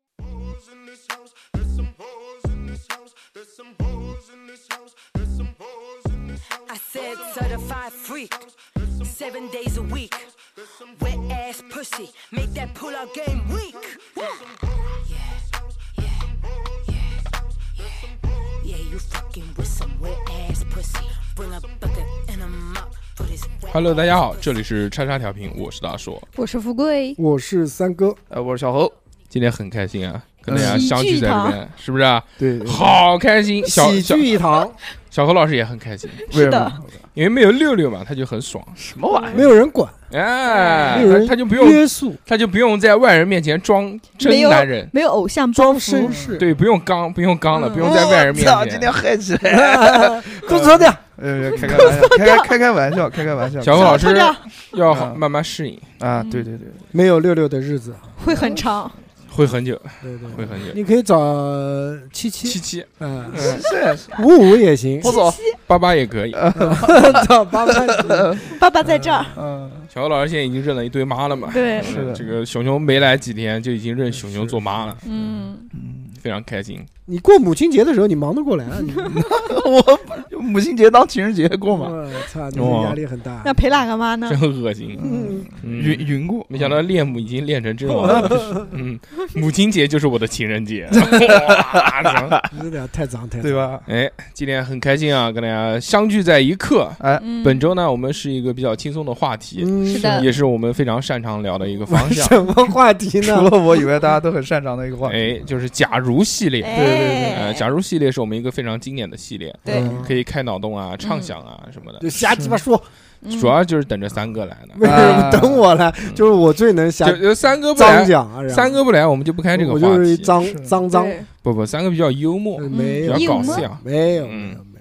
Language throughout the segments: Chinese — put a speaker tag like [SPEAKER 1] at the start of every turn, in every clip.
[SPEAKER 1] hoes in this house. There's some hoes in this house. There's some hoes in this house. There's some hoes in this house.
[SPEAKER 2] I said certified freak. Seven days a week. Wet ass pussy. Make that pull out game weak. Woo. Yeah, you fucking with some wet ass pussy. Bring a bucket and a mop for this wet
[SPEAKER 3] Hello，大家好，
[SPEAKER 2] ass
[SPEAKER 3] 这里是叉叉调频，我是大硕，
[SPEAKER 4] 我是富贵，
[SPEAKER 5] 我是三哥，
[SPEAKER 6] 呃，我是小侯，
[SPEAKER 3] 今天很开心啊，跟大
[SPEAKER 5] 嗯
[SPEAKER 3] 家相聚在这边，是不是啊？
[SPEAKER 5] 对，
[SPEAKER 3] 好开心，小
[SPEAKER 5] 喜
[SPEAKER 3] 小
[SPEAKER 5] 剧一堂，
[SPEAKER 3] 小何老师也很开心，
[SPEAKER 6] 是
[SPEAKER 4] 的，
[SPEAKER 3] 因为没有六六嘛，他就很爽，
[SPEAKER 6] 什么玩意
[SPEAKER 5] 没
[SPEAKER 6] 儿？
[SPEAKER 5] 有人管，
[SPEAKER 3] 哎
[SPEAKER 5] 没有，人
[SPEAKER 3] 他就不用，
[SPEAKER 5] 约束，
[SPEAKER 3] 他就不用在外人面前装真
[SPEAKER 4] 没有
[SPEAKER 3] 男人，
[SPEAKER 4] 没有偶像
[SPEAKER 3] 嗯
[SPEAKER 4] 包
[SPEAKER 5] 装
[SPEAKER 4] 袱
[SPEAKER 5] 绅，士，
[SPEAKER 3] 对，不用刚，不用刚了，
[SPEAKER 2] 嗯
[SPEAKER 3] 不用在外人面
[SPEAKER 6] 哦我操今
[SPEAKER 3] 前
[SPEAKER 6] 天。嗨起来！
[SPEAKER 5] 裤子脱掉，
[SPEAKER 6] 呃，开开玩笑，开开开开玩笑，开开玩笑。
[SPEAKER 3] 小何老师
[SPEAKER 4] 脱掉
[SPEAKER 3] 要好
[SPEAKER 6] 嗯
[SPEAKER 3] 慢慢适应，
[SPEAKER 6] 啊，对对 对，
[SPEAKER 5] 没有六六的日子，
[SPEAKER 4] 会很长，
[SPEAKER 3] 会很久，
[SPEAKER 5] 对对，
[SPEAKER 3] 会很久。
[SPEAKER 5] 你可以找七
[SPEAKER 3] 七
[SPEAKER 5] 七，
[SPEAKER 3] 七，
[SPEAKER 5] 嗯，
[SPEAKER 3] 嗯，
[SPEAKER 6] 是
[SPEAKER 5] 五五也行，
[SPEAKER 6] 不走。
[SPEAKER 3] 八八也可以。
[SPEAKER 5] 找八八，
[SPEAKER 4] 爸爸在这儿，
[SPEAKER 6] 嗯，
[SPEAKER 3] 小何老师现在已经认了一堆妈了嘛？
[SPEAKER 4] 对
[SPEAKER 6] 是的
[SPEAKER 3] 这个熊熊没来几天就已经认熊熊做妈了，
[SPEAKER 4] 嗯，
[SPEAKER 3] 非常开心。
[SPEAKER 5] 你过母亲节的时候，你忙得过来啊？你
[SPEAKER 6] 我母亲节当情人节过嘛，
[SPEAKER 5] 我操，你的压力很大
[SPEAKER 4] 那，陪哪个妈呢
[SPEAKER 3] 真？恶心。
[SPEAKER 6] 嗯，
[SPEAKER 3] 嗯
[SPEAKER 6] 云云过，
[SPEAKER 3] 没想到恋母已经练成这种了。嗯，母亲节就是我的情人 节。
[SPEAKER 5] 你这俩太脏太
[SPEAKER 6] 对
[SPEAKER 5] 脏，
[SPEAKER 6] 吧？
[SPEAKER 3] 哎，今天很开心啊，跟大家相聚在一刻。
[SPEAKER 6] 哎，
[SPEAKER 4] 嗯
[SPEAKER 3] 本周呢，我们是一个比较轻松的话题，
[SPEAKER 5] 嗯
[SPEAKER 4] 是的
[SPEAKER 3] 也是我们非常擅长聊的一个方向。
[SPEAKER 5] 什么话题
[SPEAKER 6] 除
[SPEAKER 5] 呢？
[SPEAKER 6] 了我以外，大家都很擅长的一个话题。
[SPEAKER 3] 哎，就是假如系列。
[SPEAKER 4] 哎
[SPEAKER 3] 呃，假如系列是我们一个非常经典的系列，
[SPEAKER 4] 对
[SPEAKER 5] 嗯
[SPEAKER 3] 可以开脑洞啊、畅想啊什么的
[SPEAKER 5] 就。瞎鸡巴说，
[SPEAKER 4] 嗯
[SPEAKER 3] 主要就是等着三哥来的。
[SPEAKER 5] 为什么等我来？就是我最能瞎
[SPEAKER 3] 嗯就就三哥不
[SPEAKER 5] 脏
[SPEAKER 3] 来，
[SPEAKER 5] 讲啊，然后
[SPEAKER 3] 三哥不来，我们就不开这个
[SPEAKER 5] 我
[SPEAKER 3] 话
[SPEAKER 5] 就是一
[SPEAKER 3] 题。
[SPEAKER 5] 脏
[SPEAKER 6] 是
[SPEAKER 5] 脏脏，
[SPEAKER 4] 对
[SPEAKER 3] 不不，三哥比较幽默，
[SPEAKER 5] 嗯
[SPEAKER 4] 嗯
[SPEAKER 5] 没
[SPEAKER 3] 比
[SPEAKER 5] 有
[SPEAKER 3] 较
[SPEAKER 4] 硬
[SPEAKER 3] 搞
[SPEAKER 4] 吗
[SPEAKER 3] 笑。
[SPEAKER 5] 没有
[SPEAKER 3] 嗯
[SPEAKER 5] 没有没有，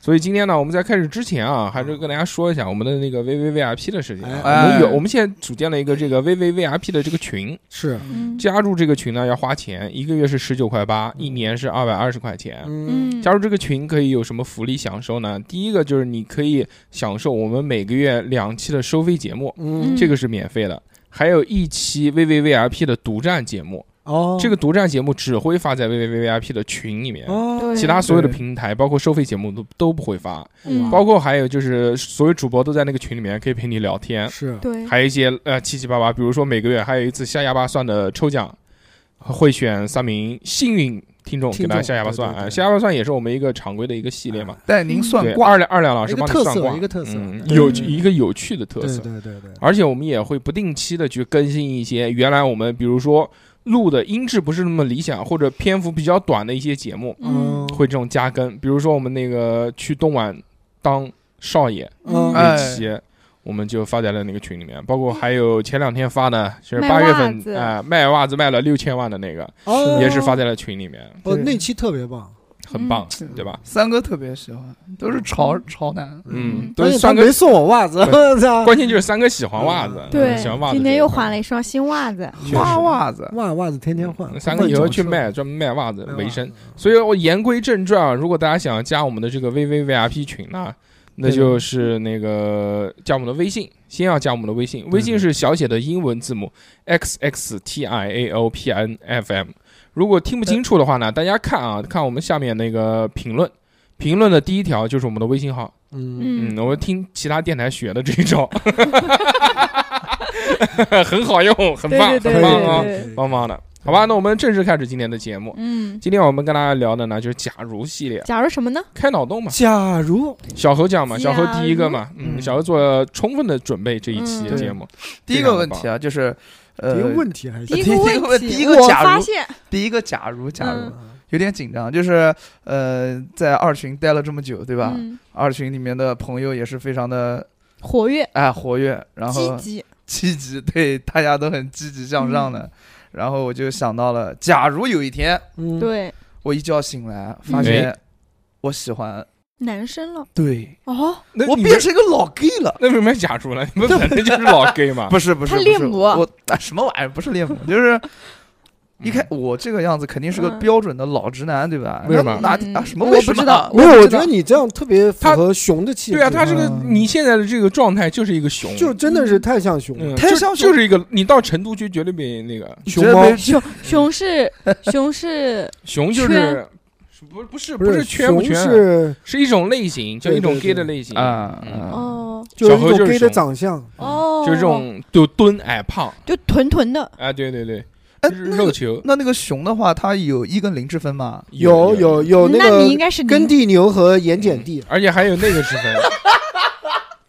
[SPEAKER 3] 所以今天呢，我们在开始之前啊，还是跟大家说一下我们的那个 VVVIP 的事情啊。
[SPEAKER 5] 嗯哎
[SPEAKER 3] 我们有，
[SPEAKER 6] 哎
[SPEAKER 3] 我们现在组建了一个这个 VVVIP 的这个群，
[SPEAKER 5] 是，
[SPEAKER 4] 嗯
[SPEAKER 3] 加入这个群呢要花钱，一个月是十九块八，一年是二百二十块钱。
[SPEAKER 5] 嗯
[SPEAKER 4] 嗯
[SPEAKER 3] 加入这个群可以有什么福利享受呢？第一个就是你可以享受我们每个月两期的收费节目，
[SPEAKER 5] 嗯
[SPEAKER 4] 嗯
[SPEAKER 3] 这个是免费的，还有一期 VVVIP 的独占节目，
[SPEAKER 5] 哦，
[SPEAKER 3] 这个独占节目只会发在 VVVIP 的群里面。
[SPEAKER 5] 哦，
[SPEAKER 4] 对
[SPEAKER 3] 其他所有的
[SPEAKER 6] 对
[SPEAKER 3] 平台，包括收费节目都都不会发，
[SPEAKER 4] 嗯
[SPEAKER 3] 包括还有就是所有主播都在那个群里面可以陪你聊天，
[SPEAKER 5] 是
[SPEAKER 4] 对
[SPEAKER 3] 还有一些呃七七八八，比如说每个月还有一次下哑巴蒜的抽奖，会选三名幸运听众
[SPEAKER 5] 听
[SPEAKER 3] 给
[SPEAKER 5] 众
[SPEAKER 3] 大家下哑巴
[SPEAKER 5] 对
[SPEAKER 3] 蒜
[SPEAKER 5] 对
[SPEAKER 3] 啊，
[SPEAKER 5] 对
[SPEAKER 3] 下哑巴蒜也是我们一个常规的一个系列嘛。
[SPEAKER 6] 带您
[SPEAKER 3] 对
[SPEAKER 6] 算，卦，
[SPEAKER 3] 二两二两老师
[SPEAKER 5] 一个
[SPEAKER 3] 帮你
[SPEAKER 5] 特
[SPEAKER 3] 算
[SPEAKER 5] 色
[SPEAKER 3] 卦，
[SPEAKER 5] 一个特色
[SPEAKER 3] 嗯
[SPEAKER 5] 对
[SPEAKER 3] 有
[SPEAKER 4] 对
[SPEAKER 3] 一个有趣的特
[SPEAKER 5] 对
[SPEAKER 3] 色，
[SPEAKER 5] 对对对，
[SPEAKER 3] 而且我们也会不定期的去更新一些原来我们比如说录的音质不是那么理想或者篇幅比较短的一些节目，
[SPEAKER 5] 哦
[SPEAKER 4] 嗯
[SPEAKER 3] 会这种加更。比如说我们那个去东莞当少爷
[SPEAKER 5] 嗯
[SPEAKER 6] 哎
[SPEAKER 3] 那期，我们就发在了那个群里面，包括还有前两天发的，就是
[SPEAKER 4] 卖
[SPEAKER 3] 八月
[SPEAKER 4] 袜
[SPEAKER 3] 份
[SPEAKER 4] 子
[SPEAKER 3] 啊、卖袜子卖了六千万的那个，
[SPEAKER 5] 哦
[SPEAKER 3] 也是发在了群里面，
[SPEAKER 5] 哦
[SPEAKER 6] 对
[SPEAKER 5] 那期特别棒，
[SPEAKER 3] 很
[SPEAKER 4] 嗯
[SPEAKER 3] 棒，对吧？
[SPEAKER 6] 三哥特别喜欢，都是潮潮男。
[SPEAKER 3] 嗯，都
[SPEAKER 5] 而
[SPEAKER 3] 是
[SPEAKER 5] 且他
[SPEAKER 3] 三哥
[SPEAKER 5] 没，送我袜子，我操，
[SPEAKER 3] 关键就是三哥喜欢袜子，
[SPEAKER 4] 嗯对
[SPEAKER 3] 喜欢袜，子。
[SPEAKER 4] 今天又换了。一双新袜子，
[SPEAKER 3] 确
[SPEAKER 6] 花
[SPEAKER 3] 实
[SPEAKER 6] 袜子，
[SPEAKER 5] 袜袜子天天换，
[SPEAKER 3] 嗯三哥以后去
[SPEAKER 5] 不能
[SPEAKER 3] 卖，专门卖袜子
[SPEAKER 5] 总是
[SPEAKER 3] 为生。，所以我言归正传啊，如果大家想加我们的这个 VVVIP 群呢，那就是那个加我们的微信，先要加我们的微信，微信是小写的英文字母 x x t i a o p n f m。如果听不清楚的话呢，大家看啊，看我们下面那个评论。评论的第一条就是我们的微信号，
[SPEAKER 5] 嗯，
[SPEAKER 4] 嗯
[SPEAKER 3] 嗯，我听其他电台学的这一招， 很好用，很
[SPEAKER 4] 对
[SPEAKER 3] 棒，
[SPEAKER 4] 对对
[SPEAKER 3] 很棒
[SPEAKER 4] 对
[SPEAKER 3] 啊
[SPEAKER 4] 对，
[SPEAKER 3] 棒棒的，好吧，那我们正式开始今天的节目。
[SPEAKER 4] 嗯，
[SPEAKER 3] 今天我们跟大家聊的呢，就是假如系列
[SPEAKER 4] 假如什么呢？
[SPEAKER 3] 开脑洞嘛，
[SPEAKER 5] 假如
[SPEAKER 3] 小何讲嘛，
[SPEAKER 4] 假
[SPEAKER 3] 小
[SPEAKER 4] 如
[SPEAKER 3] 何第一个嘛，嗯，
[SPEAKER 6] 嗯
[SPEAKER 3] 小何做了充分的准备这一期
[SPEAKER 6] 嗯
[SPEAKER 3] 节目，
[SPEAKER 6] 第一个问题啊，就是，
[SPEAKER 5] 一
[SPEAKER 6] 呃，
[SPEAKER 5] 个问题还
[SPEAKER 4] 第一
[SPEAKER 5] 是
[SPEAKER 6] 第
[SPEAKER 4] 个
[SPEAKER 6] 一个
[SPEAKER 4] 问
[SPEAKER 6] 问
[SPEAKER 4] 题，
[SPEAKER 6] 第一个
[SPEAKER 4] 我
[SPEAKER 6] 假如
[SPEAKER 4] 发现，
[SPEAKER 6] 第一个假如假如
[SPEAKER 4] 嗯
[SPEAKER 6] 有点紧张，就是呃，在二群待了这么久，对吧？
[SPEAKER 4] 嗯，
[SPEAKER 6] 二群里面的朋友也是非常的
[SPEAKER 4] 活跃
[SPEAKER 6] 哎活跃，然
[SPEAKER 4] 积
[SPEAKER 6] 后
[SPEAKER 4] 极，
[SPEAKER 6] 积极，对大家都很积极向上的。然后我就想到了，假如有一天
[SPEAKER 5] 嗯，
[SPEAKER 4] 对，
[SPEAKER 6] 我一觉醒来，发
[SPEAKER 3] 嗯
[SPEAKER 6] 现我喜欢，
[SPEAKER 4] 男生了
[SPEAKER 6] 对
[SPEAKER 4] 哦，
[SPEAKER 3] 那
[SPEAKER 6] 我
[SPEAKER 3] 你们
[SPEAKER 6] 变成一个老 gay 了。
[SPEAKER 3] 那为什么要假如呢？你们本来就是老 gay 嘛，
[SPEAKER 6] 不是不是，
[SPEAKER 4] 他
[SPEAKER 6] 不是
[SPEAKER 4] 恋母
[SPEAKER 6] 我、啊、什么玩意儿？不是恋母，就是一开我这个样子肯定是个
[SPEAKER 4] 嗯
[SPEAKER 6] 标准的老直男，对吧？
[SPEAKER 3] 为什么
[SPEAKER 6] 那
[SPEAKER 4] 嗯
[SPEAKER 6] 哪啊什么
[SPEAKER 4] 我
[SPEAKER 6] 为
[SPEAKER 4] 不
[SPEAKER 6] 什么
[SPEAKER 4] 知道
[SPEAKER 6] 啊？
[SPEAKER 5] 没有，
[SPEAKER 6] 不
[SPEAKER 5] 我
[SPEAKER 6] 知
[SPEAKER 5] 觉
[SPEAKER 6] 道
[SPEAKER 5] 得你这样特别符合熊的气质。
[SPEAKER 3] 对啊，他这个
[SPEAKER 6] 嗯
[SPEAKER 3] 你现在的这个状态就是一个熊，
[SPEAKER 5] 就真的是太像熊了。
[SPEAKER 3] 嗯
[SPEAKER 6] 太
[SPEAKER 3] 就
[SPEAKER 6] 像熊
[SPEAKER 3] 就是一个你到成都去绝对比那个
[SPEAKER 5] 熊
[SPEAKER 6] 绝对
[SPEAKER 5] 猫
[SPEAKER 6] 没
[SPEAKER 4] 熊熊是熊是
[SPEAKER 3] 熊就是
[SPEAKER 4] 圈
[SPEAKER 3] 不不是
[SPEAKER 5] 不
[SPEAKER 3] 不是圈不
[SPEAKER 5] 熊
[SPEAKER 3] 圈啊，
[SPEAKER 5] 是
[SPEAKER 3] 是一种类型，叫
[SPEAKER 5] 对
[SPEAKER 3] 一种
[SPEAKER 5] 对
[SPEAKER 3] gay 的
[SPEAKER 5] 对
[SPEAKER 3] 类型
[SPEAKER 6] 啊
[SPEAKER 3] 嗯
[SPEAKER 6] 啊
[SPEAKER 4] 哦
[SPEAKER 5] 就是
[SPEAKER 3] 小
[SPEAKER 5] 一
[SPEAKER 3] 何就
[SPEAKER 5] 种
[SPEAKER 3] 是
[SPEAKER 5] gay 的
[SPEAKER 3] 熊
[SPEAKER 5] 长相，
[SPEAKER 4] 哦，
[SPEAKER 3] 就这种就蹲矮胖
[SPEAKER 4] 就臀臀的，
[SPEAKER 3] 啊，对对对，
[SPEAKER 6] 哎，
[SPEAKER 3] 就是
[SPEAKER 6] 那
[SPEAKER 3] 肉
[SPEAKER 6] 个
[SPEAKER 3] 球
[SPEAKER 6] 那那个熊的话，它有一跟零之分吗？
[SPEAKER 5] 有
[SPEAKER 3] 有
[SPEAKER 5] 有，有
[SPEAKER 4] 那
[SPEAKER 5] 哦个
[SPEAKER 4] 你应该是
[SPEAKER 5] 耕
[SPEAKER 4] 零
[SPEAKER 5] 地牛和盐碱地
[SPEAKER 3] 嗯而且还有那个之分，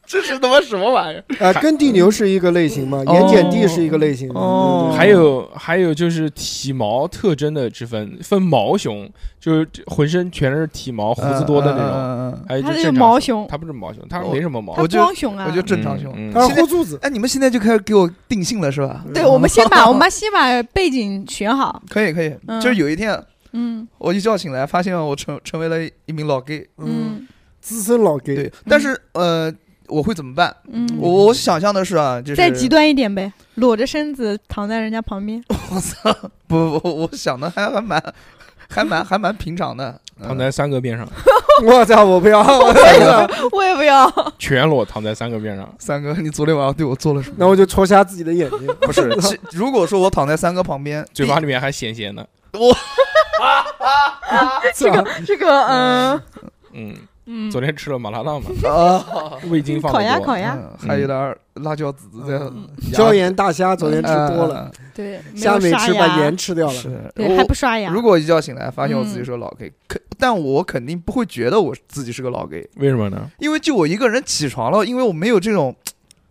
[SPEAKER 6] 这是他妈什么玩意儿？
[SPEAKER 5] 啊，耕地牛是一个类型嘛，
[SPEAKER 6] 哦
[SPEAKER 5] 盐碱地是一个类型嘛。
[SPEAKER 6] 哦
[SPEAKER 5] 对
[SPEAKER 3] 还有还有就是体毛特征的之分，分毛熊，就是浑身全是体毛、胡子多的那种，
[SPEAKER 6] 种。
[SPEAKER 3] 还有就
[SPEAKER 4] 它
[SPEAKER 3] 正
[SPEAKER 4] 是
[SPEAKER 3] 常
[SPEAKER 4] 毛
[SPEAKER 3] 熊，
[SPEAKER 4] 熊，
[SPEAKER 3] 它不是毛熊，它
[SPEAKER 6] 我
[SPEAKER 3] 没什么毛，
[SPEAKER 4] 它
[SPEAKER 6] 我就
[SPEAKER 4] 光熊啊
[SPEAKER 6] 我。就正常熊。
[SPEAKER 3] 嗯
[SPEAKER 5] 他
[SPEAKER 3] 嗯
[SPEAKER 5] 是豁柱子，
[SPEAKER 6] 哎，你们现在就开始给我定性了是吧？
[SPEAKER 4] 对，我们先把我们先把背景选好，
[SPEAKER 6] 可以可以，
[SPEAKER 4] 嗯
[SPEAKER 6] 就是有一天
[SPEAKER 4] 嗯
[SPEAKER 6] 我一觉醒来，发现我成成为了一名老 gay。
[SPEAKER 5] 嗯，
[SPEAKER 4] 嗯
[SPEAKER 5] 资深老 gay，
[SPEAKER 6] 对，但是呃，我会怎么办？
[SPEAKER 4] 嗯，
[SPEAKER 6] 我我想象的是啊，就是
[SPEAKER 4] 再极端一点呗，裸着身子躺在人家旁边，
[SPEAKER 6] 我操，不不，我想的还还蛮还蛮还蛮平常的。嗯
[SPEAKER 3] 躺在三个 边上，
[SPEAKER 5] 我操，我不要，我操
[SPEAKER 4] 我也不要。
[SPEAKER 3] 全裸躺在三个边上，
[SPEAKER 6] 三哥，你昨天晚上对我做了什么？
[SPEAKER 5] 那我就戳瞎自己的眼睛。
[SPEAKER 6] 不 是，其如果说我躺在三哥旁边，
[SPEAKER 3] 嘴巴里面还咸咸的，
[SPEAKER 5] 这个
[SPEAKER 4] 这个嗯
[SPEAKER 3] 嗯，
[SPEAKER 4] 嗯，哦
[SPEAKER 3] 昨天吃了麻辣烫嘛，
[SPEAKER 6] 啊，
[SPEAKER 3] 味精放
[SPEAKER 4] 烤
[SPEAKER 3] 的
[SPEAKER 4] 鸭
[SPEAKER 3] 多
[SPEAKER 4] 烤，鸭，
[SPEAKER 6] 嗯还有点儿辣椒籽在
[SPEAKER 5] 椒盐大虾昨
[SPEAKER 6] 嗯
[SPEAKER 5] 天吃多了，
[SPEAKER 6] 了。
[SPEAKER 4] 对，没
[SPEAKER 5] 虾
[SPEAKER 4] 有
[SPEAKER 5] 没
[SPEAKER 4] 刷
[SPEAKER 5] 吃，把
[SPEAKER 4] 牙
[SPEAKER 5] 盐吃掉了。
[SPEAKER 6] 是，
[SPEAKER 4] 对，还
[SPEAKER 6] 我
[SPEAKER 4] 不刷牙。
[SPEAKER 6] 如果一觉醒来发现我自己是个老 gay，可但我肯定不会觉得我自己是个老 gay，
[SPEAKER 3] 为什么呢？
[SPEAKER 6] 因为就我一个人起床了，因为我没有这种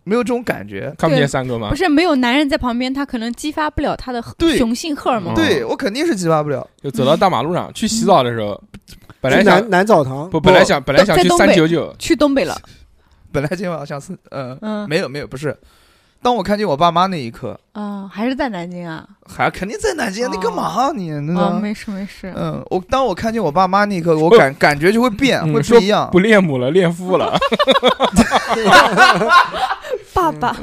[SPEAKER 6] 没有这种感觉。
[SPEAKER 3] 看不见
[SPEAKER 4] 对
[SPEAKER 3] 三个吗
[SPEAKER 4] 不？是没有男人在旁边，他可能激发不了他的
[SPEAKER 6] 对
[SPEAKER 4] 雄性荷尔蒙
[SPEAKER 3] 哦。
[SPEAKER 6] 对我肯定是激发 不了，
[SPEAKER 3] 就走到大马路上去洗澡的时候，本来
[SPEAKER 5] 去
[SPEAKER 3] 想
[SPEAKER 5] 南南澡堂，
[SPEAKER 3] 不本来想本来想
[SPEAKER 4] 在
[SPEAKER 3] 去
[SPEAKER 4] 东
[SPEAKER 3] 三
[SPEAKER 4] 北
[SPEAKER 3] 九九，
[SPEAKER 4] 去东北了，
[SPEAKER 6] 本来今天晚上想是嗯，
[SPEAKER 4] 嗯
[SPEAKER 6] 没有没有，不是。当我看见我爸妈那一刻，
[SPEAKER 4] 啊，还是在南京啊？
[SPEAKER 6] 还肯定在南京，你干嘛啊你？那
[SPEAKER 4] 哦，
[SPEAKER 6] 个
[SPEAKER 4] 没事没事，
[SPEAKER 6] 嗯，我当我看见我爸妈那一刻，我
[SPEAKER 3] 不
[SPEAKER 6] 感感觉就会变，
[SPEAKER 3] 嗯
[SPEAKER 6] 会不
[SPEAKER 3] 说
[SPEAKER 6] 一样
[SPEAKER 3] 不。恋母了，恋夫 了。
[SPEAKER 4] 爸爸，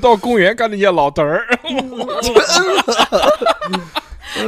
[SPEAKER 3] 到公园看那些老头儿，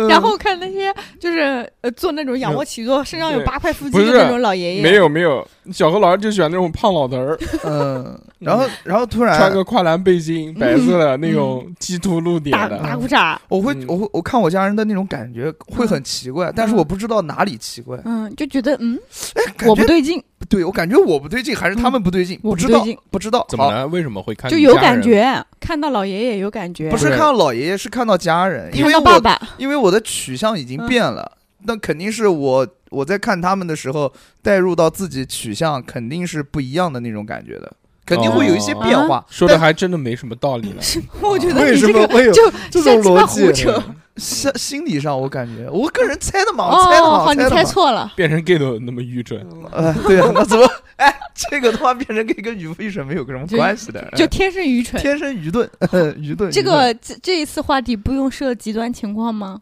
[SPEAKER 4] 然后看那些就是呃做那种仰卧起坐，身上有
[SPEAKER 3] 对
[SPEAKER 4] 八块腹肌
[SPEAKER 3] 不
[SPEAKER 4] 的
[SPEAKER 3] 是
[SPEAKER 4] 那种老
[SPEAKER 6] 哎
[SPEAKER 4] 爷爷，
[SPEAKER 3] 没有没有，小何老师就喜欢那种胖老头儿，
[SPEAKER 6] 嗯，然后然后突然
[SPEAKER 3] 穿个跨栏背心，白色的那种鸡突露点
[SPEAKER 4] 打
[SPEAKER 3] 的，
[SPEAKER 4] 打裤衩，
[SPEAKER 6] 我会
[SPEAKER 3] 嗯
[SPEAKER 6] 我会我看我家人的那种感觉会很奇怪，但是
[SPEAKER 4] 嗯
[SPEAKER 6] 我不知道哪里奇怪。
[SPEAKER 4] 嗯，就觉得嗯
[SPEAKER 6] 哎，感
[SPEAKER 4] 我不
[SPEAKER 6] 觉
[SPEAKER 4] 对劲，
[SPEAKER 6] 对，我感觉我不对劲，还是他们不对劲，
[SPEAKER 4] 我不
[SPEAKER 6] 不知
[SPEAKER 4] 对
[SPEAKER 6] 道
[SPEAKER 4] 劲，
[SPEAKER 6] 不知道
[SPEAKER 3] 嗯怎么
[SPEAKER 6] 好
[SPEAKER 3] 了？为什么会看
[SPEAKER 4] 就
[SPEAKER 3] 你
[SPEAKER 4] 有
[SPEAKER 3] 家
[SPEAKER 4] 感
[SPEAKER 3] 人？
[SPEAKER 4] 觉，看到老爷爷有感觉
[SPEAKER 6] 不，是
[SPEAKER 3] 不是
[SPEAKER 6] 看到老爷爷，是看到家人，因
[SPEAKER 4] 看
[SPEAKER 6] 为
[SPEAKER 4] 到
[SPEAKER 6] 我
[SPEAKER 4] 爸爸，
[SPEAKER 6] 因为我的取向已经
[SPEAKER 4] 嗯
[SPEAKER 6] 变了，那肯定是我我在看他们的时候带入到自己取向，肯定是不一样的那种感觉的，肯定会有一些变化。
[SPEAKER 4] 哦啊
[SPEAKER 3] 说的还真的没什么道理 呢。
[SPEAKER 4] 是我觉得
[SPEAKER 5] 为
[SPEAKER 4] 你
[SPEAKER 5] 什
[SPEAKER 4] 这
[SPEAKER 5] 么
[SPEAKER 4] 个
[SPEAKER 5] 会有
[SPEAKER 4] 就
[SPEAKER 5] 这种
[SPEAKER 4] 瞎鸡巴
[SPEAKER 5] 逻辑
[SPEAKER 4] 胡扯。
[SPEAKER 6] 但心心理上我感觉我个人猜的嘛，我啊猜的
[SPEAKER 4] 哦，
[SPEAKER 6] 嘛，
[SPEAKER 4] 好，
[SPEAKER 6] 我
[SPEAKER 4] 你
[SPEAKER 6] 的嘛
[SPEAKER 4] 猜。错了，
[SPEAKER 3] 变成 gay 都那么愚蠢，
[SPEAKER 6] 呃，对啊，那怎么？哎，这个他妈变成跟跟愚不愚蠢没有什么
[SPEAKER 4] 就
[SPEAKER 6] 关系的，
[SPEAKER 4] 就
[SPEAKER 6] 哎
[SPEAKER 4] 天生愚蠢。
[SPEAKER 6] 天生愚钝， 呃愚钝。
[SPEAKER 4] 这
[SPEAKER 6] 愚钝
[SPEAKER 4] 个这这一次话题不用设极端情况吗？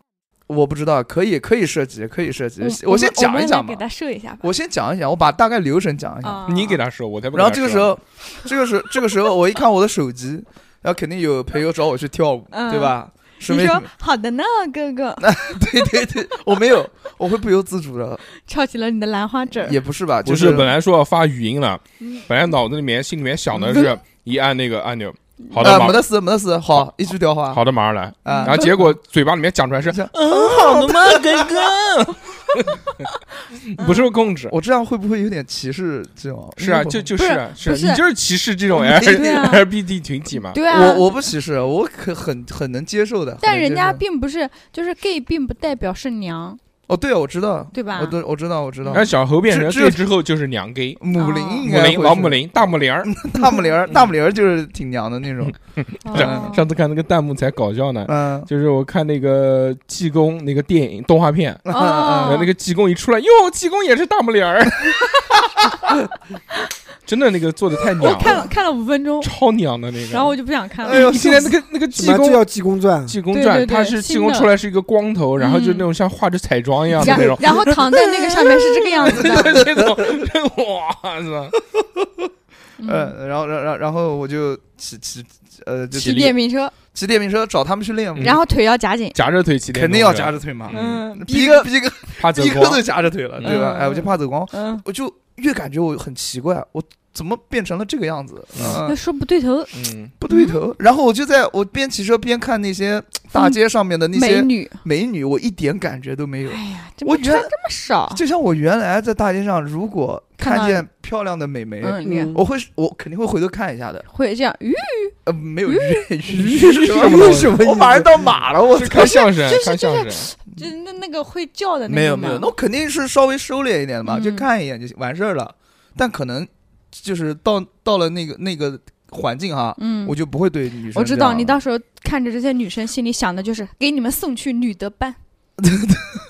[SPEAKER 6] 我不知道，可以可以涉及，可以涉及。
[SPEAKER 4] 我
[SPEAKER 6] 呃先
[SPEAKER 4] 们我
[SPEAKER 6] 讲
[SPEAKER 4] 们
[SPEAKER 6] 一讲哎
[SPEAKER 4] 来
[SPEAKER 6] 嘛
[SPEAKER 4] 给，他设一下吧。
[SPEAKER 6] 我先讲一讲，我把大概流程讲一讲。
[SPEAKER 4] 啊，
[SPEAKER 3] 你给他说，我才不给
[SPEAKER 6] 然
[SPEAKER 3] 他说。
[SPEAKER 6] 后这个时候，这个时这个时候，我一看我的手机，然后肯定有朋友找我去跳舞，
[SPEAKER 4] 嗯
[SPEAKER 6] 对吧？是
[SPEAKER 4] 你
[SPEAKER 6] 没？
[SPEAKER 4] 说好的呢，哥哥，
[SPEAKER 6] 对对对，我没有，我会不由自主的，
[SPEAKER 4] 翘起了你的兰花指儿。
[SPEAKER 6] 也不是吧？就
[SPEAKER 3] 不
[SPEAKER 6] 是
[SPEAKER 3] 是本来说要发语音了
[SPEAKER 4] 嗯，
[SPEAKER 3] 本来脑子里面心里面想的
[SPEAKER 6] 嗯
[SPEAKER 3] 是一按那个按钮，好的
[SPEAKER 6] 呃，没
[SPEAKER 3] 马
[SPEAKER 6] 得事，没得事，好，一句雕花，
[SPEAKER 3] 好的马上来，
[SPEAKER 6] 啊
[SPEAKER 3] 然后。结果嘴巴里面讲出来是嗯
[SPEAKER 6] 这样
[SPEAKER 3] 好的吗，哥哥？ 不受控制，
[SPEAKER 6] 我这样会不会有点歧视这种？
[SPEAKER 3] 是啊，
[SPEAKER 6] 嗯不
[SPEAKER 3] 就就
[SPEAKER 4] 不
[SPEAKER 3] 是
[SPEAKER 4] 是
[SPEAKER 3] 啊是啊，
[SPEAKER 4] 不是
[SPEAKER 3] 你就是歧视这种
[SPEAKER 6] 对
[SPEAKER 3] L
[SPEAKER 4] 对啊
[SPEAKER 3] L B D 群体嘛？
[SPEAKER 4] 对啊，
[SPEAKER 6] 我我不歧视，我可很很能接受的。
[SPEAKER 4] 但
[SPEAKER 6] 很能
[SPEAKER 4] 人家
[SPEAKER 6] 接受
[SPEAKER 4] 并不是，就是
[SPEAKER 6] 嗯
[SPEAKER 4] gay 并不代表是娘，
[SPEAKER 6] 哦，对啊，我知道，
[SPEAKER 4] 对吧
[SPEAKER 6] 我都我知道，我知道
[SPEAKER 3] 然。后小猴变成
[SPEAKER 6] 这这
[SPEAKER 3] gay 之后就是娘 gay，
[SPEAKER 6] 母
[SPEAKER 4] 哦
[SPEAKER 6] 林应
[SPEAKER 3] 母
[SPEAKER 6] 该
[SPEAKER 3] 林
[SPEAKER 6] 会
[SPEAKER 3] 老
[SPEAKER 6] 是嗯
[SPEAKER 3] 母林大母零儿。
[SPEAKER 6] 大母铃儿，大母铃儿就是挺娘的那 种。
[SPEAKER 4] 哦
[SPEAKER 3] 上次看那个弹幕才搞笑呢，
[SPEAKER 6] 嗯，
[SPEAKER 3] 就是我看那个济公那个电影动画片，
[SPEAKER 6] 嗯
[SPEAKER 4] 哦
[SPEAKER 3] 然后那个济公一出来，哟，济公也是大母零 儿，真的那个做的太娘
[SPEAKER 4] 我看了
[SPEAKER 3] 了，
[SPEAKER 4] 看了五分钟，
[SPEAKER 3] 超娘的那个。
[SPEAKER 4] 然后我就不想看
[SPEAKER 6] 哎
[SPEAKER 4] 了。
[SPEAKER 6] 呦，
[SPEAKER 3] 现在那个那个
[SPEAKER 5] 什
[SPEAKER 3] 济
[SPEAKER 5] 么这
[SPEAKER 3] 公
[SPEAKER 5] 叫济公传？
[SPEAKER 3] 济公
[SPEAKER 4] 对
[SPEAKER 3] 传，
[SPEAKER 4] 对对
[SPEAKER 3] 他是济
[SPEAKER 4] 新
[SPEAKER 3] 公
[SPEAKER 4] 的
[SPEAKER 3] 出来是一个光头，然后就那
[SPEAKER 4] 嗯
[SPEAKER 3] 种像画着彩妆一样的
[SPEAKER 4] 然
[SPEAKER 3] 那 种，
[SPEAKER 4] 然后 躺在那个上面是这个样子的，
[SPEAKER 3] 那种，哇塞！
[SPEAKER 4] 嗯，
[SPEAKER 6] 呃，然后然然然后我就骑骑呃就
[SPEAKER 3] 骑
[SPEAKER 4] 骑
[SPEAKER 3] 力
[SPEAKER 4] 电瓶车，
[SPEAKER 6] 骑电瓶车找他们去练嘛，
[SPEAKER 4] 然后腿要夹紧，
[SPEAKER 3] 夹着腿骑电
[SPEAKER 6] 肯
[SPEAKER 3] 动
[SPEAKER 6] 定要
[SPEAKER 3] 是吧
[SPEAKER 6] 夹着腿嘛，
[SPEAKER 4] 嗯，
[SPEAKER 6] 逼
[SPEAKER 4] 逼
[SPEAKER 6] 哥
[SPEAKER 4] 哥，
[SPEAKER 6] 逼哥
[SPEAKER 3] 怕走
[SPEAKER 6] 逼哥
[SPEAKER 3] 光
[SPEAKER 6] 都。夹着腿了，对吧？
[SPEAKER 4] 嗯
[SPEAKER 6] 哎，我就怕走光，
[SPEAKER 4] 嗯，
[SPEAKER 6] 我就越感觉我很奇怪，我怎么变成了这个样子？嗯，
[SPEAKER 4] 说不对头，
[SPEAKER 3] 嗯，
[SPEAKER 6] 不对头。然后我就在我边骑车边看那些大街上面的那
[SPEAKER 4] 美
[SPEAKER 6] 些
[SPEAKER 4] 女，
[SPEAKER 6] 美女，我一点感觉都没有。
[SPEAKER 4] 哎呀，怎
[SPEAKER 6] 我
[SPEAKER 4] 么
[SPEAKER 6] 觉
[SPEAKER 4] 穿
[SPEAKER 6] 得
[SPEAKER 4] 这么少？
[SPEAKER 6] 就像我原来在大街上，如果
[SPEAKER 4] 看
[SPEAKER 6] 看
[SPEAKER 4] 到
[SPEAKER 6] 见漂亮的美眉，
[SPEAKER 4] 嗯，你看
[SPEAKER 5] 嗯
[SPEAKER 6] 我会我肯定会回头看一下的。
[SPEAKER 4] 会这样，吁，
[SPEAKER 6] 呃，没有越狱是什么
[SPEAKER 5] 什么意思
[SPEAKER 6] 我马上到马了，我
[SPEAKER 3] 是看相声，看相声，
[SPEAKER 4] 就是那那个会叫的那
[SPEAKER 6] 嗯没有
[SPEAKER 4] 个
[SPEAKER 6] 没
[SPEAKER 4] 吗，
[SPEAKER 6] 有，那我肯定是稍微收敛一点的嘛，
[SPEAKER 4] 嗯
[SPEAKER 6] 就看一眼就完事儿了。但可能就是到到了那个那个环境哈，
[SPEAKER 4] 嗯，
[SPEAKER 6] 我就不会对女生这样了。
[SPEAKER 4] 我知道你到时候看着这些女生，心里想的就是给你们送去女德班。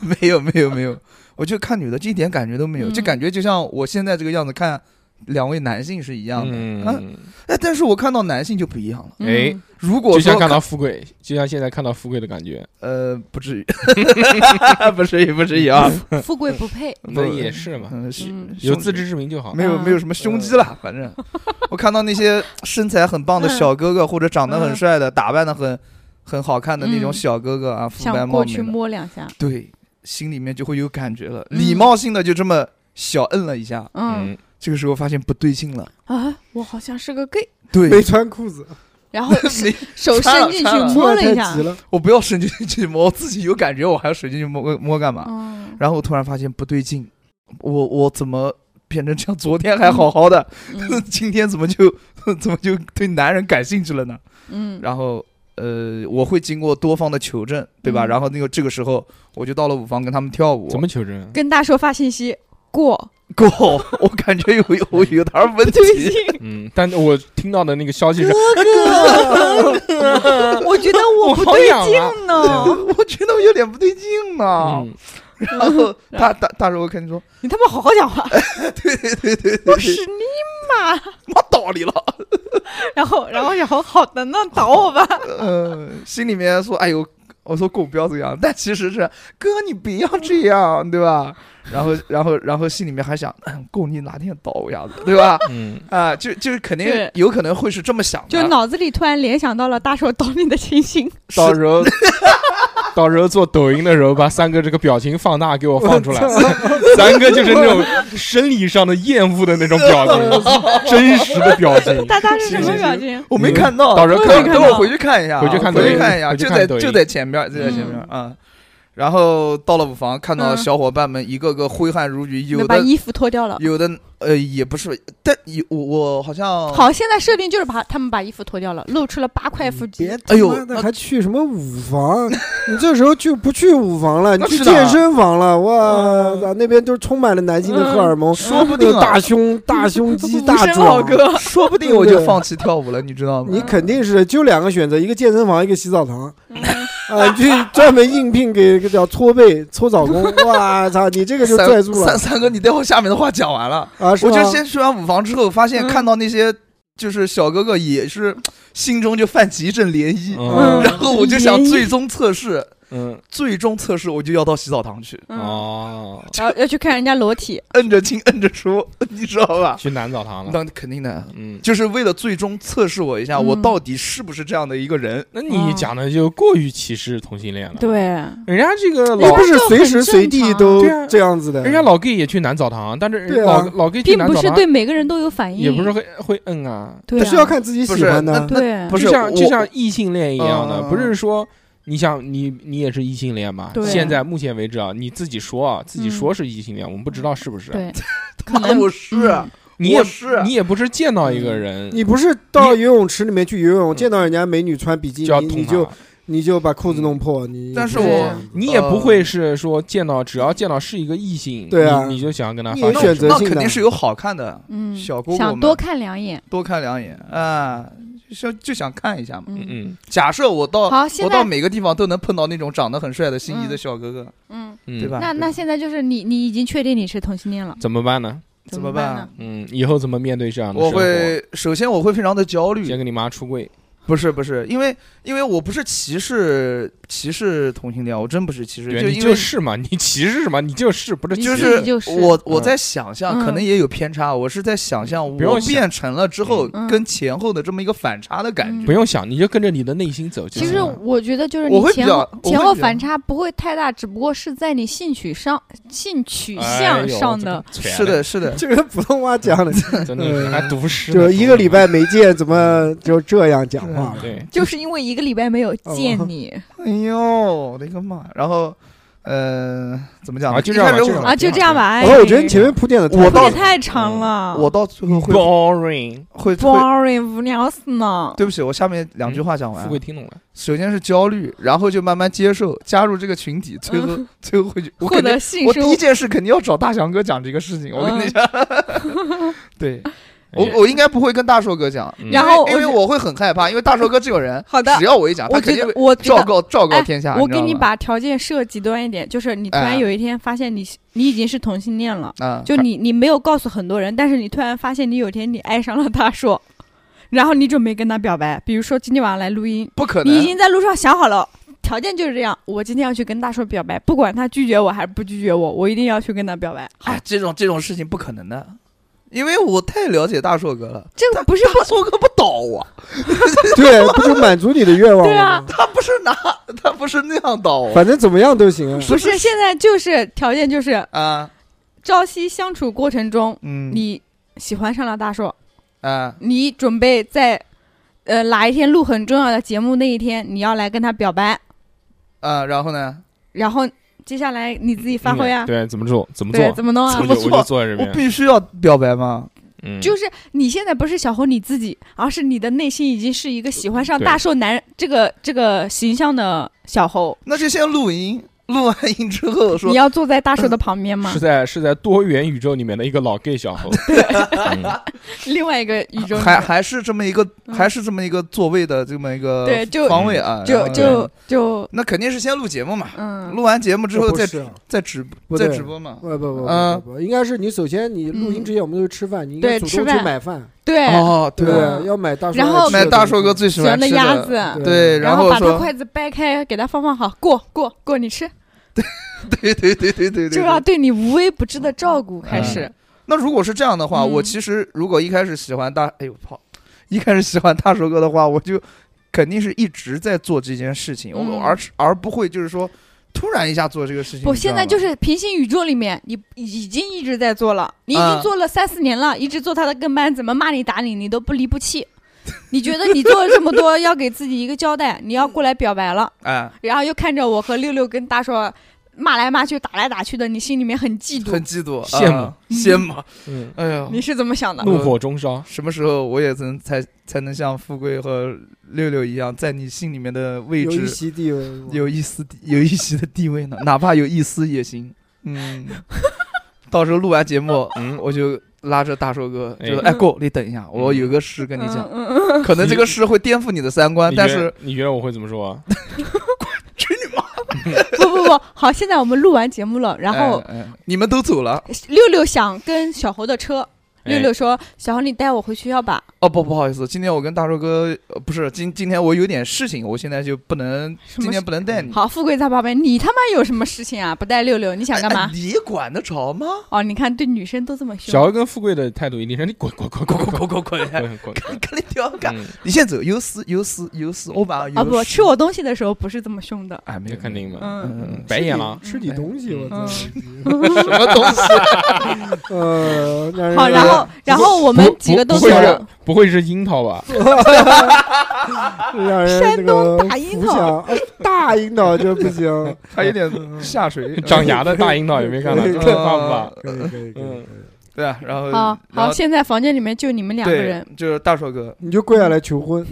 [SPEAKER 6] 没有没有没有，我就看女的，这一点感觉都没有，
[SPEAKER 4] 嗯
[SPEAKER 6] 就感觉就像我现在这个样子看两位男性是一样的。啊
[SPEAKER 3] 嗯，
[SPEAKER 6] 哎，但是我看到男性就不一样了。
[SPEAKER 3] 哎
[SPEAKER 4] 嗯，
[SPEAKER 6] 如果
[SPEAKER 3] 就
[SPEAKER 6] 说
[SPEAKER 3] 像看到富贵，就像现在看到富贵的感觉，
[SPEAKER 6] 呃，不至于， 不至于，不至于啊，
[SPEAKER 4] 富贵不 配。
[SPEAKER 3] 那也是嘛，
[SPEAKER 6] 嗯，是
[SPEAKER 4] 嗯
[SPEAKER 3] 有自知之明就好。
[SPEAKER 6] 啊没有
[SPEAKER 4] 嗯
[SPEAKER 6] 没有什么胸肌了，反正我看到那些身材很棒的
[SPEAKER 4] 嗯
[SPEAKER 6] 小哥哥，或者长得很帅的、打扮的很很好看的那种
[SPEAKER 4] 嗯
[SPEAKER 6] 小哥哥啊，肤白
[SPEAKER 4] 想
[SPEAKER 6] 貌
[SPEAKER 4] 过
[SPEAKER 6] 美
[SPEAKER 4] 去
[SPEAKER 6] 的，
[SPEAKER 4] 摸两下，
[SPEAKER 6] 对，心里面就会有感觉了，
[SPEAKER 4] 嗯
[SPEAKER 6] 礼貌性的就这么小摁了一下，
[SPEAKER 4] 嗯
[SPEAKER 3] 嗯，
[SPEAKER 6] 这个时候发现不对劲了，
[SPEAKER 4] 啊，我好像是个 gay，
[SPEAKER 6] 对，
[SPEAKER 5] 没穿裤子，
[SPEAKER 4] 然后
[SPEAKER 6] 没
[SPEAKER 4] 手
[SPEAKER 6] 插了
[SPEAKER 4] 伸进
[SPEAKER 6] 插
[SPEAKER 4] 去
[SPEAKER 6] 了
[SPEAKER 4] 摸了一
[SPEAKER 5] 出来
[SPEAKER 4] 下
[SPEAKER 5] 太急，了，
[SPEAKER 6] 我不要伸进去摸，我自己有感觉，我还要伸进去摸摸干嘛？
[SPEAKER 4] 嗯，
[SPEAKER 6] 然后我突然发现不对劲，我我怎么变成这样？昨天还好好的，
[SPEAKER 4] 嗯
[SPEAKER 6] 今天怎么就 怎么就对男人感兴趣了呢？
[SPEAKER 4] 嗯，
[SPEAKER 6] 然后呃，我会经过多方的求证，对吧？
[SPEAKER 4] 嗯
[SPEAKER 6] 然后那个这个时候，我就到了舞房跟他们跳舞。
[SPEAKER 3] 怎么求证？
[SPEAKER 4] 跟大叔发信息过
[SPEAKER 6] 够？我感觉有有我有点问
[SPEAKER 4] 对
[SPEAKER 6] 题。
[SPEAKER 4] 劲，
[SPEAKER 3] 嗯，但我听到的那个消息是，啊
[SPEAKER 4] 我觉得我不
[SPEAKER 3] 好
[SPEAKER 4] 对
[SPEAKER 3] 痒啊
[SPEAKER 4] 劲 呢，
[SPEAKER 6] 我觉得我有点不对劲呢、
[SPEAKER 3] 嗯，
[SPEAKER 6] 然后大大大叔肯定说
[SPEAKER 4] 你他妈好好讲话，：“
[SPEAKER 6] 对对对对对，
[SPEAKER 4] 我是你妈。
[SPEAKER 6] 没道理了。
[SPEAKER 4] 然后，然后，然后，好的，那打我 吧。”
[SPEAKER 6] 呃，心里面说：“哎呦，我说狗不要这样。”但其实是哥，你不要这样，对吧？然后，然后，然后心里面还想：“嗯，狗你哪天倒我一下子，对吧？”
[SPEAKER 3] 嗯，
[SPEAKER 6] 啊，就就是肯定
[SPEAKER 4] 对
[SPEAKER 6] 有可能会是这么想的，
[SPEAKER 4] 就脑子里突然联想到了大手倒你的情 形，
[SPEAKER 3] 到时候到时候做抖音的时候，把三哥这个表情放大给我放出来。三哥就是那种生理上的厌恶的那种表 情，真实的表 情。
[SPEAKER 4] 大大是什么
[SPEAKER 6] 行行
[SPEAKER 4] 表
[SPEAKER 6] 行
[SPEAKER 4] 情？
[SPEAKER 6] 我没看到，
[SPEAKER 3] 到时候
[SPEAKER 4] 我也
[SPEAKER 6] 等
[SPEAKER 3] 看
[SPEAKER 4] 没
[SPEAKER 6] 等
[SPEAKER 4] 看
[SPEAKER 6] 我
[SPEAKER 4] 到
[SPEAKER 6] 回去看一下啊，
[SPEAKER 3] 回去看
[SPEAKER 6] 回
[SPEAKER 4] 抖
[SPEAKER 6] 去
[SPEAKER 4] 音
[SPEAKER 6] 看一下，
[SPEAKER 3] 回去
[SPEAKER 6] 就
[SPEAKER 3] 看嗯
[SPEAKER 6] 在
[SPEAKER 3] 抖音
[SPEAKER 6] 就在前边，就在前边啊。然后到了舞房，看到
[SPEAKER 4] 嗯
[SPEAKER 6] 小伙伴们一个个挥汗如雨，有
[SPEAKER 4] 把
[SPEAKER 6] 的
[SPEAKER 4] 衣服脱掉了。
[SPEAKER 6] 有的呃也不是，但有我我好像
[SPEAKER 4] 好，现在设定就是把他们把衣服脱掉了，露出了八块腹肌
[SPEAKER 5] 别。他妈
[SPEAKER 6] 哎呦
[SPEAKER 5] 的还去什么舞房？你这时候就不去舞房了，你
[SPEAKER 6] 那
[SPEAKER 5] 去
[SPEAKER 6] 去哪儿
[SPEAKER 5] 健身房了。哇塞，那边都充满了男性的荷尔蒙，
[SPEAKER 6] 说不定
[SPEAKER 5] 有
[SPEAKER 6] 啊
[SPEAKER 5] 大胸、大胸 肌、大
[SPEAKER 4] 声
[SPEAKER 5] 壮
[SPEAKER 4] 好。 歌，
[SPEAKER 6] 说不定我就放弃跳舞了，你知道吗？
[SPEAKER 5] 你肯定是就两个选择，一个健身房，一个洗澡堂。
[SPEAKER 4] 嗯
[SPEAKER 5] 啊，你去专门应聘给给叫搓背、搓澡工。哇操，你这个就
[SPEAKER 6] 三
[SPEAKER 5] 拽住了
[SPEAKER 6] 三三哥，你待会儿下面的话讲完了，
[SPEAKER 5] 啊！是
[SPEAKER 6] 我就
[SPEAKER 5] 吧
[SPEAKER 6] 先去完舞房之后，发现
[SPEAKER 4] 嗯
[SPEAKER 6] 看到那些就是小哥哥也是心中就泛起一阵涟漪，
[SPEAKER 3] 嗯
[SPEAKER 6] 然后我就想
[SPEAKER 4] 涟漪
[SPEAKER 6] 最终测试，
[SPEAKER 3] 嗯
[SPEAKER 6] 最终测试我就要到洗澡堂去，
[SPEAKER 4] 嗯，
[SPEAKER 3] 哦，
[SPEAKER 4] 然后要去看人家裸体，
[SPEAKER 6] 摁着进摁着出， 你知道吧？
[SPEAKER 3] 去男澡堂了。
[SPEAKER 6] 那肯定的，
[SPEAKER 3] 嗯，
[SPEAKER 6] 就是为了最终测试我一下，
[SPEAKER 4] 嗯
[SPEAKER 6] 我到底是不是这样的一个人。
[SPEAKER 3] 那你讲的就过于歧视同性恋了。，
[SPEAKER 4] 对，
[SPEAKER 3] 人家这个
[SPEAKER 5] 你
[SPEAKER 3] 老
[SPEAKER 5] 不是随时随地都
[SPEAKER 3] 对啊
[SPEAKER 5] 这样子的，
[SPEAKER 3] 人家老 gay 也去男澡堂，但是
[SPEAKER 5] 对啊
[SPEAKER 3] 老老 gay 去
[SPEAKER 4] 并
[SPEAKER 3] 男
[SPEAKER 4] 不
[SPEAKER 3] 澡
[SPEAKER 4] 是
[SPEAKER 3] 堂
[SPEAKER 4] 对每个人都有反应，
[SPEAKER 3] 也不是会会摁啊，
[SPEAKER 4] 对啊，
[SPEAKER 5] 是要看自己喜欢的
[SPEAKER 6] 不是。
[SPEAKER 4] 对
[SPEAKER 6] 不是
[SPEAKER 3] 就像
[SPEAKER 6] 我
[SPEAKER 3] 就像异性恋一样的，
[SPEAKER 6] 嗯
[SPEAKER 3] 不是说你想你你也是异性恋嘛？
[SPEAKER 4] 对嗯
[SPEAKER 3] 现在目前为止啊，你自己说啊，自己说是异性恋，我们不知道是不是。
[SPEAKER 4] 对，
[SPEAKER 6] 妈
[SPEAKER 4] 嗯
[SPEAKER 6] 的，我是啊，嗯
[SPEAKER 3] 你也
[SPEAKER 6] 我是
[SPEAKER 3] 你也不是见到一个人
[SPEAKER 5] 你不是到
[SPEAKER 3] 你
[SPEAKER 5] 游泳池里面去游泳，
[SPEAKER 3] 嗯
[SPEAKER 5] 见到人家美女穿比基
[SPEAKER 3] 就要
[SPEAKER 5] 尼，
[SPEAKER 3] 捅
[SPEAKER 5] 你
[SPEAKER 3] 他
[SPEAKER 5] 就
[SPEAKER 3] 了，
[SPEAKER 5] 你就把裤子弄破。你
[SPEAKER 6] 嗯但是
[SPEAKER 5] 不
[SPEAKER 4] 对
[SPEAKER 6] 我嗯
[SPEAKER 4] 啊
[SPEAKER 3] 你也不会是说见到只要见到是一个异性，
[SPEAKER 5] 对啊
[SPEAKER 3] 你你就想要跟他
[SPEAKER 5] 你
[SPEAKER 3] 发
[SPEAKER 5] 有
[SPEAKER 3] 生
[SPEAKER 5] 选择
[SPEAKER 6] 那
[SPEAKER 5] 性
[SPEAKER 6] 肯
[SPEAKER 5] 的
[SPEAKER 6] 定是有好看的，
[SPEAKER 4] 嗯，
[SPEAKER 6] 小姑姑
[SPEAKER 4] 想
[SPEAKER 6] 们
[SPEAKER 4] 多看两眼。
[SPEAKER 6] 多看两眼啊，想就想看一下嘛。
[SPEAKER 3] 嗯
[SPEAKER 4] 嗯
[SPEAKER 3] 嗯
[SPEAKER 6] 假设我到
[SPEAKER 4] 好，现
[SPEAKER 6] 我到
[SPEAKER 4] 在
[SPEAKER 6] 每个地方都能碰到那种长得很帅的心仪的小哥哥，
[SPEAKER 4] 嗯，
[SPEAKER 3] 嗯，
[SPEAKER 6] 对吧？
[SPEAKER 4] 那那现在就是你你已经确定你是同性恋了，
[SPEAKER 3] 怎么办呢？
[SPEAKER 6] 怎
[SPEAKER 4] 么
[SPEAKER 6] 么办
[SPEAKER 4] 呢？
[SPEAKER 3] 嗯，以后怎么面对这样的
[SPEAKER 6] 我
[SPEAKER 3] 生活
[SPEAKER 6] 会首先我会非常的焦虑
[SPEAKER 3] 先，跟你妈出柜，
[SPEAKER 6] 不是不是，因为因为我不是歧视歧视同性恋，我真不是歧视，
[SPEAKER 3] 对
[SPEAKER 6] 就
[SPEAKER 3] 你
[SPEAKER 6] 因为
[SPEAKER 3] 就是嘛，你歧视什么？你就是不是
[SPEAKER 6] 就
[SPEAKER 3] 歧
[SPEAKER 4] 自
[SPEAKER 6] 是
[SPEAKER 4] 己就是
[SPEAKER 6] 我我
[SPEAKER 3] 嗯
[SPEAKER 6] 在想象，可
[SPEAKER 4] 嗯
[SPEAKER 6] 能也有偏差，我是在想象
[SPEAKER 3] 不用
[SPEAKER 6] 我
[SPEAKER 3] 想
[SPEAKER 6] 变成了之后
[SPEAKER 4] 嗯
[SPEAKER 6] 跟前后的这么一个反差的感
[SPEAKER 4] 嗯
[SPEAKER 6] 觉。
[SPEAKER 3] 不用想，你就跟着你的内心走就
[SPEAKER 4] 其
[SPEAKER 3] 行
[SPEAKER 4] 实
[SPEAKER 3] 了。
[SPEAKER 4] 我觉得就是
[SPEAKER 6] 我
[SPEAKER 4] 你
[SPEAKER 6] 会比
[SPEAKER 4] 前后
[SPEAKER 6] 较我会
[SPEAKER 4] 前后
[SPEAKER 6] 比较
[SPEAKER 4] 反差不会太大，只不过是在你性取上性取
[SPEAKER 3] 哎
[SPEAKER 4] 向
[SPEAKER 3] 呦
[SPEAKER 4] 上
[SPEAKER 3] 这
[SPEAKER 4] 的
[SPEAKER 3] 个。
[SPEAKER 6] 是的，是的，
[SPEAKER 5] 这个 普通话讲的，
[SPEAKER 3] 惨了，真的
[SPEAKER 5] 嗯
[SPEAKER 3] 还读诗呢，
[SPEAKER 5] 就一个礼
[SPEAKER 3] 懂
[SPEAKER 5] 拜没见，怎么就这样讲话
[SPEAKER 3] 吗。
[SPEAKER 5] 了？
[SPEAKER 3] 对，
[SPEAKER 4] 就是因为一个礼拜没有见
[SPEAKER 5] 哦
[SPEAKER 4] 你
[SPEAKER 6] 哎呦，我的个妈！然后，呃，怎么讲呢？
[SPEAKER 3] 啊就
[SPEAKER 6] 一
[SPEAKER 3] 这样
[SPEAKER 6] 开
[SPEAKER 3] 吧
[SPEAKER 6] 始
[SPEAKER 3] 就这
[SPEAKER 6] 哦我
[SPEAKER 3] 样
[SPEAKER 4] 啊，就这样吧。哎
[SPEAKER 5] 然后哦我觉得你前面铺垫的
[SPEAKER 6] 我
[SPEAKER 4] 铺
[SPEAKER 6] 到
[SPEAKER 4] 得太长了，
[SPEAKER 6] 我到最后 会
[SPEAKER 3] boring。
[SPEAKER 6] 会会，
[SPEAKER 4] boring 无聊死呢。
[SPEAKER 6] 对不起，我下面两句话讲完啊
[SPEAKER 3] 富。贵听懂了，
[SPEAKER 6] 首先是焦虑，然后就慢慢接受，加入这个群体，最后 最后会去我
[SPEAKER 4] 嗯获
[SPEAKER 6] 肯定
[SPEAKER 4] 得性
[SPEAKER 6] 我第
[SPEAKER 4] 生
[SPEAKER 6] 一件事肯定要找大翔哥讲这个事情，我跟
[SPEAKER 4] 嗯
[SPEAKER 6] 你讲， 对我
[SPEAKER 3] 哎
[SPEAKER 6] 我应该不会跟大硕哥讲，
[SPEAKER 3] 嗯
[SPEAKER 4] 然后
[SPEAKER 6] 因为因
[SPEAKER 4] 我，
[SPEAKER 6] 为我会很害怕，因为大硕哥这种人
[SPEAKER 4] 好的
[SPEAKER 6] 只要我一讲，啊他
[SPEAKER 4] 我
[SPEAKER 6] 肯
[SPEAKER 4] 觉
[SPEAKER 6] 定
[SPEAKER 4] 得
[SPEAKER 6] 会
[SPEAKER 4] 我觉
[SPEAKER 6] 昭
[SPEAKER 4] 得。
[SPEAKER 6] 告昭告
[SPEAKER 4] 哎
[SPEAKER 6] 天下。
[SPEAKER 4] 我
[SPEAKER 6] 你知
[SPEAKER 4] 给
[SPEAKER 6] 道
[SPEAKER 4] 你
[SPEAKER 6] 吗
[SPEAKER 4] 把条件设极端一点，就是你突
[SPEAKER 6] 哎
[SPEAKER 4] 然有一天发现你你已经是同性恋了，
[SPEAKER 6] 啊，
[SPEAKER 4] 就你你没有告诉很多人，但是你突然发现你有一天你爱上了大硕，然后你准备跟他表白，比如说今天晚上来录音，
[SPEAKER 6] 不可
[SPEAKER 4] 你已
[SPEAKER 6] 能，
[SPEAKER 4] 经在路上想好了，条件就是这样，我今天要去跟大硕表白，不管他拒绝我还是不拒绝我，我一定要去跟他表白。
[SPEAKER 6] 哎，这种这种事情不可能的，因为我太了解大硕哥了，
[SPEAKER 4] 这个不是
[SPEAKER 6] 大硕哥不倒啊，
[SPEAKER 5] 对，不就满足你的愿望
[SPEAKER 4] 对
[SPEAKER 5] 了
[SPEAKER 4] 啊
[SPEAKER 5] 吗？
[SPEAKER 6] 他不是拿他不是那样倒啊
[SPEAKER 5] 反正怎么样都行啊。
[SPEAKER 4] 不是现在就是条件就是
[SPEAKER 6] 啊，
[SPEAKER 4] 朝夕相处过程中，
[SPEAKER 6] 嗯，
[SPEAKER 4] 你喜欢上了大硕，
[SPEAKER 6] 啊，
[SPEAKER 4] 你准备在呃哪一天录很重要的节目那一天，你要来跟他表白，
[SPEAKER 6] 啊，然后呢？
[SPEAKER 4] 然后接下来你自己发挥啊，
[SPEAKER 3] 嗯对，怎么做？怎么做
[SPEAKER 4] 对，？怎么弄啊
[SPEAKER 3] 我？
[SPEAKER 6] 么
[SPEAKER 3] 就我
[SPEAKER 6] 做
[SPEAKER 3] 就坐在这
[SPEAKER 6] 我
[SPEAKER 3] 边，
[SPEAKER 6] 必须要表白吗？
[SPEAKER 3] 嗯，
[SPEAKER 4] 就是你现在不是小红你自己，而是你的内心已经是一个喜欢上
[SPEAKER 3] 对
[SPEAKER 4] 大硕男人这个这个形象的小猴。
[SPEAKER 6] 那就先录音，录完音之后说
[SPEAKER 4] 你要坐在大叔的旁边吗
[SPEAKER 3] 是？在是在多元宇宙里面的一个老 gay 小 猴，嗯
[SPEAKER 4] 另外一个宇宙里
[SPEAKER 6] 还
[SPEAKER 4] 面，
[SPEAKER 6] 还是这么一个，
[SPEAKER 4] 嗯
[SPEAKER 6] 还是这么一个座位的这么一个
[SPEAKER 4] 对就
[SPEAKER 6] 方位啊，然
[SPEAKER 4] 就
[SPEAKER 6] 后呢
[SPEAKER 4] 就就
[SPEAKER 6] 那肯定是先录节目嘛，
[SPEAKER 4] 嗯，
[SPEAKER 6] 录完节目之后
[SPEAKER 5] 不
[SPEAKER 6] 再
[SPEAKER 5] 是啊
[SPEAKER 6] 再直
[SPEAKER 5] 不
[SPEAKER 6] 再
[SPEAKER 5] 对
[SPEAKER 6] 直播嘛
[SPEAKER 5] 不。不不
[SPEAKER 6] 嗯
[SPEAKER 5] 不不，不应该是你首先你录音之前我们都是吃饭，你应该
[SPEAKER 4] 对
[SPEAKER 5] 主
[SPEAKER 4] 吃
[SPEAKER 5] 动去
[SPEAKER 4] 饭
[SPEAKER 5] 买饭，
[SPEAKER 4] 对，
[SPEAKER 6] 哦，
[SPEAKER 5] 对
[SPEAKER 6] 对
[SPEAKER 5] 不
[SPEAKER 6] 吧，
[SPEAKER 5] 对，要买大叔
[SPEAKER 4] 然后
[SPEAKER 5] 爱吃的
[SPEAKER 6] 买大
[SPEAKER 5] 东
[SPEAKER 6] 硕
[SPEAKER 5] 西
[SPEAKER 6] 哥最喜欢
[SPEAKER 4] 喜
[SPEAKER 6] 吃
[SPEAKER 4] 欢的
[SPEAKER 6] 的
[SPEAKER 4] 鸭
[SPEAKER 5] 子
[SPEAKER 6] 对，
[SPEAKER 4] 然
[SPEAKER 6] 后
[SPEAKER 4] 把他
[SPEAKER 6] 说，
[SPEAKER 4] 筷子掰开，给他放放好，过过过，你吃，
[SPEAKER 6] 对对对对对
[SPEAKER 4] 就
[SPEAKER 6] 对
[SPEAKER 4] 要
[SPEAKER 6] 对。嗯
[SPEAKER 4] 对你无微不至的照顾开始。
[SPEAKER 6] 那如果是这样的话，
[SPEAKER 4] 嗯
[SPEAKER 6] 我其实如果一开始喜欢大，哎呦操，一开始喜欢大硕哥的话，我就肯定是一直在做这件事情，我
[SPEAKER 4] 嗯
[SPEAKER 6] 而是而不会就是说突然一下做这个事情。
[SPEAKER 4] 不，
[SPEAKER 6] 你知
[SPEAKER 4] 现
[SPEAKER 6] 道
[SPEAKER 4] 在
[SPEAKER 6] 吗
[SPEAKER 4] 就是平行宇宙里面，你已经一直在做了，你已
[SPEAKER 6] 啊
[SPEAKER 4] 经做了三四年了，一直做他的跟班，怎么骂你打你，你都不离不弃。你觉得你做了这么多，要给自己一个交代，你要过来表白了，
[SPEAKER 6] 哎，
[SPEAKER 4] 然后又看着我和六六跟大硕骂来骂去、打来打去的，你心里面很嫉妒
[SPEAKER 6] 很，嫉妒，
[SPEAKER 3] 羡慕
[SPEAKER 6] 啊羡慕。
[SPEAKER 3] 嗯，
[SPEAKER 6] 哎呦，
[SPEAKER 4] 你是怎么想的？
[SPEAKER 3] 怒火中烧，
[SPEAKER 6] 什么时候我也能才才能像富贵和六六一样，在你心里面的位
[SPEAKER 5] 有一
[SPEAKER 6] 置
[SPEAKER 5] 席地位，
[SPEAKER 6] 有一丝地有一席的地位呢？哪怕有一丝也行。嗯，到时候录完节目，
[SPEAKER 3] 嗯
[SPEAKER 6] 我就拉着大硕哥，就说：“
[SPEAKER 3] 哎
[SPEAKER 6] 哎，过，你等一下，我有个事跟你讲。
[SPEAKER 4] 嗯嗯
[SPEAKER 6] 可能这个事会颠覆你的三观，
[SPEAKER 3] 你
[SPEAKER 6] 但
[SPEAKER 3] 觉得
[SPEAKER 6] 是
[SPEAKER 3] 你觉得我会怎么说啊？
[SPEAKER 4] 不不不，好，现在我们录完节目了，然后
[SPEAKER 6] 哎哎你们都走了。
[SPEAKER 4] 六六想跟小猴的车，
[SPEAKER 3] 哎
[SPEAKER 4] 六六说：“小猴，你带我回学校吧。
[SPEAKER 6] 哦不，不好意思，今天我跟大硕哥呃不是今今天我有点事情，我现在就不能
[SPEAKER 4] 什么
[SPEAKER 6] 今天
[SPEAKER 4] 事嗯
[SPEAKER 6] 不能带你”。
[SPEAKER 4] 好，富贵在旁边，你他妈有什么事情啊？不带六六，你想干
[SPEAKER 6] 哎
[SPEAKER 4] 嘛？
[SPEAKER 6] 你管得着吗？
[SPEAKER 4] 哦，你看对女生都这么
[SPEAKER 3] 小
[SPEAKER 4] 凶，
[SPEAKER 3] 豪跟富贵的态度一定是你滚滚滚滚
[SPEAKER 6] 滚
[SPEAKER 3] 滚
[SPEAKER 6] 滚滚滚
[SPEAKER 3] 滚
[SPEAKER 6] 滚！
[SPEAKER 3] 滚
[SPEAKER 6] 看
[SPEAKER 3] 滚，
[SPEAKER 6] 看你屌干！
[SPEAKER 3] 嗯，
[SPEAKER 6] 你先走，有事有事有事，我把
[SPEAKER 4] 啊不，吃我东西的时候不是这么凶的，
[SPEAKER 6] 哎，没
[SPEAKER 3] 这
[SPEAKER 6] 有
[SPEAKER 3] 肯定嘛，
[SPEAKER 4] 嗯，
[SPEAKER 6] 嗯
[SPEAKER 3] 白眼狼，
[SPEAKER 5] 吃你东西，我操！
[SPEAKER 6] 什么东西？啊
[SPEAKER 5] 呃，让人
[SPEAKER 4] 好，然后然后我们
[SPEAKER 3] 不
[SPEAKER 4] 几个都
[SPEAKER 3] 不会
[SPEAKER 4] 觉
[SPEAKER 3] 是
[SPEAKER 4] 得，
[SPEAKER 3] 不会是樱桃吧？
[SPEAKER 5] 让人那
[SPEAKER 4] 山
[SPEAKER 5] 个
[SPEAKER 4] 东大樱
[SPEAKER 5] 浮
[SPEAKER 4] 桃
[SPEAKER 5] 想，啊大樱桃这不行，
[SPEAKER 6] 还有 点下垂，
[SPEAKER 3] 长牙的大樱桃有没有 看到？
[SPEAKER 5] 对
[SPEAKER 3] 这
[SPEAKER 5] 对
[SPEAKER 3] 个棒不棒？
[SPEAKER 5] 可以可以可以可
[SPEAKER 3] 嗯，
[SPEAKER 5] 以
[SPEAKER 6] 哦对啊，然后
[SPEAKER 4] 好
[SPEAKER 6] 然
[SPEAKER 4] 好，
[SPEAKER 6] 后
[SPEAKER 4] 现在房间里面就你们两个
[SPEAKER 6] 对
[SPEAKER 4] 人，，
[SPEAKER 6] 就是大硕 哥，
[SPEAKER 5] 你就跪下来求婚，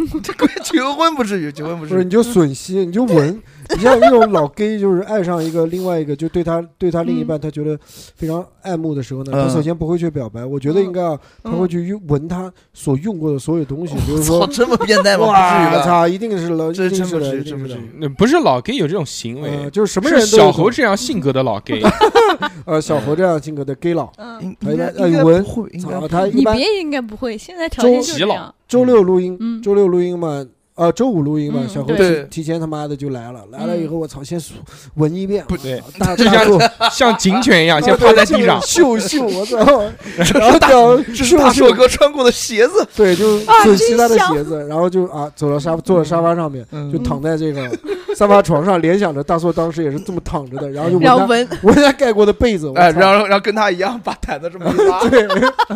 [SPEAKER 6] 求婚不至于，求婚不
[SPEAKER 5] 不
[SPEAKER 6] 至
[SPEAKER 5] 是
[SPEAKER 6] 于
[SPEAKER 5] 你就吮吸，你就 闻，你像那种老 gay 就是爱上一个另外一个，就对他对他另
[SPEAKER 4] 嗯
[SPEAKER 5] 一半他觉得非常爱慕的时候呢，他
[SPEAKER 6] 嗯
[SPEAKER 5] 首先不会去表白，我觉
[SPEAKER 4] 嗯
[SPEAKER 5] 得应该啊，他会去用闻他所用过的所有东西，比如
[SPEAKER 6] 操，
[SPEAKER 5] 说，
[SPEAKER 6] 这么变态吗？不至
[SPEAKER 5] 哇
[SPEAKER 6] 于吧？
[SPEAKER 5] 操，一定是了，一
[SPEAKER 6] 啊这
[SPEAKER 5] 定
[SPEAKER 6] 真
[SPEAKER 5] 是
[SPEAKER 6] 不
[SPEAKER 5] 了，
[SPEAKER 6] 至于，
[SPEAKER 5] 一
[SPEAKER 6] 真
[SPEAKER 5] 定
[SPEAKER 6] 不
[SPEAKER 5] 是
[SPEAKER 6] 至
[SPEAKER 5] 了。
[SPEAKER 6] 于。
[SPEAKER 3] 那呃不是老 gay 有这种行
[SPEAKER 5] 呃，
[SPEAKER 3] 为，
[SPEAKER 5] 就是什么人
[SPEAKER 3] 是
[SPEAKER 5] 都
[SPEAKER 3] 小
[SPEAKER 5] 有
[SPEAKER 3] 猴这样性格的老 gay，
[SPEAKER 5] 呃小猴这样性格的 gay 佬，
[SPEAKER 4] 嗯，
[SPEAKER 6] 应应该
[SPEAKER 5] 哎哎
[SPEAKER 6] 应该
[SPEAKER 5] 文
[SPEAKER 6] 不会，应该
[SPEAKER 5] 操
[SPEAKER 6] 不
[SPEAKER 5] 他
[SPEAKER 6] 会
[SPEAKER 5] 一
[SPEAKER 4] 你
[SPEAKER 5] 般
[SPEAKER 4] 别应该不会，现在条件就
[SPEAKER 3] 周
[SPEAKER 4] 这样，
[SPEAKER 5] 周六录音，
[SPEAKER 4] 嗯
[SPEAKER 5] 周六录音嘛，呃周五录音嘛，
[SPEAKER 4] 嗯
[SPEAKER 5] 小何
[SPEAKER 6] 对
[SPEAKER 5] 提提前他妈的就来了，来了以后我操，先数闻一遍，
[SPEAKER 6] 不
[SPEAKER 3] 对
[SPEAKER 5] 我操大
[SPEAKER 3] 就
[SPEAKER 5] 大
[SPEAKER 3] 像
[SPEAKER 5] 树，
[SPEAKER 3] 像警犬一样，先趴在地上
[SPEAKER 5] 秀秀，我操，然
[SPEAKER 6] 这
[SPEAKER 5] 后
[SPEAKER 6] 是大
[SPEAKER 5] 屌
[SPEAKER 6] 这是大
[SPEAKER 5] 秀
[SPEAKER 6] 硕
[SPEAKER 5] 秀，
[SPEAKER 6] 哥穿过的鞋子，
[SPEAKER 5] 对，就
[SPEAKER 4] 啊
[SPEAKER 5] 损惜
[SPEAKER 4] 真
[SPEAKER 5] 他的
[SPEAKER 4] 香
[SPEAKER 5] 鞋子，然后就啊走到沙发坐到沙发上面，
[SPEAKER 6] 嗯
[SPEAKER 5] 就躺在这个沙发床上，联想着大硕当时也是这么躺着的，然后就闻
[SPEAKER 4] 然后
[SPEAKER 5] 他
[SPEAKER 4] 闻，
[SPEAKER 5] 闻他盖过的被子，我
[SPEAKER 6] 哎，
[SPEAKER 5] 操
[SPEAKER 6] 然后然后跟他一样把毯子这么一拉，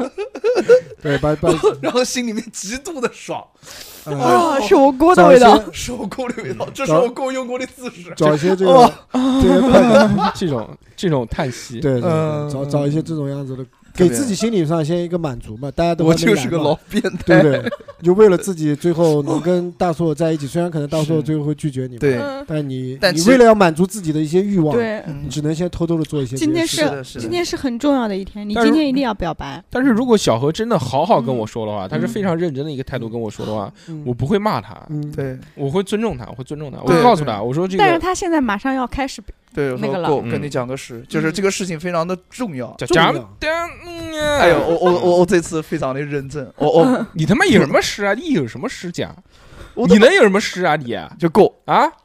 [SPEAKER 5] 对把把
[SPEAKER 6] 然后心里面极度的爽，
[SPEAKER 5] 呃
[SPEAKER 4] 哦，是 我锅的
[SPEAKER 5] 找
[SPEAKER 4] 味
[SPEAKER 5] 一
[SPEAKER 4] 道。
[SPEAKER 5] 些
[SPEAKER 6] 手工的味道，这
[SPEAKER 5] 嗯
[SPEAKER 6] 是
[SPEAKER 5] 然后
[SPEAKER 6] 我共用过的姿势。
[SPEAKER 5] 找一些这
[SPEAKER 6] 哦
[SPEAKER 5] 个这些快感
[SPEAKER 3] 这种这种叹息，
[SPEAKER 5] 对对
[SPEAKER 6] 嗯
[SPEAKER 5] 对，找找一些这种样子的，
[SPEAKER 6] 特
[SPEAKER 5] 给
[SPEAKER 6] 别
[SPEAKER 5] 自己心理上先一个满足嘛，大家都
[SPEAKER 6] 我
[SPEAKER 5] 还没
[SPEAKER 6] 就是
[SPEAKER 5] 来
[SPEAKER 6] 个
[SPEAKER 5] 嘛
[SPEAKER 6] 老变
[SPEAKER 5] 对
[SPEAKER 6] 态
[SPEAKER 5] 不， 对？你就为了自己最后能跟大硕在一起，虽然可能大硕
[SPEAKER 6] 是
[SPEAKER 5] 最后会拒绝你，，
[SPEAKER 6] 对
[SPEAKER 4] 嗯
[SPEAKER 5] 但你
[SPEAKER 6] 但
[SPEAKER 5] 你
[SPEAKER 6] 其实
[SPEAKER 5] 为了要满足自己的一些欲望，
[SPEAKER 4] 对，
[SPEAKER 6] 嗯
[SPEAKER 5] 你只能先偷偷的做一些别
[SPEAKER 4] 今
[SPEAKER 5] 的
[SPEAKER 4] 天
[SPEAKER 5] 事
[SPEAKER 4] 是
[SPEAKER 5] 情。
[SPEAKER 6] 的是的
[SPEAKER 4] 今天是很重要的一天，你
[SPEAKER 3] 但是
[SPEAKER 4] 今天一定要表白。
[SPEAKER 3] 但是如果小何真的好好跟我说的话，他是
[SPEAKER 5] 嗯
[SPEAKER 3] 非常认真的一个态度跟我说的话，
[SPEAKER 5] 嗯
[SPEAKER 3] 我不会骂他，
[SPEAKER 5] 嗯，
[SPEAKER 6] 对
[SPEAKER 3] 我会尊重他，我会尊重他，我
[SPEAKER 6] 对
[SPEAKER 3] 会告诉
[SPEAKER 6] 对
[SPEAKER 3] 他，我说这
[SPEAKER 4] 但是
[SPEAKER 3] 个
[SPEAKER 4] 他现在马上要开始，
[SPEAKER 6] 对，
[SPEAKER 4] 那个
[SPEAKER 6] 我
[SPEAKER 4] 了
[SPEAKER 6] 我
[SPEAKER 3] 嗯
[SPEAKER 6] 跟你讲个事，就是这个事情非常的重要。
[SPEAKER 3] 叫
[SPEAKER 5] 重要
[SPEAKER 3] 讲讲，嗯
[SPEAKER 6] 哎呦，我我我我这次非常的认真，我 我
[SPEAKER 3] 你他妈有什么诗啊？你有什么诗讲？
[SPEAKER 6] 我
[SPEAKER 3] 你能有什么诗啊？你啊，
[SPEAKER 6] 就够。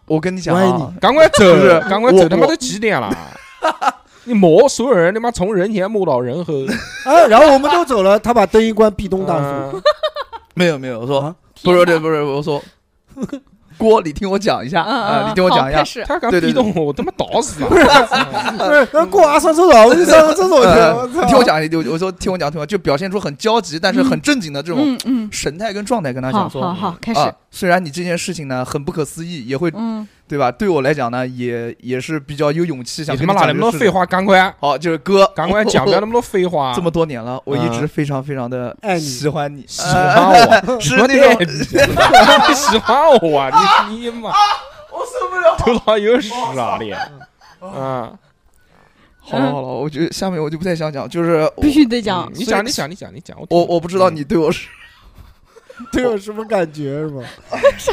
[SPEAKER 6] 我跟你讲
[SPEAKER 5] 我爱
[SPEAKER 6] 啊，
[SPEAKER 3] 赶快走
[SPEAKER 6] 不是，
[SPEAKER 3] 赶快
[SPEAKER 6] 我
[SPEAKER 3] 走！他妈
[SPEAKER 6] 我
[SPEAKER 3] 都几点 了？你磨所有人，他妈从人前磨到人后。
[SPEAKER 5] 啊，然后我们都走了，他把灯一关，壁咚大叔。
[SPEAKER 3] 嗯
[SPEAKER 6] 没有没有，我说
[SPEAKER 5] 啊
[SPEAKER 6] 不是对不是，我说 郭，你听我讲一下
[SPEAKER 4] 嗯嗯
[SPEAKER 6] 啊，
[SPEAKER 4] 嗯
[SPEAKER 6] 你听我
[SPEAKER 4] 好
[SPEAKER 6] 讲一下
[SPEAKER 4] 开，始
[SPEAKER 3] 他敢
[SPEAKER 6] 对对
[SPEAKER 3] 逼
[SPEAKER 6] 对啊
[SPEAKER 3] 动我，我他妈打死嗯他！
[SPEAKER 5] 不是，那过啊，上厕所，我就上个厕所去
[SPEAKER 6] 呃
[SPEAKER 5] 了。我
[SPEAKER 6] 你嗯听
[SPEAKER 5] 操
[SPEAKER 6] 我！讲一，我我说听我讲，听我讲就表现出很焦急，但是很正经的这种
[SPEAKER 4] 嗯嗯，
[SPEAKER 6] 神态跟状态，跟他
[SPEAKER 4] 好
[SPEAKER 6] 讲说
[SPEAKER 4] 好好，开始，
[SPEAKER 6] 啊，虽然你这件事情呢很不可思议，也会
[SPEAKER 4] 嗯，
[SPEAKER 6] 对吧？对我来讲呢，也也是比较有勇气想
[SPEAKER 3] 你他
[SPEAKER 6] 跟
[SPEAKER 3] 妈哪
[SPEAKER 6] 讲
[SPEAKER 3] 那
[SPEAKER 6] 这
[SPEAKER 3] 么多
[SPEAKER 6] 个事
[SPEAKER 3] 废
[SPEAKER 6] 情。
[SPEAKER 3] 话？赶快，啊
[SPEAKER 6] 好，就是哥，
[SPEAKER 3] 赶快讲，不 要那么多废话。
[SPEAKER 6] 这么多年了，我一直非常非常的
[SPEAKER 5] 爱你
[SPEAKER 6] 喜欢你，
[SPEAKER 3] 喜欢我，
[SPEAKER 6] 哎是
[SPEAKER 3] 什么
[SPEAKER 6] 那
[SPEAKER 3] 代
[SPEAKER 6] 种
[SPEAKER 3] 笔你 喜欢我啊？你你妈，
[SPEAKER 6] 我受不了。
[SPEAKER 3] 头脑有屎啊你！啊，
[SPEAKER 6] 好了好了，我觉得下面我就不太想讲，就是我
[SPEAKER 4] 必须得讲
[SPEAKER 3] 嗯。你
[SPEAKER 6] 所以
[SPEAKER 3] 讲你讲你讲你讲，
[SPEAKER 6] 我
[SPEAKER 3] 听
[SPEAKER 6] 我不知道你对我是
[SPEAKER 5] 对我什么感觉是吧？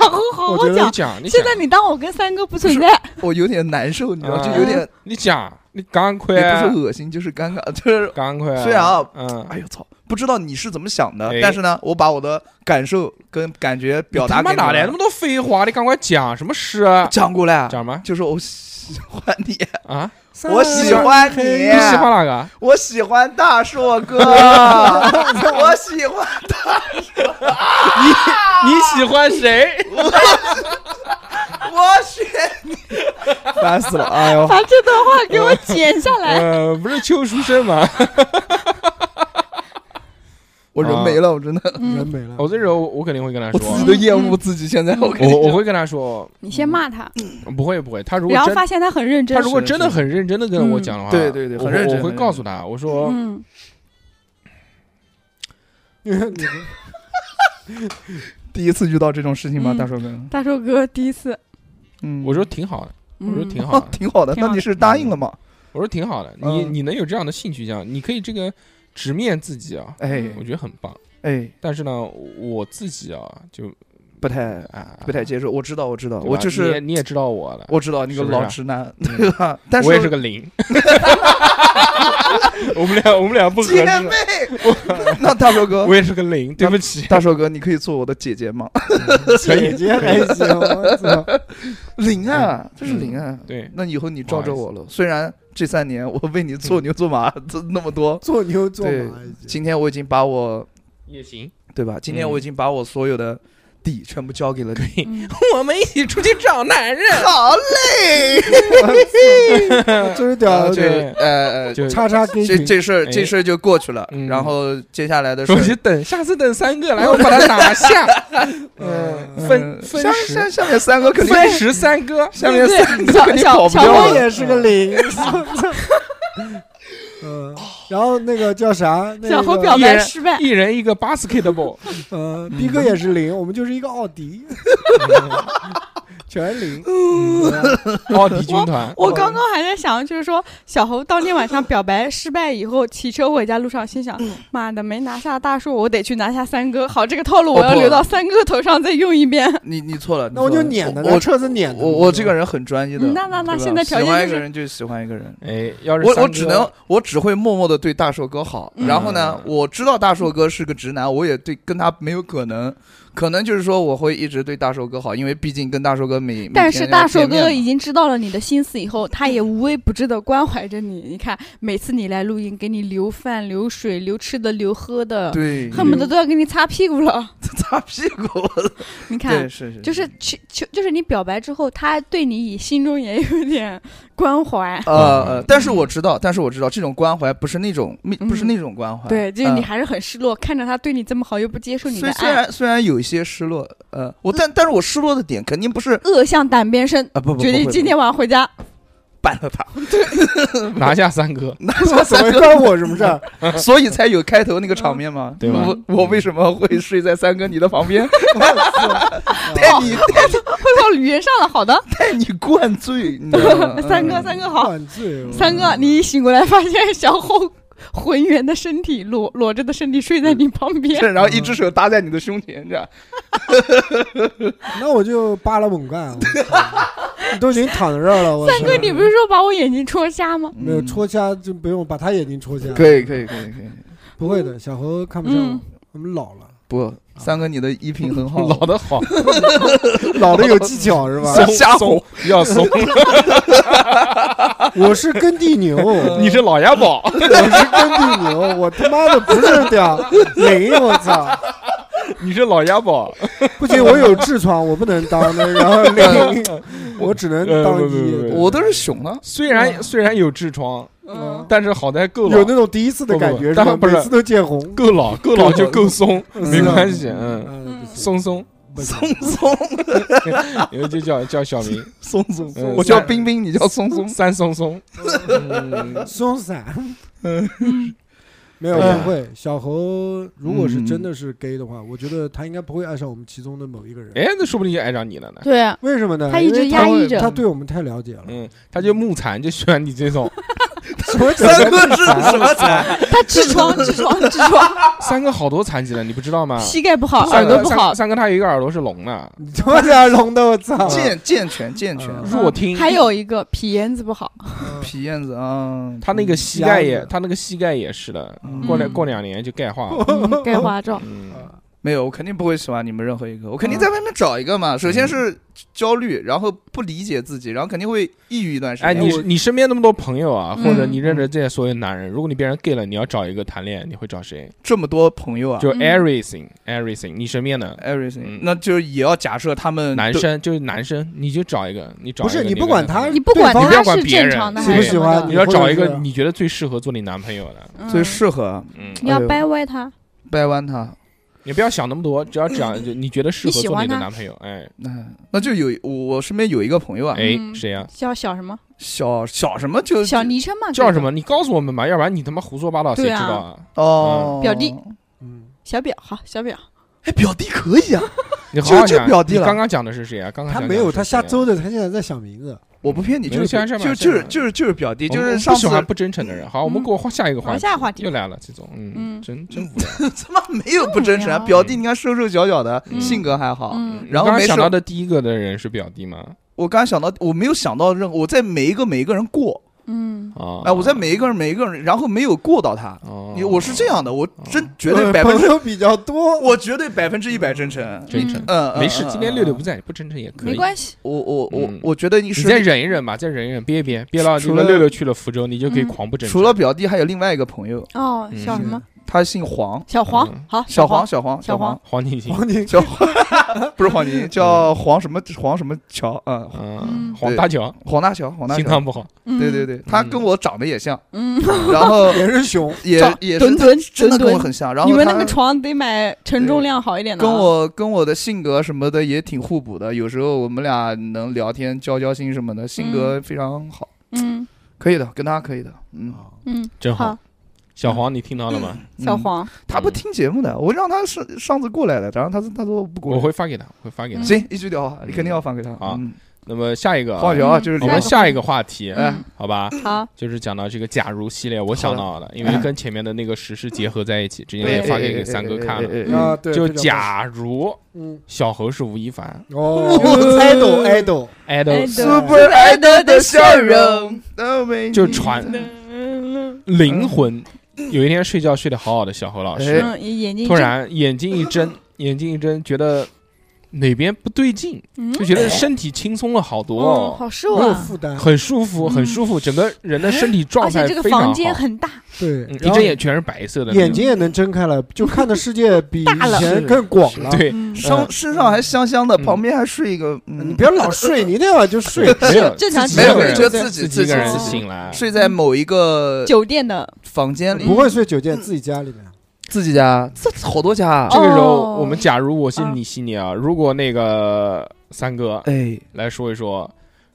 [SPEAKER 4] 然后好
[SPEAKER 5] 我
[SPEAKER 4] 好
[SPEAKER 5] 觉得
[SPEAKER 3] 你
[SPEAKER 4] 哦讲。
[SPEAKER 3] 讲你讲
[SPEAKER 4] 现在你当我跟三哥不存在，
[SPEAKER 6] 我有点难受，你知道，就
[SPEAKER 3] 啊
[SPEAKER 6] 有点
[SPEAKER 3] 你讲你赶快啊
[SPEAKER 6] 也不是恶心，就是尴尬，就是
[SPEAKER 3] 赶快，
[SPEAKER 6] 虽然啊
[SPEAKER 3] 嗯，
[SPEAKER 6] 哎呦操，不知道你是怎么想的
[SPEAKER 3] 哎，
[SPEAKER 6] 但是呢，我把我的感受跟感觉表达
[SPEAKER 3] 你他
[SPEAKER 6] 给
[SPEAKER 3] 妈
[SPEAKER 6] 你
[SPEAKER 3] 哪来那
[SPEAKER 6] 了
[SPEAKER 3] 么多废话？你赶快讲什么诗？
[SPEAKER 6] 讲过来啊，
[SPEAKER 3] 讲吗？
[SPEAKER 6] 就是我喜 欢你，
[SPEAKER 3] 啊，
[SPEAKER 6] 我喜欢你，
[SPEAKER 3] 你喜欢哪
[SPEAKER 4] 啊
[SPEAKER 3] 个？
[SPEAKER 6] 我喜欢大硕 哥，我喜欢
[SPEAKER 3] 你喜欢谁？
[SPEAKER 6] 我选 你，烦死了！哎呦，
[SPEAKER 4] 把这段话给我剪下来。
[SPEAKER 3] 呃，不是邱淑贞吗？
[SPEAKER 6] 我人没了，我真
[SPEAKER 3] 啊
[SPEAKER 6] 的，
[SPEAKER 4] 嗯
[SPEAKER 5] 人没了。
[SPEAKER 3] 我 这时候我肯定会跟他
[SPEAKER 6] 我
[SPEAKER 3] 说，
[SPEAKER 6] 自己都厌恶自己。现在我跟你
[SPEAKER 3] 我我
[SPEAKER 6] 讲，
[SPEAKER 3] 会跟他说，
[SPEAKER 4] 你先骂他，
[SPEAKER 3] 不会不会，他如果
[SPEAKER 4] 然后
[SPEAKER 3] 真
[SPEAKER 4] 发现他很认真
[SPEAKER 3] 他。如果
[SPEAKER 6] 是
[SPEAKER 3] 真的很认真的跟我讲的话，
[SPEAKER 6] 是嗯对对对
[SPEAKER 3] 我
[SPEAKER 6] 很认真
[SPEAKER 3] 我会
[SPEAKER 6] 很
[SPEAKER 3] 告
[SPEAKER 6] 认
[SPEAKER 3] 诉他，我说
[SPEAKER 4] 嗯，
[SPEAKER 6] 第一次遇到这种事情吗，
[SPEAKER 4] 嗯
[SPEAKER 6] 大硕哥？
[SPEAKER 4] 大寿哥第一次，
[SPEAKER 6] 嗯，哦
[SPEAKER 3] 我说嗯挺好的，
[SPEAKER 4] 嗯
[SPEAKER 3] 我说挺好的，
[SPEAKER 6] 挺好
[SPEAKER 4] 挺好
[SPEAKER 6] 的，
[SPEAKER 4] 的
[SPEAKER 6] 那你是答应了吗？
[SPEAKER 3] 我说挺好的，你
[SPEAKER 6] 嗯
[SPEAKER 3] 你能有这样的性取向，你可以这个直面自己啊，
[SPEAKER 6] 哎
[SPEAKER 3] 我觉得很棒。
[SPEAKER 6] 哎，
[SPEAKER 3] 但是呢，我自己啊，就
[SPEAKER 6] 不太
[SPEAKER 3] 啊
[SPEAKER 6] 不太接受，我知道，我知道，
[SPEAKER 3] 对吧
[SPEAKER 6] 我就
[SPEAKER 3] 你也
[SPEAKER 6] 是
[SPEAKER 3] 你也知道我了，
[SPEAKER 6] 我知道那个
[SPEAKER 3] 是不是啊嗯
[SPEAKER 6] 老直男，对吧？但是
[SPEAKER 3] 我也是个零， 我们俩我们俩不合
[SPEAKER 6] 姐
[SPEAKER 3] 适，
[SPEAKER 6] 妹，那大硕 哥
[SPEAKER 3] 我，也是个零，对不起，
[SPEAKER 6] 大硕哥，你可以做我的姐姐吗？
[SPEAKER 3] 可以
[SPEAKER 5] 姐姐还行，我操！
[SPEAKER 6] 零
[SPEAKER 3] 嗯
[SPEAKER 6] 啊，这是零啊。
[SPEAKER 3] 对，
[SPEAKER 6] 那以后你罩着我了。虽然这三
[SPEAKER 3] 嗯
[SPEAKER 6] 年我为你做牛做马，这那么多，
[SPEAKER 5] 做牛做
[SPEAKER 6] 对
[SPEAKER 5] 马已经，
[SPEAKER 6] 今天我已经把我
[SPEAKER 3] 也行，
[SPEAKER 6] 对吧？今天
[SPEAKER 3] 嗯
[SPEAKER 6] 我已经把我所有的底全部交给了你。
[SPEAKER 4] 嗯
[SPEAKER 3] 我们一起出去找男人，
[SPEAKER 6] 好嘞，
[SPEAKER 4] 嗯
[SPEAKER 5] 真是
[SPEAKER 6] 然
[SPEAKER 5] 屌
[SPEAKER 6] 后
[SPEAKER 5] 的，
[SPEAKER 6] 就
[SPEAKER 3] 对
[SPEAKER 6] 呃呃，
[SPEAKER 3] 就
[SPEAKER 5] 叉叉跟
[SPEAKER 6] 啊这
[SPEAKER 5] 群，
[SPEAKER 6] 这事儿
[SPEAKER 3] 哎
[SPEAKER 6] 这事儿就过去了
[SPEAKER 3] 嗯。
[SPEAKER 6] 然后接下来的事
[SPEAKER 3] 说你
[SPEAKER 6] 儿，
[SPEAKER 3] 等，下次等三个，来我把他打 下，
[SPEAKER 5] 嗯，
[SPEAKER 3] 分
[SPEAKER 6] 嗯
[SPEAKER 3] 分
[SPEAKER 6] 下
[SPEAKER 3] 十
[SPEAKER 6] 下下面三个肯定
[SPEAKER 3] 分十三哥，
[SPEAKER 6] 下面
[SPEAKER 4] 对
[SPEAKER 6] 三个
[SPEAKER 4] 小
[SPEAKER 6] 肯定
[SPEAKER 4] 小
[SPEAKER 6] 跑不
[SPEAKER 4] 小
[SPEAKER 6] 掉
[SPEAKER 5] 我
[SPEAKER 4] 薇
[SPEAKER 6] 了。
[SPEAKER 5] 也是个 零。嗯，然后那个叫啥？那
[SPEAKER 4] 小侯
[SPEAKER 5] 个
[SPEAKER 4] 表
[SPEAKER 3] 一
[SPEAKER 4] 白
[SPEAKER 3] 人
[SPEAKER 4] 失败，
[SPEAKER 3] 一人一个 basketball，
[SPEAKER 5] 嗯，逼哥
[SPEAKER 6] 嗯
[SPEAKER 5] 也是零，我们就是一个奥迪，全零。
[SPEAKER 3] 奥迪军团，
[SPEAKER 4] 我刚刚还在想，就是说小猴当天晚上表白失败以后，骑车回家路上，心想：妈的，没拿下大树，我得去拿下三哥。好，这个套路我要留到三哥头上再用一遍。
[SPEAKER 6] 你你错了，
[SPEAKER 5] 那我
[SPEAKER 6] 你错
[SPEAKER 5] 就
[SPEAKER 6] 了
[SPEAKER 5] 撵他，
[SPEAKER 6] 我
[SPEAKER 5] 拿车子撿他。
[SPEAKER 6] 我我这个人很专一的，
[SPEAKER 4] 那那那
[SPEAKER 6] 对吧
[SPEAKER 4] 现在条件
[SPEAKER 6] 喜欢一
[SPEAKER 4] 就
[SPEAKER 6] 个
[SPEAKER 4] 是
[SPEAKER 6] 人就喜欢一个人。
[SPEAKER 3] 哎，要是
[SPEAKER 6] 我我
[SPEAKER 3] 三
[SPEAKER 6] 只
[SPEAKER 3] 哥
[SPEAKER 6] 能我只会默默的对大硕哥好，
[SPEAKER 4] 嗯
[SPEAKER 6] 然后呢
[SPEAKER 3] 嗯，
[SPEAKER 6] 我知道大硕哥是个直男，我也对跟他没有可能，可能就是说我会一直对大硕哥好，因为毕竟跟大硕哥每
[SPEAKER 4] 但是大硕哥已
[SPEAKER 6] 已
[SPEAKER 4] 经知道了你的心思以后，他也无微不至的关怀着你。你看，每次你来录音，给你留饭、留水、留吃的、留喝的，
[SPEAKER 6] 对
[SPEAKER 4] 恨不得都要给你擦屁股了。
[SPEAKER 6] 擦屁股，
[SPEAKER 4] 你看
[SPEAKER 6] 对，是是
[SPEAKER 4] 就是去去，就是你表白之后，他对你也心中也有点关怀。
[SPEAKER 6] 呃，呃但是我知道，但是我知道这种关怀不是那种密
[SPEAKER 4] 嗯
[SPEAKER 6] 不是那种关怀，
[SPEAKER 4] 对，就是
[SPEAKER 6] 呃
[SPEAKER 4] 你还是很失落，看着他对你这么好，又不嗯接受你
[SPEAKER 6] 虽
[SPEAKER 4] 的
[SPEAKER 6] 虽
[SPEAKER 4] 爱，
[SPEAKER 6] 然虽然有一些失落，呃，我但但是我失落的点肯定不是
[SPEAKER 4] 恶向胆边生，
[SPEAKER 6] 啊，不不，
[SPEAKER 4] 决定今天晚上回家。
[SPEAKER 6] 办了他，
[SPEAKER 3] 拿下三 哥，
[SPEAKER 6] 拿
[SPEAKER 5] 怎 么
[SPEAKER 6] 下三哥
[SPEAKER 5] 关我什么事儿？
[SPEAKER 6] 所以才有开头那个场面
[SPEAKER 4] 嗯
[SPEAKER 6] 嘛，
[SPEAKER 3] 对吧
[SPEAKER 6] 我我为什么会睡在三哥你的 旁边，带
[SPEAKER 5] 哎
[SPEAKER 6] 你
[SPEAKER 4] 会到语言上了，好的，
[SPEAKER 6] 带你灌醉，你知道吗
[SPEAKER 4] 三哥，三哥 好，
[SPEAKER 5] 犯罪哦
[SPEAKER 4] 三哥，你一醒过来发现小后浑圆的身体裸裸着的身体睡在你旁边，
[SPEAKER 6] 是然后一只手搭在你的胸前，这样
[SPEAKER 5] 那我就扒拉猛干。我 操你都已经躺在这儿了，我操
[SPEAKER 4] 三哥，你不是说把我眼睛戳瞎吗？
[SPEAKER 5] 没有戳瞎就不用把他眼睛戳瞎。
[SPEAKER 6] 嗯可以可以可以可以，
[SPEAKER 5] 不会的，小猴看不上我
[SPEAKER 4] 嗯，
[SPEAKER 5] 我们老了，
[SPEAKER 6] 不，三哥你的衣品很 好，
[SPEAKER 3] 老的好，
[SPEAKER 5] 老的有技巧是吧？
[SPEAKER 3] 松
[SPEAKER 6] 吓唬
[SPEAKER 3] 松要 松，
[SPEAKER 5] 我是耕地牛，
[SPEAKER 3] 你是老鸭 宝，
[SPEAKER 5] 我是耕地牛，我他妈的不是屌没有我操！
[SPEAKER 3] 你是老鸭宝，
[SPEAKER 5] 不行，我有痔疮，我不能当那个零，我只能
[SPEAKER 3] 呃
[SPEAKER 5] 当
[SPEAKER 3] 不不不
[SPEAKER 5] 一。
[SPEAKER 3] 不
[SPEAKER 6] 我都是熊啊了，
[SPEAKER 3] 虽
[SPEAKER 6] 嗯
[SPEAKER 3] 然虽然有痔疮，
[SPEAKER 5] 嗯
[SPEAKER 3] 但是好歹够
[SPEAKER 5] 有
[SPEAKER 3] 老，
[SPEAKER 5] 那种第一次的感
[SPEAKER 3] 不
[SPEAKER 5] 觉，
[SPEAKER 3] 不
[SPEAKER 5] 吧？
[SPEAKER 3] 不
[SPEAKER 5] 每
[SPEAKER 3] 是
[SPEAKER 5] 次都见红，
[SPEAKER 3] 够老，够老就够松，
[SPEAKER 5] 嗯
[SPEAKER 3] 没关系，嗯，
[SPEAKER 5] 嗯，不行
[SPEAKER 3] 松松，
[SPEAKER 5] 不行
[SPEAKER 6] 松
[SPEAKER 3] 以后就叫叫小明
[SPEAKER 6] 松松松，
[SPEAKER 3] 嗯
[SPEAKER 6] 我叫冰冰，你叫 松松，
[SPEAKER 3] 三松松，嗯
[SPEAKER 5] 松散。没有
[SPEAKER 6] 哎
[SPEAKER 5] 不会，小猴如果是真的是 gay 的话，我觉得他应该不会爱上我们其中的某一个人。
[SPEAKER 3] 哎，那说不定就爱上你了呢。
[SPEAKER 4] 对，啊
[SPEAKER 5] 为什么呢？
[SPEAKER 4] 他一直
[SPEAKER 5] 因为
[SPEAKER 4] 压抑
[SPEAKER 6] 着
[SPEAKER 5] 他对我们太了解了。
[SPEAKER 3] 嗯，他就木残，就喜欢你这种。
[SPEAKER 5] 什么叫
[SPEAKER 6] 三哥是什么才？
[SPEAKER 4] 他痔 疮，痔疮，痔疮，
[SPEAKER 3] 三哥好多残疾了，你不知道吗？
[SPEAKER 4] 膝盖不好，
[SPEAKER 3] 三
[SPEAKER 4] 啊耳
[SPEAKER 3] 哥
[SPEAKER 4] 朵不好
[SPEAKER 3] 三，三哥他有一个耳朵啊是聋的，
[SPEAKER 5] 你他妈家聋的，我操！
[SPEAKER 6] 健健全健全，
[SPEAKER 5] 嗯
[SPEAKER 3] 弱听。
[SPEAKER 4] 啊还有一个皮炎子 不好，
[SPEAKER 6] 皮燕子啊，
[SPEAKER 3] 他那个膝盖
[SPEAKER 5] 瞎
[SPEAKER 3] 也，
[SPEAKER 5] 子
[SPEAKER 3] 他那个膝盖也是的，
[SPEAKER 6] 嗯
[SPEAKER 3] 过两过两年就钙化了。
[SPEAKER 4] 嗯钙化症。
[SPEAKER 3] 嗯，
[SPEAKER 6] 没有，我肯定不会喜欢你们任何一个，我肯定在外面找一个
[SPEAKER 3] 嗯
[SPEAKER 6] 嘛。首先是焦虑，然后不理解自己，然后肯定会抑郁一段时间。
[SPEAKER 3] 哎，你
[SPEAKER 6] 我
[SPEAKER 3] 你身边那么多朋友啊，
[SPEAKER 4] 嗯
[SPEAKER 3] 或者你认识这些所有男人，如果你变成 gay 了，你要找一个谈恋爱，你会找谁？
[SPEAKER 6] 这么多朋友啊
[SPEAKER 3] 就
[SPEAKER 4] 嗯
[SPEAKER 3] everything everything，你身边的
[SPEAKER 6] ，everything，
[SPEAKER 3] 嗯
[SPEAKER 6] 那就是也要假设他们
[SPEAKER 3] 男
[SPEAKER 6] 都
[SPEAKER 3] 生就是男生，你就找一个，你找
[SPEAKER 5] 不是
[SPEAKER 3] 一个
[SPEAKER 5] 你
[SPEAKER 3] 你
[SPEAKER 5] 不管他，
[SPEAKER 4] 你不管
[SPEAKER 5] 对方
[SPEAKER 3] 你不要
[SPEAKER 4] 他
[SPEAKER 3] 管
[SPEAKER 4] 是
[SPEAKER 3] 别人
[SPEAKER 4] 正常的
[SPEAKER 3] 喜
[SPEAKER 4] 还
[SPEAKER 3] 不
[SPEAKER 4] 是
[SPEAKER 5] 喜
[SPEAKER 4] 什
[SPEAKER 5] 欢
[SPEAKER 6] 啊
[SPEAKER 4] 么
[SPEAKER 3] 你
[SPEAKER 4] 的，
[SPEAKER 3] 要找一
[SPEAKER 5] 或者
[SPEAKER 3] 个
[SPEAKER 5] 是
[SPEAKER 3] 你觉得最适合做你男朋友的，
[SPEAKER 4] 嗯
[SPEAKER 6] 最适合
[SPEAKER 3] 嗯，
[SPEAKER 4] 你要
[SPEAKER 6] 哎呦
[SPEAKER 4] 掰歪他，
[SPEAKER 6] 掰弯他。
[SPEAKER 3] 你不要想那么多，只要讲 就你觉得适合
[SPEAKER 4] 你喜
[SPEAKER 3] 做
[SPEAKER 4] 欢
[SPEAKER 3] 你的
[SPEAKER 4] 他
[SPEAKER 3] 男朋友，哎
[SPEAKER 6] 那那就有我我身边有一个朋友啊，
[SPEAKER 3] 哎，
[SPEAKER 4] 嗯
[SPEAKER 3] 谁呀？
[SPEAKER 4] 叫小什么？
[SPEAKER 6] 小小什么就
[SPEAKER 4] 小昵称嘛，
[SPEAKER 3] 呃叫什么？你告诉我们吧，要不然你他妈胡说八道，谁
[SPEAKER 4] 对
[SPEAKER 3] 知
[SPEAKER 4] 啊
[SPEAKER 3] 道啊？
[SPEAKER 6] 哦，
[SPEAKER 4] 表弟。
[SPEAKER 5] 嗯，
[SPEAKER 4] 小表，好，小表，
[SPEAKER 6] 哎，表弟可以啊！
[SPEAKER 3] 你好好
[SPEAKER 6] 就就
[SPEAKER 3] 讲，
[SPEAKER 6] 表弟
[SPEAKER 3] 你
[SPEAKER 6] 了
[SPEAKER 3] 刚刚讲的是谁啊？刚刚
[SPEAKER 5] 他
[SPEAKER 3] 讲
[SPEAKER 5] 没
[SPEAKER 3] 讲
[SPEAKER 5] 有，
[SPEAKER 3] 是
[SPEAKER 5] 他
[SPEAKER 3] 谁
[SPEAKER 5] 瞎
[SPEAKER 3] 啊
[SPEAKER 5] 诌的，他现在在想名字。
[SPEAKER 6] 我不骗你，
[SPEAKER 3] 没
[SPEAKER 6] 就
[SPEAKER 3] 有
[SPEAKER 6] 是
[SPEAKER 3] 现在
[SPEAKER 6] 表
[SPEAKER 3] 上
[SPEAKER 6] 就
[SPEAKER 3] 面
[SPEAKER 6] 就是
[SPEAKER 3] 现在
[SPEAKER 6] 就是就是表弟，
[SPEAKER 3] 我
[SPEAKER 6] 就
[SPEAKER 3] 们我
[SPEAKER 6] 是
[SPEAKER 3] 们
[SPEAKER 6] 上
[SPEAKER 3] 不喜
[SPEAKER 6] 次
[SPEAKER 3] 欢不真诚的人。好，我们
[SPEAKER 4] 嗯
[SPEAKER 3] 过下一个话
[SPEAKER 4] 往
[SPEAKER 3] 题，
[SPEAKER 4] 下一个话题
[SPEAKER 3] 又，来了这种，嗯，
[SPEAKER 4] 嗯
[SPEAKER 3] 真真无聊。
[SPEAKER 6] 他妈没有不真诚啊！
[SPEAKER 4] 嗯
[SPEAKER 6] 表弟你看瘦瘦小小的，
[SPEAKER 4] 嗯
[SPEAKER 6] 性格还好，
[SPEAKER 4] 嗯，
[SPEAKER 6] 然后
[SPEAKER 3] 你刚
[SPEAKER 6] 没
[SPEAKER 3] 刚想
[SPEAKER 6] 事
[SPEAKER 3] 到的第一个的人是表弟吗？
[SPEAKER 6] 我刚想到，我没有想到任何，我在每一个每一个人过，
[SPEAKER 4] 嗯，
[SPEAKER 3] 啊，
[SPEAKER 6] 哎，我在每一个人每一个人，然后没有过到他。
[SPEAKER 3] 哦，
[SPEAKER 6] 你我是这样的，我真绝对
[SPEAKER 5] 呃
[SPEAKER 6] 百分
[SPEAKER 5] 朋
[SPEAKER 6] 之，
[SPEAKER 5] 友比较多，
[SPEAKER 6] 我绝对百分之一百真诚。
[SPEAKER 3] 真诚，
[SPEAKER 6] 嗯，嗯
[SPEAKER 3] 没事
[SPEAKER 6] 嗯，
[SPEAKER 3] 今天六六
[SPEAKER 6] 嗯
[SPEAKER 3] 不在，不真诚也可以。
[SPEAKER 4] 没关系，
[SPEAKER 6] 我我我
[SPEAKER 3] 嗯
[SPEAKER 6] 我觉得你
[SPEAKER 3] 你再
[SPEAKER 6] 是
[SPEAKER 3] 忍一忍吧，再忍一忍，憋一憋，憋到
[SPEAKER 6] 除
[SPEAKER 3] 你们
[SPEAKER 6] 了
[SPEAKER 3] 六六去了福州，你就可以
[SPEAKER 4] 嗯
[SPEAKER 3] 狂不真诚。
[SPEAKER 6] 除了表弟，还有另外一个朋友，
[SPEAKER 4] 哦，
[SPEAKER 3] 嗯
[SPEAKER 4] 小什么？
[SPEAKER 6] 他姓黄，
[SPEAKER 4] 小黄
[SPEAKER 3] 嗯，
[SPEAKER 4] 好，
[SPEAKER 6] 小黄
[SPEAKER 4] 黄，
[SPEAKER 6] 小黄
[SPEAKER 4] 小
[SPEAKER 6] 黄
[SPEAKER 4] 黄，
[SPEAKER 3] 黄景行，
[SPEAKER 5] 黄金
[SPEAKER 6] 叫不是黄宁，叫黄什么黄什么桥啊，
[SPEAKER 3] 嗯，
[SPEAKER 4] 嗯
[SPEAKER 3] 黄大桥，
[SPEAKER 6] 黄大桥，黄大
[SPEAKER 3] 心
[SPEAKER 6] 桥
[SPEAKER 3] 脏。不好，
[SPEAKER 4] 嗯
[SPEAKER 6] 对对，对，他
[SPEAKER 3] 嗯
[SPEAKER 6] 跟我长得也像，
[SPEAKER 4] 嗯，
[SPEAKER 6] 然后
[SPEAKER 5] 也是熊，
[SPEAKER 6] 也
[SPEAKER 4] 长
[SPEAKER 6] 也是
[SPEAKER 4] 墩墩
[SPEAKER 6] 真的
[SPEAKER 4] 墩
[SPEAKER 6] 跟我
[SPEAKER 4] 墩
[SPEAKER 6] 很像，然后
[SPEAKER 4] 你们
[SPEAKER 6] 他
[SPEAKER 4] 那个床得买承重量好一点的啊，
[SPEAKER 6] 跟我跟我的性格什么的也挺互补的，有时候我们俩能聊天交交心什么的，性格非常好，
[SPEAKER 4] 嗯
[SPEAKER 6] 可以的，跟他可以的，嗯，
[SPEAKER 4] 嗯，
[SPEAKER 3] 真好
[SPEAKER 4] 好。
[SPEAKER 3] 小黄，你听到了吗？
[SPEAKER 6] 嗯
[SPEAKER 4] 小，黄，
[SPEAKER 6] 他不听节目的，我让他上上次过来的，然后他他说我不过
[SPEAKER 3] 我啊
[SPEAKER 6] 来，
[SPEAKER 3] 会发给他，我会发给他。
[SPEAKER 6] 行一句聊，你肯定要发给他，
[SPEAKER 3] 好
[SPEAKER 6] 嗯
[SPEAKER 3] 那么下一个啊，
[SPEAKER 6] 黄
[SPEAKER 4] 小
[SPEAKER 6] 桥啊，就是李
[SPEAKER 3] 我
[SPEAKER 6] 光
[SPEAKER 3] 们
[SPEAKER 6] 头
[SPEAKER 3] 下一个话题，
[SPEAKER 6] 哎
[SPEAKER 3] 好吧，
[SPEAKER 4] 嗯好，
[SPEAKER 3] 就是讲到这个假如系列，我想到了，因为跟前面的那个时事结合在一起，之前
[SPEAKER 6] 哎
[SPEAKER 3] 也发
[SPEAKER 6] 哎
[SPEAKER 3] 给
[SPEAKER 6] 哎
[SPEAKER 3] 给三哥看了，嗯
[SPEAKER 6] 哎
[SPEAKER 4] 嗯
[SPEAKER 6] 哎哎哎
[SPEAKER 5] 啊，对，
[SPEAKER 3] 就
[SPEAKER 5] 非常
[SPEAKER 3] 假如
[SPEAKER 5] 嗯，
[SPEAKER 3] 小何是吴亦凡
[SPEAKER 5] 哦，idol idol，
[SPEAKER 3] ，idol
[SPEAKER 4] Idol
[SPEAKER 6] Super Idol 的笑容，都没你
[SPEAKER 3] 就传灵魂，有一天睡觉睡得好好的小何老师，
[SPEAKER 6] 哎
[SPEAKER 4] 嗯，眼睛一
[SPEAKER 3] 突
[SPEAKER 4] 睁，
[SPEAKER 3] 然眼睛一 睁，眼睛一睁，觉得哪边不对劲，
[SPEAKER 4] 嗯，
[SPEAKER 3] 就觉得身体轻松了好多
[SPEAKER 4] 嗯，
[SPEAKER 3] 哦，
[SPEAKER 4] 好
[SPEAKER 5] 没
[SPEAKER 4] 瘦
[SPEAKER 5] 有
[SPEAKER 4] 啊，
[SPEAKER 5] 负担，
[SPEAKER 3] 很舒服，很舒服，整个人的身体状
[SPEAKER 4] 而
[SPEAKER 3] 态
[SPEAKER 4] 且这个
[SPEAKER 3] 非常好
[SPEAKER 4] 房。间很大，
[SPEAKER 5] 对，
[SPEAKER 3] 嗯一
[SPEAKER 5] 然后
[SPEAKER 3] 睁眼全是白色的那种，
[SPEAKER 5] 眼睛也能睁开了，就看的世界比
[SPEAKER 4] 大
[SPEAKER 5] 以
[SPEAKER 4] 了
[SPEAKER 5] 前更广了。
[SPEAKER 3] 对，
[SPEAKER 4] 嗯，
[SPEAKER 6] 身身上还香香的，
[SPEAKER 3] 嗯
[SPEAKER 6] 旁边还睡一个，嗯
[SPEAKER 5] 你不要老睡，你那样就睡。
[SPEAKER 3] 没有
[SPEAKER 4] 正常
[SPEAKER 3] 自己
[SPEAKER 6] 没
[SPEAKER 3] 一
[SPEAKER 6] 有
[SPEAKER 3] 个
[SPEAKER 6] 没
[SPEAKER 3] 人
[SPEAKER 6] 有，就自己
[SPEAKER 3] 自己一个人嗯
[SPEAKER 4] 自己
[SPEAKER 3] 醒来，
[SPEAKER 6] 睡在某一个
[SPEAKER 4] 酒店的，
[SPEAKER 6] 房间里，
[SPEAKER 5] 不会睡酒店，自己家里面。
[SPEAKER 6] 自己家，这好多家啊
[SPEAKER 3] 这个时候，
[SPEAKER 4] 哦
[SPEAKER 3] 我们假如我是你系列啊，如果那个三哥
[SPEAKER 6] 哎，
[SPEAKER 3] 来说一说，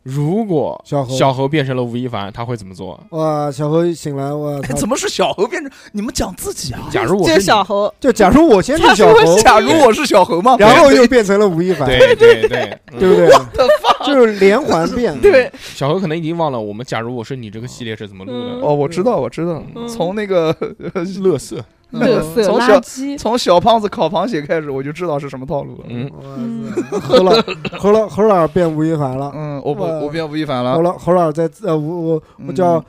[SPEAKER 3] 如果
[SPEAKER 5] 小何，
[SPEAKER 3] 小何变成了吴亦凡，他会怎么做？
[SPEAKER 5] 哇，小何醒来，我
[SPEAKER 6] 哎
[SPEAKER 5] 操！
[SPEAKER 6] 怎么是小猴变成你们讲自己啊？
[SPEAKER 3] 假如我
[SPEAKER 4] 这
[SPEAKER 3] 是
[SPEAKER 4] 个
[SPEAKER 3] 你
[SPEAKER 4] 小猴，
[SPEAKER 5] 就假如我先是小何，
[SPEAKER 6] 假如我是小猴吗？
[SPEAKER 5] 然后又变成了吴亦凡，
[SPEAKER 3] 对对对，嗯
[SPEAKER 5] 对不对？就是连环变。
[SPEAKER 4] 对，
[SPEAKER 3] 小何可能已经忘了我们假如我是你这个系列是怎么录的，
[SPEAKER 6] 哦，我知道，我知道，
[SPEAKER 4] 嗯
[SPEAKER 6] 从那个
[SPEAKER 3] 乐色，
[SPEAKER 4] 乐色
[SPEAKER 6] 从
[SPEAKER 4] 垃
[SPEAKER 6] 小
[SPEAKER 4] 圾，
[SPEAKER 6] 从小胖子烤螃蟹开始，我就知道是什么套路了。
[SPEAKER 3] 嗯，
[SPEAKER 5] 哇塞，侯老侯老侯老变吴亦凡了，
[SPEAKER 6] 嗯，我不
[SPEAKER 5] 哇
[SPEAKER 6] 我变吴亦凡了
[SPEAKER 5] 侯，老侯老在呃吴我
[SPEAKER 6] 嗯
[SPEAKER 5] 我叫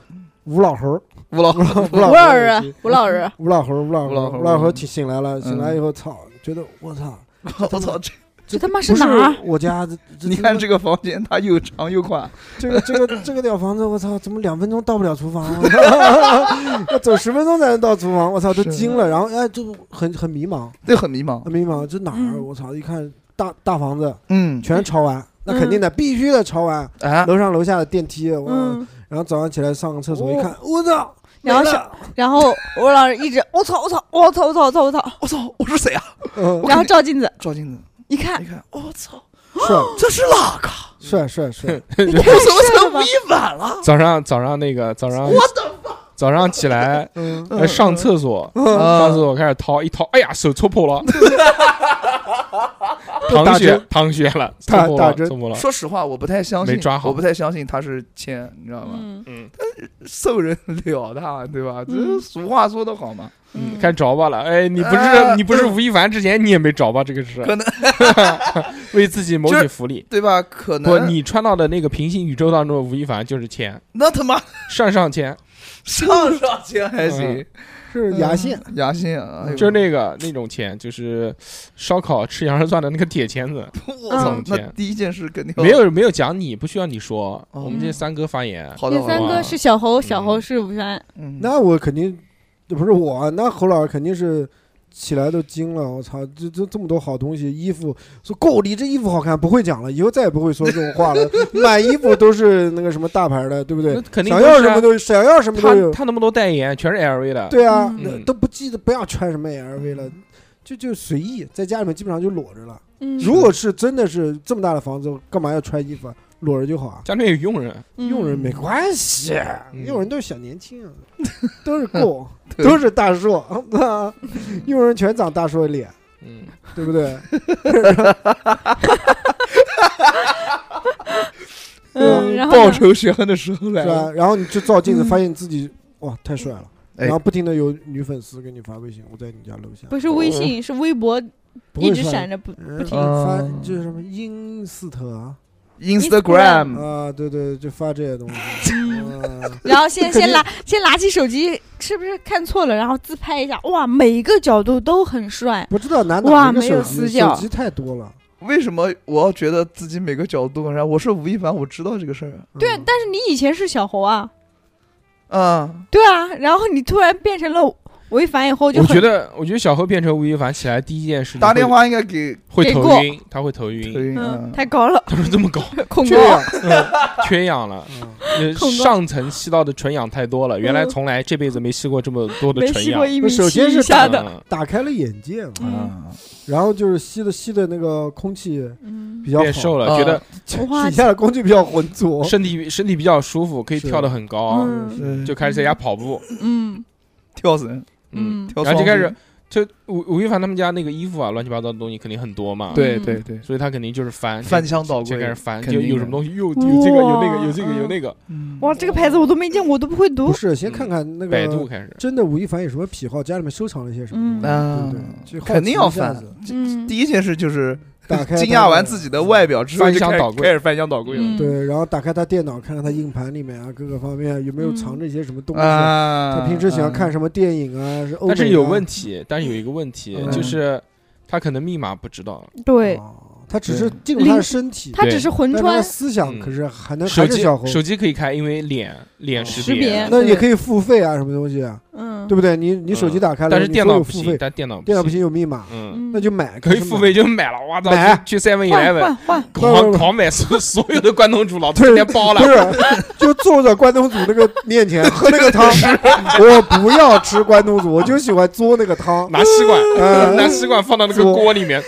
[SPEAKER 5] 吴老猴，
[SPEAKER 6] 吴老
[SPEAKER 5] 吴老
[SPEAKER 4] 吴
[SPEAKER 5] 老
[SPEAKER 4] 老
[SPEAKER 5] 猴
[SPEAKER 4] 师，吴老师，
[SPEAKER 6] 嗯
[SPEAKER 5] 吴老猴，吴老
[SPEAKER 6] 吴老
[SPEAKER 5] 猴，
[SPEAKER 6] 猴
[SPEAKER 5] 吴老猴起醒来了，醒来以后，操，觉得我操，
[SPEAKER 6] 我操！这
[SPEAKER 4] 这他妈是
[SPEAKER 5] 不是
[SPEAKER 4] 哪儿？
[SPEAKER 5] 我家，这这
[SPEAKER 6] 你看这个房间，它又长又宽，
[SPEAKER 5] 这个这个这个屌房子，我操，怎么两分钟到不了厨房？要走十分钟才能到厨房，我操，都
[SPEAKER 6] 是
[SPEAKER 5] 惊了。然后哎，就很很迷茫，
[SPEAKER 6] 这很迷茫。
[SPEAKER 5] 很迷茫，这哪儿？啊
[SPEAKER 4] 嗯
[SPEAKER 5] 我操，一看大大房子
[SPEAKER 6] 嗯，
[SPEAKER 5] 全朝完，那肯定的，必须的朝完。
[SPEAKER 6] 啊，
[SPEAKER 5] 楼上楼下的电梯，我
[SPEAKER 4] 嗯，
[SPEAKER 5] 然后早上起来上个厕所一看，我操，
[SPEAKER 4] 然后
[SPEAKER 5] 没
[SPEAKER 4] 小
[SPEAKER 5] 了
[SPEAKER 4] 然后吴老师一直，我操我操我操我操我操我操，
[SPEAKER 6] 我操，我是谁啊？
[SPEAKER 5] 嗯，
[SPEAKER 4] 然后照镜子
[SPEAKER 6] 照镜子
[SPEAKER 4] 一看
[SPEAKER 6] 一，看，我 操，
[SPEAKER 5] 帅
[SPEAKER 6] 这是哪个？
[SPEAKER 5] 帅帅帅，
[SPEAKER 4] 你 太
[SPEAKER 6] 我怎么
[SPEAKER 4] 帅了
[SPEAKER 6] 成
[SPEAKER 4] 吧
[SPEAKER 6] 吴！亦凡了？
[SPEAKER 3] 早上早上那个早上早上起来
[SPEAKER 5] 嗯，
[SPEAKER 3] 呃上厕所，
[SPEAKER 6] 嗯
[SPEAKER 3] 上
[SPEAKER 6] 啊
[SPEAKER 3] 厕所开始掏一掏，哎呀，手戳破了，淌
[SPEAKER 5] 打
[SPEAKER 3] 血
[SPEAKER 5] 针
[SPEAKER 3] 淌血了，
[SPEAKER 5] 打
[SPEAKER 3] 戳破
[SPEAKER 5] 打
[SPEAKER 3] 了，
[SPEAKER 5] 针
[SPEAKER 3] 戳破了，
[SPEAKER 6] 嗯说实话，我不太相信
[SPEAKER 3] 没抓，好
[SPEAKER 6] 我不太相信他是签，你知道吗？
[SPEAKER 4] 嗯
[SPEAKER 3] 嗯
[SPEAKER 6] 受人 了他，对吧？这
[SPEAKER 4] 嗯
[SPEAKER 6] 俗话说得好嘛。
[SPEAKER 3] 嗯，
[SPEAKER 4] 嗯，
[SPEAKER 3] 该着吧了，哎，你不是
[SPEAKER 6] 哎
[SPEAKER 3] 你不是吴亦凡之前你也没着吧这个事，
[SPEAKER 6] 可能
[SPEAKER 3] 为自己谋取福利。
[SPEAKER 6] 对吧？可
[SPEAKER 3] 不，
[SPEAKER 6] 能
[SPEAKER 3] 你穿到的那个平行宇宙当中的吴亦凡就是钱，
[SPEAKER 6] 那 他妈
[SPEAKER 3] 上上签，
[SPEAKER 6] 上上签还行
[SPEAKER 3] 嗯，
[SPEAKER 5] 是牙线，
[SPEAKER 6] 牙线啊，
[SPEAKER 5] 嗯
[SPEAKER 6] 哎呦
[SPEAKER 3] 就是那个那种钱，就是烧烤吃羊肉串的那个铁签子。
[SPEAKER 6] 我操
[SPEAKER 3] 嗯！
[SPEAKER 6] 那第一件事肯
[SPEAKER 5] 哦
[SPEAKER 6] 定要
[SPEAKER 3] 没有没有讲你，不需要你说，
[SPEAKER 6] 哦
[SPEAKER 3] 我们这三哥发言，
[SPEAKER 6] 好的，
[SPEAKER 4] 第
[SPEAKER 6] 好的
[SPEAKER 4] 三
[SPEAKER 3] 好
[SPEAKER 4] 个
[SPEAKER 3] 吧
[SPEAKER 4] 是小
[SPEAKER 5] 嗯
[SPEAKER 4] 猴，小猴是吴亦凡，
[SPEAKER 6] 嗯
[SPEAKER 5] 那我肯定不是我，那侯老师肯定是起来都惊了，我操，这这这么多好东西，衣服说够，你这衣服好看，不会讲了，以后再也不会说这种话了，买衣服都是那个什么大牌的，对不
[SPEAKER 3] 那
[SPEAKER 5] 对？
[SPEAKER 3] 肯定
[SPEAKER 5] 想
[SPEAKER 3] 都
[SPEAKER 5] 要
[SPEAKER 3] 是
[SPEAKER 5] 什
[SPEAKER 3] 啊
[SPEAKER 5] 么都想要什么都有
[SPEAKER 3] 他，他那么多代言全是 LV 的，
[SPEAKER 5] 对啊，
[SPEAKER 4] 嗯
[SPEAKER 5] 那
[SPEAKER 3] 嗯
[SPEAKER 5] 都不记得不要穿什么 LV 了，就就随意，在家里面基本上就裸着了。
[SPEAKER 4] 嗯，
[SPEAKER 5] 如果是真的是这么大的房子，干嘛要穿衣服啊？裸着就好啊，
[SPEAKER 3] 家里面有佣人，
[SPEAKER 4] 嗯
[SPEAKER 5] 用人没关系，用人都是小年轻啊，都是够，
[SPEAKER 6] 对
[SPEAKER 5] 都是大硕，啊用人全长大硕脸，
[SPEAKER 3] 嗯，
[SPEAKER 5] 对不对？
[SPEAKER 4] 嗯，然后
[SPEAKER 6] 报
[SPEAKER 4] 呢
[SPEAKER 6] 仇雪恨的时候来
[SPEAKER 5] 是
[SPEAKER 6] 了
[SPEAKER 5] 吧？。然后你就照镜子，
[SPEAKER 4] 嗯
[SPEAKER 5] 发现自己哇太帅了，
[SPEAKER 6] 哎
[SPEAKER 5] 然后不停的有女粉丝给你发微信，我在你家楼下，
[SPEAKER 4] 不是微信，是微博
[SPEAKER 5] 哦不
[SPEAKER 4] 一
[SPEAKER 5] 会
[SPEAKER 4] 直
[SPEAKER 5] 帅
[SPEAKER 4] 闪着不
[SPEAKER 5] 嗯
[SPEAKER 4] 不停。
[SPEAKER 5] 发
[SPEAKER 6] 嗯
[SPEAKER 5] 就是什么 ins 啊
[SPEAKER 6] Instagram，
[SPEAKER 5] 啊，对对，就发这些东西。啊
[SPEAKER 4] 然后 先先拿先拿起手机，是不是看错了？然后自拍一下，哇，每一个角度都很帅。
[SPEAKER 5] 不知道拿
[SPEAKER 4] 哇
[SPEAKER 5] 哪一个
[SPEAKER 4] 没有
[SPEAKER 5] 手
[SPEAKER 4] 死
[SPEAKER 5] 机，手
[SPEAKER 4] 角
[SPEAKER 5] 机太多了。
[SPEAKER 6] 为什么我要觉得自己每个角度很啥？我是吴亦凡，我知道这个事儿
[SPEAKER 4] 对啊
[SPEAKER 5] 嗯，
[SPEAKER 4] 但是你以前是小猴啊，
[SPEAKER 6] 啊。嗯，
[SPEAKER 4] 对啊，然后你突然变成了吴亦凡以后，就
[SPEAKER 3] 我觉
[SPEAKER 4] 很
[SPEAKER 3] 得我觉得小何变成吴亦凡起来第一件事情
[SPEAKER 6] 打
[SPEAKER 3] 会
[SPEAKER 6] 电话应该给
[SPEAKER 3] 会
[SPEAKER 4] 给
[SPEAKER 3] 头
[SPEAKER 4] 过
[SPEAKER 3] 晕，他会头晕，
[SPEAKER 6] 推
[SPEAKER 4] 嗯
[SPEAKER 6] 嗯，
[SPEAKER 4] 太高了，
[SPEAKER 3] 他说这么 高，
[SPEAKER 4] 恐
[SPEAKER 5] 这
[SPEAKER 4] 高。
[SPEAKER 5] 样，
[SPEAKER 3] 缺氧 了。
[SPEAKER 5] 嗯
[SPEAKER 3] 呃
[SPEAKER 4] 恐高
[SPEAKER 3] 上层吸到的纯氧太多了，原来
[SPEAKER 4] 嗯
[SPEAKER 3] 从来这辈子没吸过这么多的
[SPEAKER 4] 没
[SPEAKER 3] 纯
[SPEAKER 4] 试
[SPEAKER 3] 氧
[SPEAKER 4] 过。一米
[SPEAKER 5] 首
[SPEAKER 4] 七
[SPEAKER 5] 先
[SPEAKER 4] 以
[SPEAKER 5] 是
[SPEAKER 4] 下的，
[SPEAKER 3] 嗯
[SPEAKER 5] 打开了啊眼界嘛。
[SPEAKER 4] 嗯
[SPEAKER 6] 嗯，
[SPEAKER 5] 然后就是吸的吸的那个空气
[SPEAKER 4] 嗯，
[SPEAKER 5] 比较
[SPEAKER 3] 变瘦
[SPEAKER 5] 了，
[SPEAKER 3] 了，觉得
[SPEAKER 4] 哇
[SPEAKER 5] 底下的空气比较浑 浊。
[SPEAKER 3] 身体身体比较舒服，可以
[SPEAKER 5] 哦是
[SPEAKER 3] 跳得很高，
[SPEAKER 4] 嗯
[SPEAKER 6] 嗯
[SPEAKER 3] 就开始在家跑步，
[SPEAKER 4] 嗯
[SPEAKER 6] 跳绳，
[SPEAKER 4] 嗯
[SPEAKER 6] 跳
[SPEAKER 3] 然后就
[SPEAKER 6] 双
[SPEAKER 3] 开
[SPEAKER 6] 飞
[SPEAKER 3] 始这吴吴亦凡他们家那个衣服啊，乱七八糟的东西肯定很多嘛，
[SPEAKER 6] 对
[SPEAKER 4] 嗯
[SPEAKER 6] 对对，
[SPEAKER 3] 所以他肯定就是翻
[SPEAKER 6] 翻箱倒
[SPEAKER 3] 就开始
[SPEAKER 6] 柜，
[SPEAKER 3] 翻，
[SPEAKER 6] 肯
[SPEAKER 3] 就
[SPEAKER 6] 定
[SPEAKER 3] 有
[SPEAKER 6] 的
[SPEAKER 3] 什么东西又有这个有那个有这个
[SPEAKER 4] 哇
[SPEAKER 3] 有那个，
[SPEAKER 6] 嗯
[SPEAKER 4] 哇，这个牌子我都没见过，我都不会读
[SPEAKER 5] 不。是，先看看那
[SPEAKER 3] 百度
[SPEAKER 5] 个
[SPEAKER 3] 开始。
[SPEAKER 5] 真的吴亦凡有什么癖好，家里面收藏了一些什么
[SPEAKER 4] 嗯
[SPEAKER 5] 东西，对
[SPEAKER 6] 啊
[SPEAKER 5] 不对？就好奇
[SPEAKER 6] 肯定要
[SPEAKER 5] 一下
[SPEAKER 6] 翻
[SPEAKER 5] 子。
[SPEAKER 4] 嗯，
[SPEAKER 6] 第一件事就是
[SPEAKER 5] 打开
[SPEAKER 6] 惊
[SPEAKER 5] 他
[SPEAKER 6] 讶完
[SPEAKER 5] 的
[SPEAKER 6] 自己的外表之后，
[SPEAKER 3] 翻
[SPEAKER 6] 就
[SPEAKER 3] 箱
[SPEAKER 6] 开始
[SPEAKER 3] 倒柜
[SPEAKER 6] 开始翻箱倒柜了。
[SPEAKER 4] 嗯
[SPEAKER 5] 对，然后打开他电脑，看看他硬盘里面啊，各个方面有没有
[SPEAKER 4] 嗯
[SPEAKER 5] 藏着一些什么东西。
[SPEAKER 6] 啊，
[SPEAKER 5] 他平时喜欢看
[SPEAKER 6] 嗯
[SPEAKER 5] 什么电影啊？是欧美
[SPEAKER 3] 但
[SPEAKER 5] 啊
[SPEAKER 3] 是有问，题，但是有一个问题
[SPEAKER 5] 嗯
[SPEAKER 3] 就是他可能密码不知道，
[SPEAKER 4] 对，
[SPEAKER 5] 哦他只是进入他的身体，
[SPEAKER 4] 它只是魂
[SPEAKER 5] 但是他
[SPEAKER 4] 穿
[SPEAKER 5] 的，思想
[SPEAKER 3] 嗯
[SPEAKER 5] 可是还能
[SPEAKER 3] 手
[SPEAKER 5] 还是
[SPEAKER 3] 机
[SPEAKER 5] 小猴。
[SPEAKER 3] 手机可以开，因为脸脸
[SPEAKER 4] 识别
[SPEAKER 5] 那也可以付费啊，什么东西啊，
[SPEAKER 4] 嗯，
[SPEAKER 5] 对不对？你你手机打开了，
[SPEAKER 3] 但是
[SPEAKER 5] 你
[SPEAKER 3] 电
[SPEAKER 5] 说
[SPEAKER 3] 脑
[SPEAKER 5] 有
[SPEAKER 3] 不
[SPEAKER 5] 付
[SPEAKER 3] 行
[SPEAKER 5] 费，，
[SPEAKER 3] 但电脑
[SPEAKER 5] 电脑不行有密码，
[SPEAKER 3] 嗯，
[SPEAKER 4] 嗯，
[SPEAKER 5] 那就买，
[SPEAKER 3] 可以
[SPEAKER 5] 是买
[SPEAKER 3] 付费就买了，我操
[SPEAKER 5] 买，
[SPEAKER 3] 去去 Seven
[SPEAKER 4] 换
[SPEAKER 3] Eleven
[SPEAKER 4] 换换，
[SPEAKER 3] 狂狂买所 所有的关东煮，老子
[SPEAKER 5] 对
[SPEAKER 3] 今天包了
[SPEAKER 5] 不，是，就坐在关东煮那个面前 喝那个汤，我不要吃关东煮，我就喜欢嘬那个汤。
[SPEAKER 3] 拿吸管
[SPEAKER 5] 嗯
[SPEAKER 3] 拿吸管放到那个
[SPEAKER 5] 做
[SPEAKER 3] 锅里面，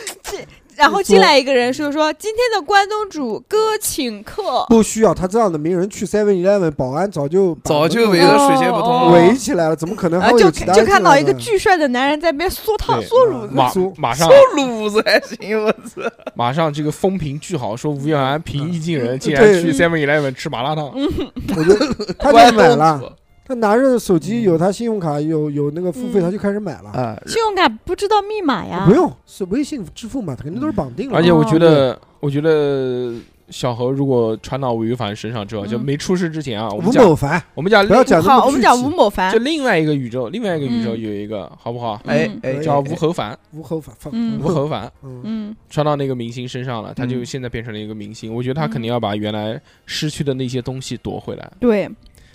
[SPEAKER 4] 然后进来一个人说说今天的关东煮哥请客，
[SPEAKER 5] 不需要他这样的名人去 Seven Eleven，保安早就把
[SPEAKER 6] 早就
[SPEAKER 5] 门
[SPEAKER 6] 围
[SPEAKER 5] 口
[SPEAKER 6] 得水泄不通
[SPEAKER 4] 哦
[SPEAKER 6] 了。
[SPEAKER 5] 围起来了，怎么可能还
[SPEAKER 4] 啊，
[SPEAKER 5] 会
[SPEAKER 4] 就
[SPEAKER 5] 有其他
[SPEAKER 4] 就
[SPEAKER 5] 人
[SPEAKER 4] 看到一
[SPEAKER 5] 进来
[SPEAKER 4] 个
[SPEAKER 5] 呢
[SPEAKER 4] 巨帅的男人在那边缩汤
[SPEAKER 3] 对嗯
[SPEAKER 4] 缩乳子，
[SPEAKER 3] 马
[SPEAKER 5] 做
[SPEAKER 3] 马上
[SPEAKER 6] 撸子还行，我操！
[SPEAKER 3] 马上这个风评巨好，说吴亦凡平易近人，竟然
[SPEAKER 5] 对嗯
[SPEAKER 3] 去 Seven Eleven 吃麻辣烫，
[SPEAKER 5] 我就他就买
[SPEAKER 6] 关
[SPEAKER 5] 了，
[SPEAKER 6] 东
[SPEAKER 5] 他拿着手
[SPEAKER 3] 嗯
[SPEAKER 5] 机有他信用卡有有那个付
[SPEAKER 4] 嗯
[SPEAKER 5] 费，他就开始买
[SPEAKER 6] 煮
[SPEAKER 5] 了。
[SPEAKER 6] 啊，
[SPEAKER 4] 信用卡不知道密码呀
[SPEAKER 5] 不，用是微信支付嘛，他肯定都是绑定了。
[SPEAKER 3] 而且
[SPEAKER 4] 哦
[SPEAKER 3] 我觉
[SPEAKER 5] 嗯
[SPEAKER 3] 得，我觉得小何如果传到吴亦凡身上之后，
[SPEAKER 4] 嗯
[SPEAKER 3] 就没出事之前啊，我们
[SPEAKER 5] 吴
[SPEAKER 3] 讲
[SPEAKER 5] 某凡，
[SPEAKER 3] 我们讲
[SPEAKER 5] 不要
[SPEAKER 3] 另
[SPEAKER 5] 讲那
[SPEAKER 4] 好，我
[SPEAKER 5] 么
[SPEAKER 4] 们
[SPEAKER 5] 具体。
[SPEAKER 4] 讲吴某凡
[SPEAKER 3] 就，另外一个宇宙，另外一个宇宙
[SPEAKER 4] 嗯
[SPEAKER 3] 有一个好不好？
[SPEAKER 6] 哎
[SPEAKER 4] 嗯
[SPEAKER 6] 哎，
[SPEAKER 5] 可以
[SPEAKER 3] 叫吴侯凡，
[SPEAKER 5] 吴侯凡，
[SPEAKER 4] 嗯
[SPEAKER 3] 吴侯凡
[SPEAKER 5] 嗯，
[SPEAKER 4] 嗯，
[SPEAKER 3] 传到那个明星身上了，他就
[SPEAKER 6] 嗯
[SPEAKER 3] 现在变成了一个明星。我觉得他
[SPEAKER 5] 嗯
[SPEAKER 3] 肯定要把原来失去的那些东西夺回来。
[SPEAKER 4] 对，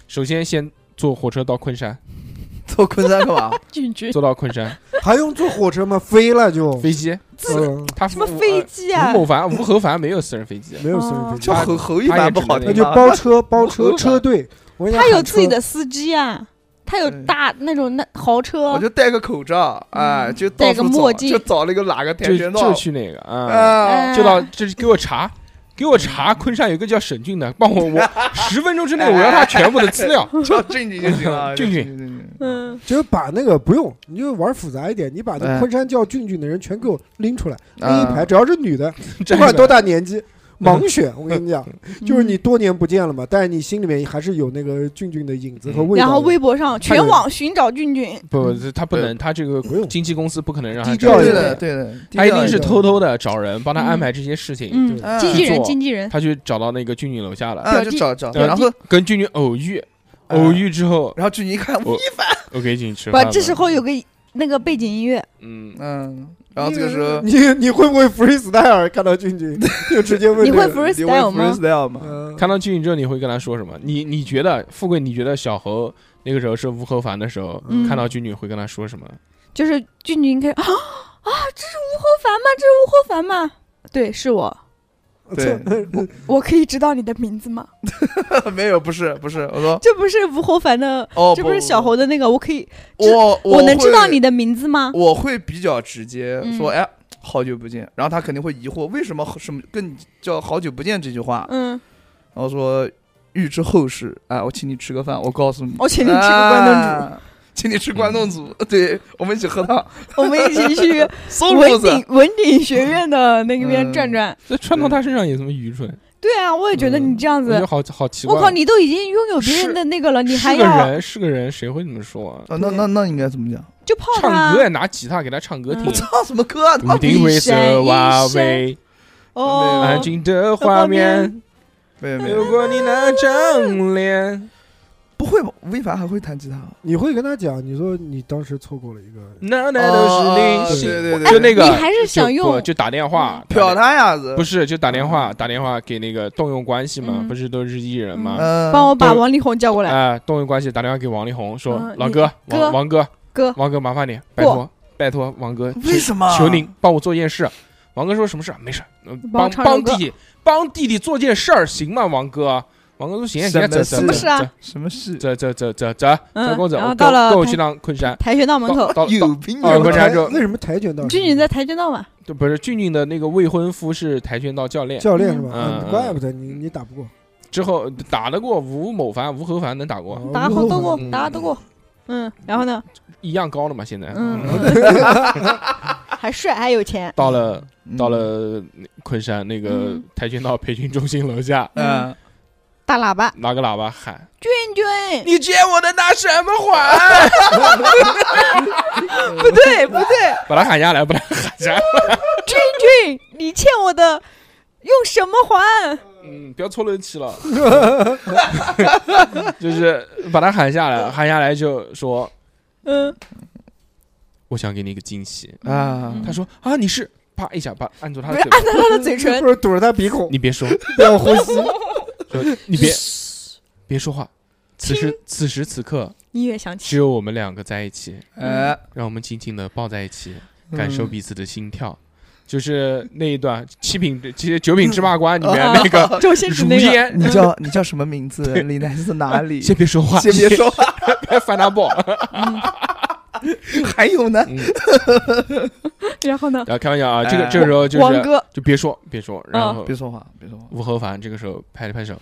[SPEAKER 3] 首先先坐火车到昆山，
[SPEAKER 6] 做昆山干嘛？
[SPEAKER 4] 俊君，
[SPEAKER 3] 坐到昆山
[SPEAKER 5] 还用坐火车吗？飞了就，
[SPEAKER 3] 飞机，
[SPEAKER 5] 嗯，
[SPEAKER 3] 他呃
[SPEAKER 4] 什么飞机啊
[SPEAKER 3] 吴？某凡、吴侯凡没有私人飞机，
[SPEAKER 5] 没有私人
[SPEAKER 4] 哦
[SPEAKER 5] 飞
[SPEAKER 6] 叫
[SPEAKER 5] 机，
[SPEAKER 6] 侯侯一凡不好
[SPEAKER 5] 那
[SPEAKER 6] 听啊
[SPEAKER 5] 就
[SPEAKER 6] 吗？
[SPEAKER 5] 包车包
[SPEAKER 6] 吴
[SPEAKER 5] 车
[SPEAKER 6] 侯凡
[SPEAKER 5] 车队。我跟你讲
[SPEAKER 4] 他有
[SPEAKER 5] 喊车
[SPEAKER 4] 自己的司机啊，他有
[SPEAKER 6] 对
[SPEAKER 4] 大那种那豪
[SPEAKER 6] 我
[SPEAKER 4] 车，
[SPEAKER 6] 就戴个口罩，哎，
[SPEAKER 4] 嗯
[SPEAKER 6] 就到
[SPEAKER 4] 戴
[SPEAKER 6] 处
[SPEAKER 4] 个墨镜
[SPEAKER 6] 找就找了一个哪个跆
[SPEAKER 3] 就
[SPEAKER 6] 拳道
[SPEAKER 3] 就去那个啊，
[SPEAKER 6] 啊，
[SPEAKER 4] 哎
[SPEAKER 3] 就到这给我查，给我查昆山有一个叫沈俊的，帮我 我十分钟之内我要他全部的资料。
[SPEAKER 6] 叫正经就行了，
[SPEAKER 3] 俊俊
[SPEAKER 6] 俊，
[SPEAKER 4] 嗯，
[SPEAKER 5] 就是把那个不用，你就玩复杂一点，你把那
[SPEAKER 6] 哎
[SPEAKER 5] 昆山叫俊俊的人全给我拎出来，拎
[SPEAKER 6] 啊
[SPEAKER 5] 一排，只要是女的，
[SPEAKER 3] 这
[SPEAKER 5] 不
[SPEAKER 3] 个
[SPEAKER 5] 管多大年 纪，盲选。我跟你讲，
[SPEAKER 4] 嗯
[SPEAKER 5] 就是你多年不见了嘛，但是你心里面还是有那个俊俊的影子和
[SPEAKER 4] 嗯。
[SPEAKER 5] 味道
[SPEAKER 4] 然
[SPEAKER 5] 的。
[SPEAKER 4] 后微博上全网寻找俊俊，
[SPEAKER 3] 不，这他不能，他这个
[SPEAKER 5] 不用
[SPEAKER 3] 经纪公司不可能让他
[SPEAKER 5] 低
[SPEAKER 3] 这样
[SPEAKER 5] 调
[SPEAKER 6] 啊对
[SPEAKER 5] 一
[SPEAKER 3] 做
[SPEAKER 5] 点
[SPEAKER 6] 的
[SPEAKER 5] 嗯
[SPEAKER 6] 对的，
[SPEAKER 3] 他一定是
[SPEAKER 5] 低
[SPEAKER 3] 偷偷的找人帮他安排这些事情，
[SPEAKER 4] 嗯
[SPEAKER 5] 对，
[SPEAKER 4] 经纪
[SPEAKER 3] 去
[SPEAKER 4] 人，
[SPEAKER 3] 做
[SPEAKER 4] 经纪人，
[SPEAKER 3] 他去找到那个俊俊楼下了，
[SPEAKER 6] 啊，
[SPEAKER 4] 表
[SPEAKER 6] 就
[SPEAKER 4] 弟
[SPEAKER 6] 找找，
[SPEAKER 3] 表
[SPEAKER 6] 然后哎
[SPEAKER 3] 跟俊俊偶
[SPEAKER 5] 啊
[SPEAKER 3] 遇，偶，遇之后，
[SPEAKER 6] 然后俊俊一看，
[SPEAKER 3] 我我给俊俊吃
[SPEAKER 4] 不
[SPEAKER 3] 饭，了。
[SPEAKER 4] 这时候有个那个背景音乐，
[SPEAKER 3] 嗯，
[SPEAKER 6] 嗯，然后这个时候
[SPEAKER 5] 你你会不会 freestyle？看到俊 俊就直接问
[SPEAKER 4] 你
[SPEAKER 5] 这
[SPEAKER 4] 会
[SPEAKER 5] 个
[SPEAKER 4] freestyle 吗？
[SPEAKER 6] freestyle 吗？
[SPEAKER 5] 嗯
[SPEAKER 3] 看到俊俊之后你会跟他说什么？你你觉得富贵？你觉得小侯那个时候是吴侯凡的时候，
[SPEAKER 4] 嗯
[SPEAKER 3] 看到俊俊会跟他说什么？
[SPEAKER 4] 就是俊俊 开始啊啊，这是吴侯凡吗？这是吴侯凡吗？对，是我，
[SPEAKER 6] 对，
[SPEAKER 4] 我可以知道你的名字吗？
[SPEAKER 6] 没有，不是不是，我说
[SPEAKER 4] 这不是吴侯凡的，
[SPEAKER 6] 哦，
[SPEAKER 4] 这不是小
[SPEAKER 6] 侯，
[SPEAKER 4] 侯的那个，我可以，这
[SPEAKER 6] 我
[SPEAKER 4] 我能知道
[SPEAKER 6] 会
[SPEAKER 4] 你的名字吗？
[SPEAKER 6] 我会比较直接
[SPEAKER 4] 嗯
[SPEAKER 6] 说，哎，好久不见。然后他肯定会疑惑，为什么什么跟你叫好久不见这句话？
[SPEAKER 4] 嗯，
[SPEAKER 6] 然后说预知后事，哎，我请你吃个饭，我告诉你，
[SPEAKER 4] 我请你吃个关东煮，
[SPEAKER 6] 啊请你吃关东煮， 对我们一起喝汤，
[SPEAKER 4] 我们一起 去
[SPEAKER 6] 馊
[SPEAKER 4] 文
[SPEAKER 6] 路子
[SPEAKER 4] 鼎。文鼎学院的那边
[SPEAKER 6] 嗯
[SPEAKER 4] 转转。
[SPEAKER 3] 这穿到他身上有什么愚蠢？
[SPEAKER 4] 对啊，我也觉得你这样
[SPEAKER 3] 嗯我觉
[SPEAKER 4] 子
[SPEAKER 3] 得，好好奇怪。啊
[SPEAKER 4] 我靠，你都已经拥有别人
[SPEAKER 6] 是
[SPEAKER 4] 的那个了，你还
[SPEAKER 3] 是个
[SPEAKER 4] 要
[SPEAKER 3] 人，是个人，谁会这么说啊？
[SPEAKER 6] 啊那那那应该怎么讲？
[SPEAKER 4] 就泡
[SPEAKER 3] 唱
[SPEAKER 4] 他
[SPEAKER 3] 歌？也拿吉他给他唱歌听
[SPEAKER 4] 嗯我。
[SPEAKER 6] 唱什么歌啊？他
[SPEAKER 3] 一定会是哇
[SPEAKER 4] 一闪
[SPEAKER 3] 喂，
[SPEAKER 4] 哦，
[SPEAKER 3] 安静的画面。
[SPEAKER 6] 没有没有，
[SPEAKER 3] 如果你那张脸，
[SPEAKER 6] 不会吧？吴亦凡还会弹吉他？
[SPEAKER 5] 你会跟他讲，你说你当时错过了一个，
[SPEAKER 6] 嗯
[SPEAKER 3] 那那
[SPEAKER 6] 哦
[SPEAKER 3] 都是你
[SPEAKER 6] 对
[SPEAKER 3] 幸
[SPEAKER 6] 对
[SPEAKER 3] 就
[SPEAKER 6] 对，
[SPEAKER 3] 那个，
[SPEAKER 4] 你还是想用嗯
[SPEAKER 3] 就不就打电话他，
[SPEAKER 6] 瞟他呀子，
[SPEAKER 3] 不
[SPEAKER 6] 是，
[SPEAKER 3] 是就打电话，打电话给那个动用关系嘛，
[SPEAKER 4] 嗯
[SPEAKER 3] 不是都是艺人嘛？
[SPEAKER 6] 嗯，
[SPEAKER 4] 帮我把
[SPEAKER 3] 对
[SPEAKER 4] 王力宏叫过来，
[SPEAKER 3] 啊，动用关系打电话给王力宏说
[SPEAKER 4] 嗯：“
[SPEAKER 3] 老
[SPEAKER 4] 你
[SPEAKER 3] 哥，
[SPEAKER 4] 哥
[SPEAKER 3] 王王哥，
[SPEAKER 4] 哥
[SPEAKER 3] 王哥，麻烦你，拜
[SPEAKER 4] 过
[SPEAKER 3] 托，拜托，王哥，求
[SPEAKER 6] 为什么？啊
[SPEAKER 3] 求您帮我做件事。”王哥说：“什么事？没事，呃
[SPEAKER 4] 帮
[SPEAKER 3] 帮
[SPEAKER 4] 我唱
[SPEAKER 3] 帮
[SPEAKER 4] 首歌
[SPEAKER 3] 弟弟，帮弟弟做件事儿，行吗？王哥，王哥说行，你
[SPEAKER 6] 什么
[SPEAKER 3] 看走走走
[SPEAKER 6] 事
[SPEAKER 4] 什么事啊
[SPEAKER 6] 什么事？
[SPEAKER 3] 走走走走走
[SPEAKER 4] 嗯
[SPEAKER 3] 走跟我走，
[SPEAKER 4] 然后
[SPEAKER 3] 我
[SPEAKER 4] 到了
[SPEAKER 3] 跟我
[SPEAKER 4] 台
[SPEAKER 3] 去趟昆山，
[SPEAKER 4] 跆拳道门口
[SPEAKER 3] 到，到
[SPEAKER 6] 有
[SPEAKER 3] 到，
[SPEAKER 6] 病
[SPEAKER 3] 啊
[SPEAKER 6] 啊！
[SPEAKER 3] 不是
[SPEAKER 5] 台
[SPEAKER 3] 这
[SPEAKER 5] 为什么跆拳道？
[SPEAKER 4] 俊俊在跆拳道嘛，
[SPEAKER 3] 就不是俊俊的那个未婚夫是跆拳道教练，
[SPEAKER 5] 教练是吧？
[SPEAKER 3] 嗯
[SPEAKER 5] 啊
[SPEAKER 3] 嗯
[SPEAKER 5] 怪不得你你打不过，
[SPEAKER 3] 之后打得过吴某凡、吴侯凡能打过，
[SPEAKER 5] 哦
[SPEAKER 4] 大家好，都过
[SPEAKER 3] 嗯，
[SPEAKER 4] 大家都过，嗯，然后呢，
[SPEAKER 3] 一样高了嘛，现在。
[SPEAKER 4] 嗯
[SPEAKER 3] 嗯，
[SPEAKER 4] 还帅还有钱，
[SPEAKER 3] 到了
[SPEAKER 6] 嗯
[SPEAKER 3] 到，了昆山那个
[SPEAKER 4] 嗯
[SPEAKER 3] 跆拳道培训中心楼下，
[SPEAKER 6] 嗯，
[SPEAKER 4] 大喇叭，
[SPEAKER 3] 拿个喇叭喊
[SPEAKER 4] 娟娟，
[SPEAKER 3] 你借我的那什么还？
[SPEAKER 4] 不对不对，
[SPEAKER 3] 把他喊下来，把他喊下来。
[SPEAKER 4] 娟娟，你欠我的用什么还？
[SPEAKER 3] 嗯，不要错人气了，就是把他喊下来，喊下来就说
[SPEAKER 4] 嗯，
[SPEAKER 3] 我想给你一个惊喜。
[SPEAKER 6] 啊，
[SPEAKER 3] 他说啊，你是啪一下，把按住他
[SPEAKER 4] 不
[SPEAKER 3] 的
[SPEAKER 4] 是
[SPEAKER 3] 嘴巴
[SPEAKER 4] 按，到他的嘴 唇
[SPEAKER 5] 不，是堵着他鼻孔，
[SPEAKER 3] 你别说，
[SPEAKER 5] 不要呼吸。
[SPEAKER 3] 说你 别别说话。此时此时此刻，
[SPEAKER 4] 音乐响起
[SPEAKER 3] 只，有我们两个在一起，
[SPEAKER 6] 哎，
[SPEAKER 3] 让我们紧紧的抱在一起，
[SPEAKER 4] 嗯
[SPEAKER 3] 感受彼此的心跳。就是那一段七品，其实九品芝麻官里 面那个
[SPEAKER 4] 周星驰
[SPEAKER 3] 如
[SPEAKER 4] 那个，
[SPEAKER 3] 烟，
[SPEAKER 6] 你叫你叫什么名字？你来自哪
[SPEAKER 3] 哎
[SPEAKER 6] 里？
[SPEAKER 3] 呃 先别说话，
[SPEAKER 6] 先别，说话，
[SPEAKER 3] 别翻他报。
[SPEAKER 6] 还有 呢？
[SPEAKER 3] 嗯，
[SPEAKER 4] 然后呢，
[SPEAKER 3] 然后开玩笑啊，这个
[SPEAKER 6] 哎
[SPEAKER 3] 这个时候就
[SPEAKER 4] 王
[SPEAKER 3] 是
[SPEAKER 4] 哥，嗯
[SPEAKER 3] 就别说别说，然后
[SPEAKER 6] 别说话，别说话。
[SPEAKER 3] 吴侯凡这个时候拍了拍手，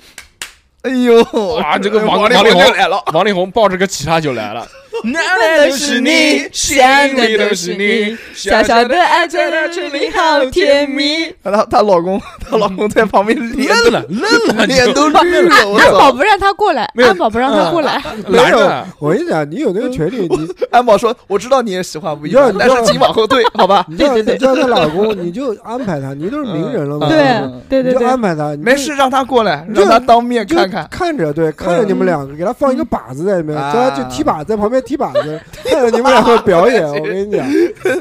[SPEAKER 6] 哎呦，
[SPEAKER 3] 哇这个王
[SPEAKER 6] 王力
[SPEAKER 3] 王力
[SPEAKER 6] 宏
[SPEAKER 3] 宏
[SPEAKER 6] 就来了，
[SPEAKER 3] 王力宏抱着个吉他就来 了，男人都是你，
[SPEAKER 4] 山
[SPEAKER 3] 山
[SPEAKER 4] 里
[SPEAKER 3] 里
[SPEAKER 4] 都
[SPEAKER 3] 都
[SPEAKER 4] 是
[SPEAKER 3] 是
[SPEAKER 4] 你
[SPEAKER 3] 你，
[SPEAKER 4] 小小的爱在那这
[SPEAKER 3] 这
[SPEAKER 4] 里
[SPEAKER 3] 里
[SPEAKER 4] 好
[SPEAKER 3] 好
[SPEAKER 4] 甜
[SPEAKER 3] 甜
[SPEAKER 4] 蜜
[SPEAKER 3] 蜜。
[SPEAKER 6] 她她老公她老公在旁边脸
[SPEAKER 3] 嗯愣了 愣了，
[SPEAKER 6] 脸都绿 了，我
[SPEAKER 4] 安保
[SPEAKER 6] 操！
[SPEAKER 4] 不让他过来，
[SPEAKER 3] 没有
[SPEAKER 4] 安保不让他过来，
[SPEAKER 5] 没
[SPEAKER 3] 拦
[SPEAKER 5] 有
[SPEAKER 3] 着，
[SPEAKER 5] 我跟你讲，你有那个权 利，你
[SPEAKER 6] 安保说：“我知道你也喜欢吴亦
[SPEAKER 5] 要
[SPEAKER 6] 凡，
[SPEAKER 5] 你
[SPEAKER 6] 但
[SPEAKER 5] 要
[SPEAKER 6] 是请往后退，好吧
[SPEAKER 5] 你叫你叫她老公，你就安排他，你都是名人了嘛，
[SPEAKER 6] 嗯嗯嗯
[SPEAKER 4] 对对
[SPEAKER 5] 你就
[SPEAKER 4] 对
[SPEAKER 5] 安排他，？”你就
[SPEAKER 6] 没事，，让他过来，
[SPEAKER 5] 你就
[SPEAKER 6] 让他当面
[SPEAKER 5] 你就
[SPEAKER 6] 看看。
[SPEAKER 5] 看着对，看着你们两个，给他放一个靶子在里面，
[SPEAKER 6] 嗯
[SPEAKER 5] 叫他就踢靶，在旁边踢靶子， 看着你们两个表演，我跟你讲，